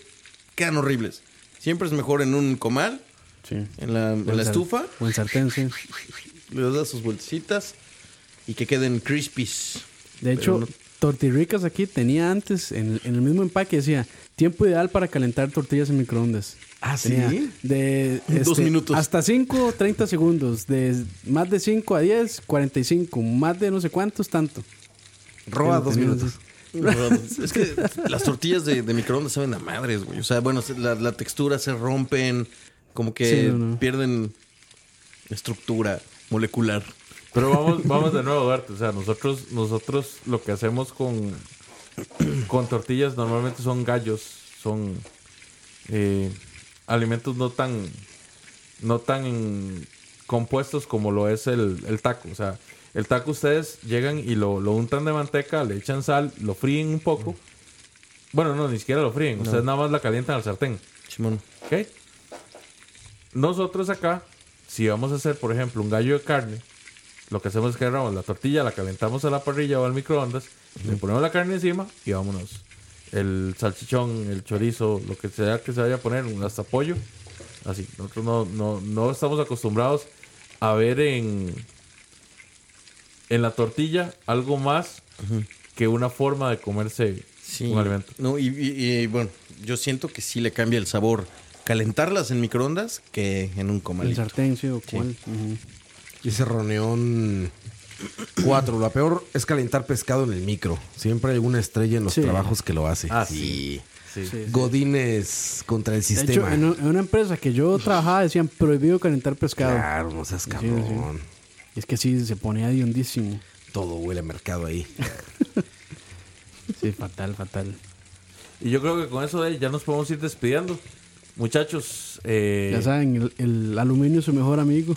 C: quedan horribles. Siempre es mejor en un comal,
E: Sí.
C: en la, en la estufa,
E: O en sartén, sí.
C: le das sus vueltecitas y que queden crispies.
E: De hecho, Tortirricas aquí tenía antes, en, en el mismo empaque decía, tiempo ideal para calentar tortillas en microondas.
D: Ah, ¿sí?
E: Tenía De, este,
C: Dos minutos.
E: Hasta 5, 30 segundos. De más de 5 a 10, 45. Más de no sé cuántos, tanto.
D: Roba dos
E: Tenía-
D: minutos.
C: es que las tortillas de, de microondas saben a madres, güey. O sea, bueno, se- la, la textura se rompen, Como que
E: Sí, no, no.
C: pierden estructura molecular.
B: Pero vamos, vamos de nuevo, Duarte. O sea, nosotros, nosotros lo que hacemos con, con tortillas normalmente son gallos, son eh, alimentos no tan, no tan compuestos como lo es el, el taco. O sea, el taco ustedes llegan y lo, lo untan de manteca, le echan sal, lo fríen un poco. Bueno, no, ni siquiera lo fríen. Ustedes nada más la calientan al sartén.
C: Simón.
B: ¿Ok? Nosotros acá, si vamos a hacer, por ejemplo, un gallo de carne, lo que hacemos es que agarramos la tortilla, la calentamos a la parrilla o al microondas, le ponemos la carne encima y vámonos. El salchichón, el chorizo, lo que sea que se vaya a poner, un hasta pollo. Así, nosotros no, no, no estamos acostumbrados a ver en, en la tortilla algo más que una forma de comerse
C: Sí.
B: un alimento.
C: No, y, y- y, bueno, yo siento que sí le cambia el sabor calentarlas en microondas que en un
E: El
C: comalito.
E: sartén, sí, o cuál. ujú.
D: Dice Roneón 4. Lo peor es calentar pescado en el micro. Siempre hay una estrella en los
E: Sí.
D: trabajos que lo hace.
B: Ah,
E: Sí, sí.
D: Godines contra el
E: De hecho,
D: sistema.
E: en, u- en una empresa que yo trabajaba decían prohibido calentar pescado.
D: Claro, no seas cabrón.
E: Y es que sí, se ponía hediondísimo.
D: Todo huele a mercado ahí.
E: Sí, fatal, fatal.
B: Y yo creo que con eso de ahí ya nos podemos ir despidiendo. Muchachos, eh,
E: Ya saben, el, el aluminio es su mejor amigo.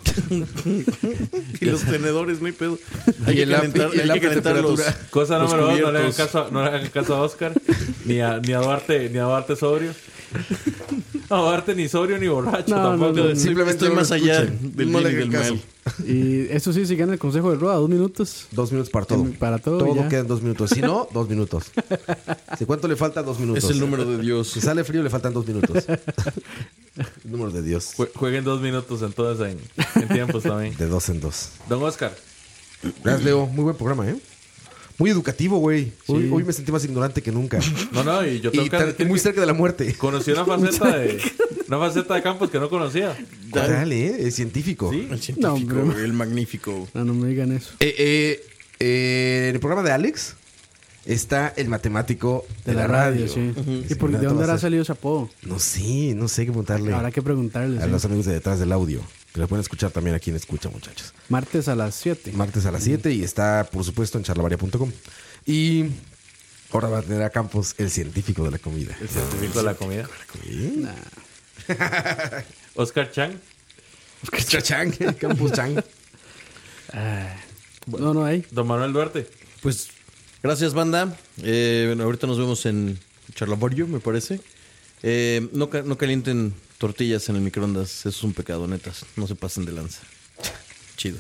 C: Y los tenedores, no hay pedo. Hay
D: Y
C: que
D: el app-
C: calentar,
D: y el
C: hay que
D: app de
C: calentar los,
D: temperatura.
B: cosa
C: los
B: número dos, no le, hagan
C: cubiertos.
B: caso a, no le hagan caso a Oscar, ni a, ni a Duarte, ni a Duarte sobrio. A Duarte ni sobrio ni borracho
E: No,
B: tampoco.
E: no, no, no.
D: Simplemente
C: Estoy
D: no lo
C: más allá
D: escuchen.
C: del
D: No le
C: bien y del
D: hagan caso.
C: mal.
E: Y eso sí, si gana el consejo de Roa, dos minutos.
D: Dos minutos para todo.
E: Para todo, ya.
D: quedan dos minutos. Si no, dos minutos. Si cuánto le faltan, dos minutos.
C: Es el número de Dios.
D: Si sale frío, le faltan dos minutos. el número de Dios.
B: Jue- Jueguen dos minutos entonces en, en tiempos también.
D: De dos en dos.
B: Don Oscar,
D: Gracias, Leo. Muy buen programa, ¿eh? Muy educativo, güey. Hoy, hoy me sentí más ignorante que nunca.
B: no, no, y yo tengo
D: y
B: que
D: tan-
B: admitir
D: muy
B: que
D: cerca de la muerte.
B: conocí una faceta de una faceta de Campos que no conocía.
D: Dale, ¿eh? Es científico.
B: Sí.
C: El científico,
E: No, hombre.
C: el magnífico.
E: No, no me digan eso.
D: Eh, eh, eh, en el programa de Alex está el matemático de, la, radio.
E: sí. ¿Y
D: Sí,
E: por de
D: rato va
E: dónde
D: a
E: habrá
D: ser.
E: salido ese apodo?
D: No sé, no sé qué preguntarle
E: Habrá que preguntarle.
D: a
E: sí.
D: los amigos de detrás del audio. Que lo pueden escuchar también aquí en Escucha, muchachos.
E: Martes a las 7.
D: Martes a las 7 y está, por supuesto, en charlavaria.com. Y ahora va a tener a Campos, el científico de la comida.
B: El científico de la comida.
D: ¿Eh?
B: Oscar Chang.
D: Chachang, Campos Chang.
E: No, no, ahí.
B: Don Manuel Duarte.
C: Pues gracias, banda. Eh, bueno, ahorita nos vemos en Charlavario, me parece. Eh, no, ca- no calienten tortillas en el microondas. Eso es un pecado, netas. No se pasen de lanza. Chido.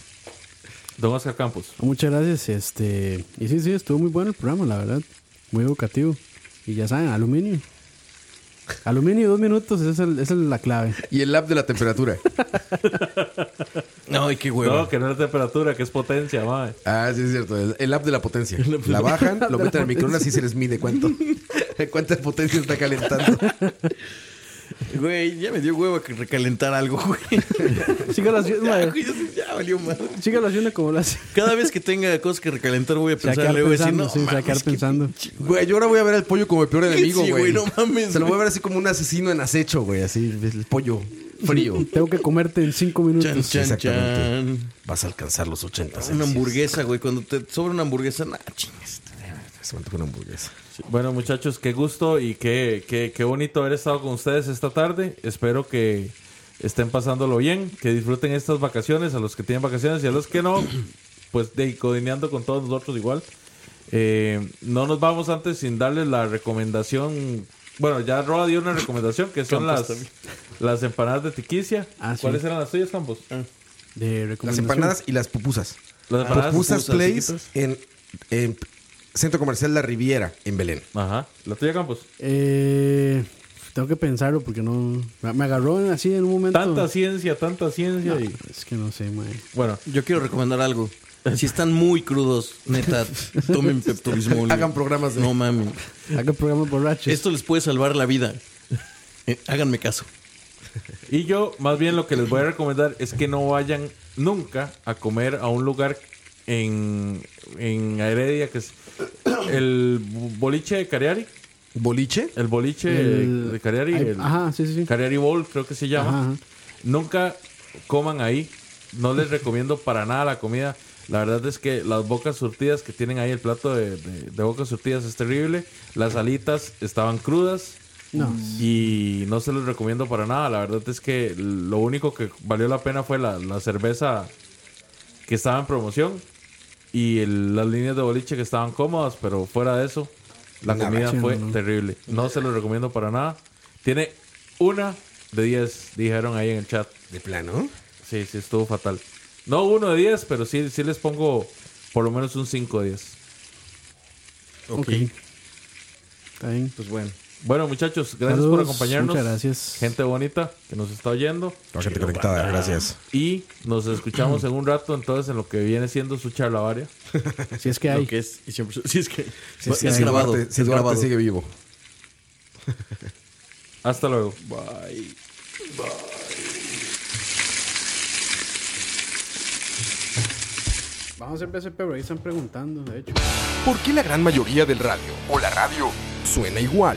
B: Don Oscar Campos.
E: Muchas gracias. Este, y sí, sí, estuvo muy bueno el programa, la verdad. Muy educativo. Y ya saben, aluminio. Aluminio, dos minutos, esa es, el- esa es la clave.
D: Y el app de la temperatura.
C: Ay, qué huevo.
B: No, que no es temperatura, que es potencia, madre.
D: Ah, sí, es cierto. El, el app de la potencia. La bajan, lo meten al microondas y se les mide cuánto. ¿Cuánta potencia está calentando?
C: Güey, ya me dio huevo que recalentar algo, güey.
E: Sígalo haciendo,
C: Ya,
E: madre.
C: güey, ya- ya valió madre.
E: sígalo haciendo como lo hace.
C: Cada vez que tenga cosas que recalentar voy a
E: Se va a
C: pensar,
E: quedar
C: le voy a decir,
E: pensando,
C: no,
E: sí, se va a
C: mames,
E: quedar
C: qué
E: pensando.
D: Güey, yo ahora voy a ver al pollo como el peor enemigo,
C: Sí,
D: güey.
C: güey, no mames,
D: Se lo voy a
C: güey.
D: ver así como un asesino en acecho, güey. Así, el pollo frío.
E: Tengo que comerte en cinco minutos.
C: Chan, chan,
D: Exactamente.
C: chan.
D: Vas a alcanzar los 80
C: Una
D: Celsius.
C: hamburguesa, güey. Cuando te sobra una hamburguesa, nah, chingas.
D: Este, Se me antoja una hamburguesa.
B: Bueno, muchachos, qué gusto y qué, qué, qué bonito haber estado con ustedes esta tarde. Espero que estén pasándolo bien, que disfruten estas vacaciones, a los que tienen vacaciones y a los que no, pues de codineando con todos nosotros igual. Eh, no nos vamos antes sin darles la recomendación. Bueno, ya Roa dio una recomendación que son
C: Campos
B: las,
C: también.
B: las empanadas de tiquicia.
E: Ah, sí. Ah.
B: ¿Cuáles eran las tuyas, Campos?
E: De
D: Las
E: recomendación.
D: empanadas y las pupusas.
B: Las empanadas.
D: Pupusas
C: pupusas,
D: Place
C: chiquitas.
D: en, en Centro Comercial La Riviera, en Belén.
B: Ajá. ¿La tuya, Campos?
E: Eh, tengo que pensarlo porque no. me- Me agarró en- así en un momento.
B: Tanta ciencia, tanta ciencia.
E: No,
B: Y,
E: Es que no sé, madre.
B: bueno,
C: Yo quiero recomendar algo. Si están muy crudos, neta, tomen Pepto Bismol.
D: Hagan programas de-
C: No mami.
E: Haga programas borrachos.
C: Esto les puede salvar la vida. Eh, háganme caso.
B: Y yo, más bien, lo que les voy a recomendar es que no vayan nunca a comer a un lugar en, en Heredia, que es el boliche de Cariari.
D: ¿Boliche?
B: El boliche
E: El-
B: de Cariari.
E: Ay,
B: el
E: ajá, sí, sí, sí.
B: Cariari Bowl, creo que se llama.
E: Ajá, ajá.
B: Nunca coman ahí. No les recomiendo para nada la comida. La verdad es que las bocas surtidas que tienen ahí, el plato de, de- de bocas surtidas es terrible. Las alitas estaban crudas.
E: No.
B: Y no se los recomiendo para nada. La verdad es que lo único que valió la pena fue la, la cerveza que estaba en promoción y el- las líneas de boliche que estaban cómodas, pero fuera de eso, la
F: Una
B: comida
E: ración,
B: fue
E: ¿no?
B: terrible. No se los recomiendo para nada. Tiene una de 10, dijeron ahí en el chat.
F: De plano.
B: Sí, sí, estuvo fatal. No uno de 10, pero sí, sí les pongo por lo menos un 5 de 10.
E: Ok. Está bien.
C: Pues bueno.
B: Bueno, muchachos, gracias por
E: Saludos,
B: acompañarnos.
E: muchas gracias.
B: Gente bonita que nos está oyendo.
F: La gente conectada, gracias.
B: Y nos escuchamos en un rato entonces en lo que viene siendo su charla varia.
E: Si es que hay.
C: Lo que es, y siempre, sí, es que
F: Sí, sí,
C: es
F: sí,
C: grabado.
F: Duarte- sí,
C: es
F: Duarte
C: grabado.
F: sigue vivo.
B: Hasta luego.
C: Bye.
E: Vamos a hacer BCP, pero ahí están preguntando, de hecho.
D: ¿Por qué la gran mayoría del radio o la radio suena igual?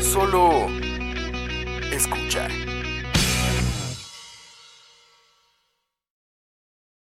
D: Solo escucha.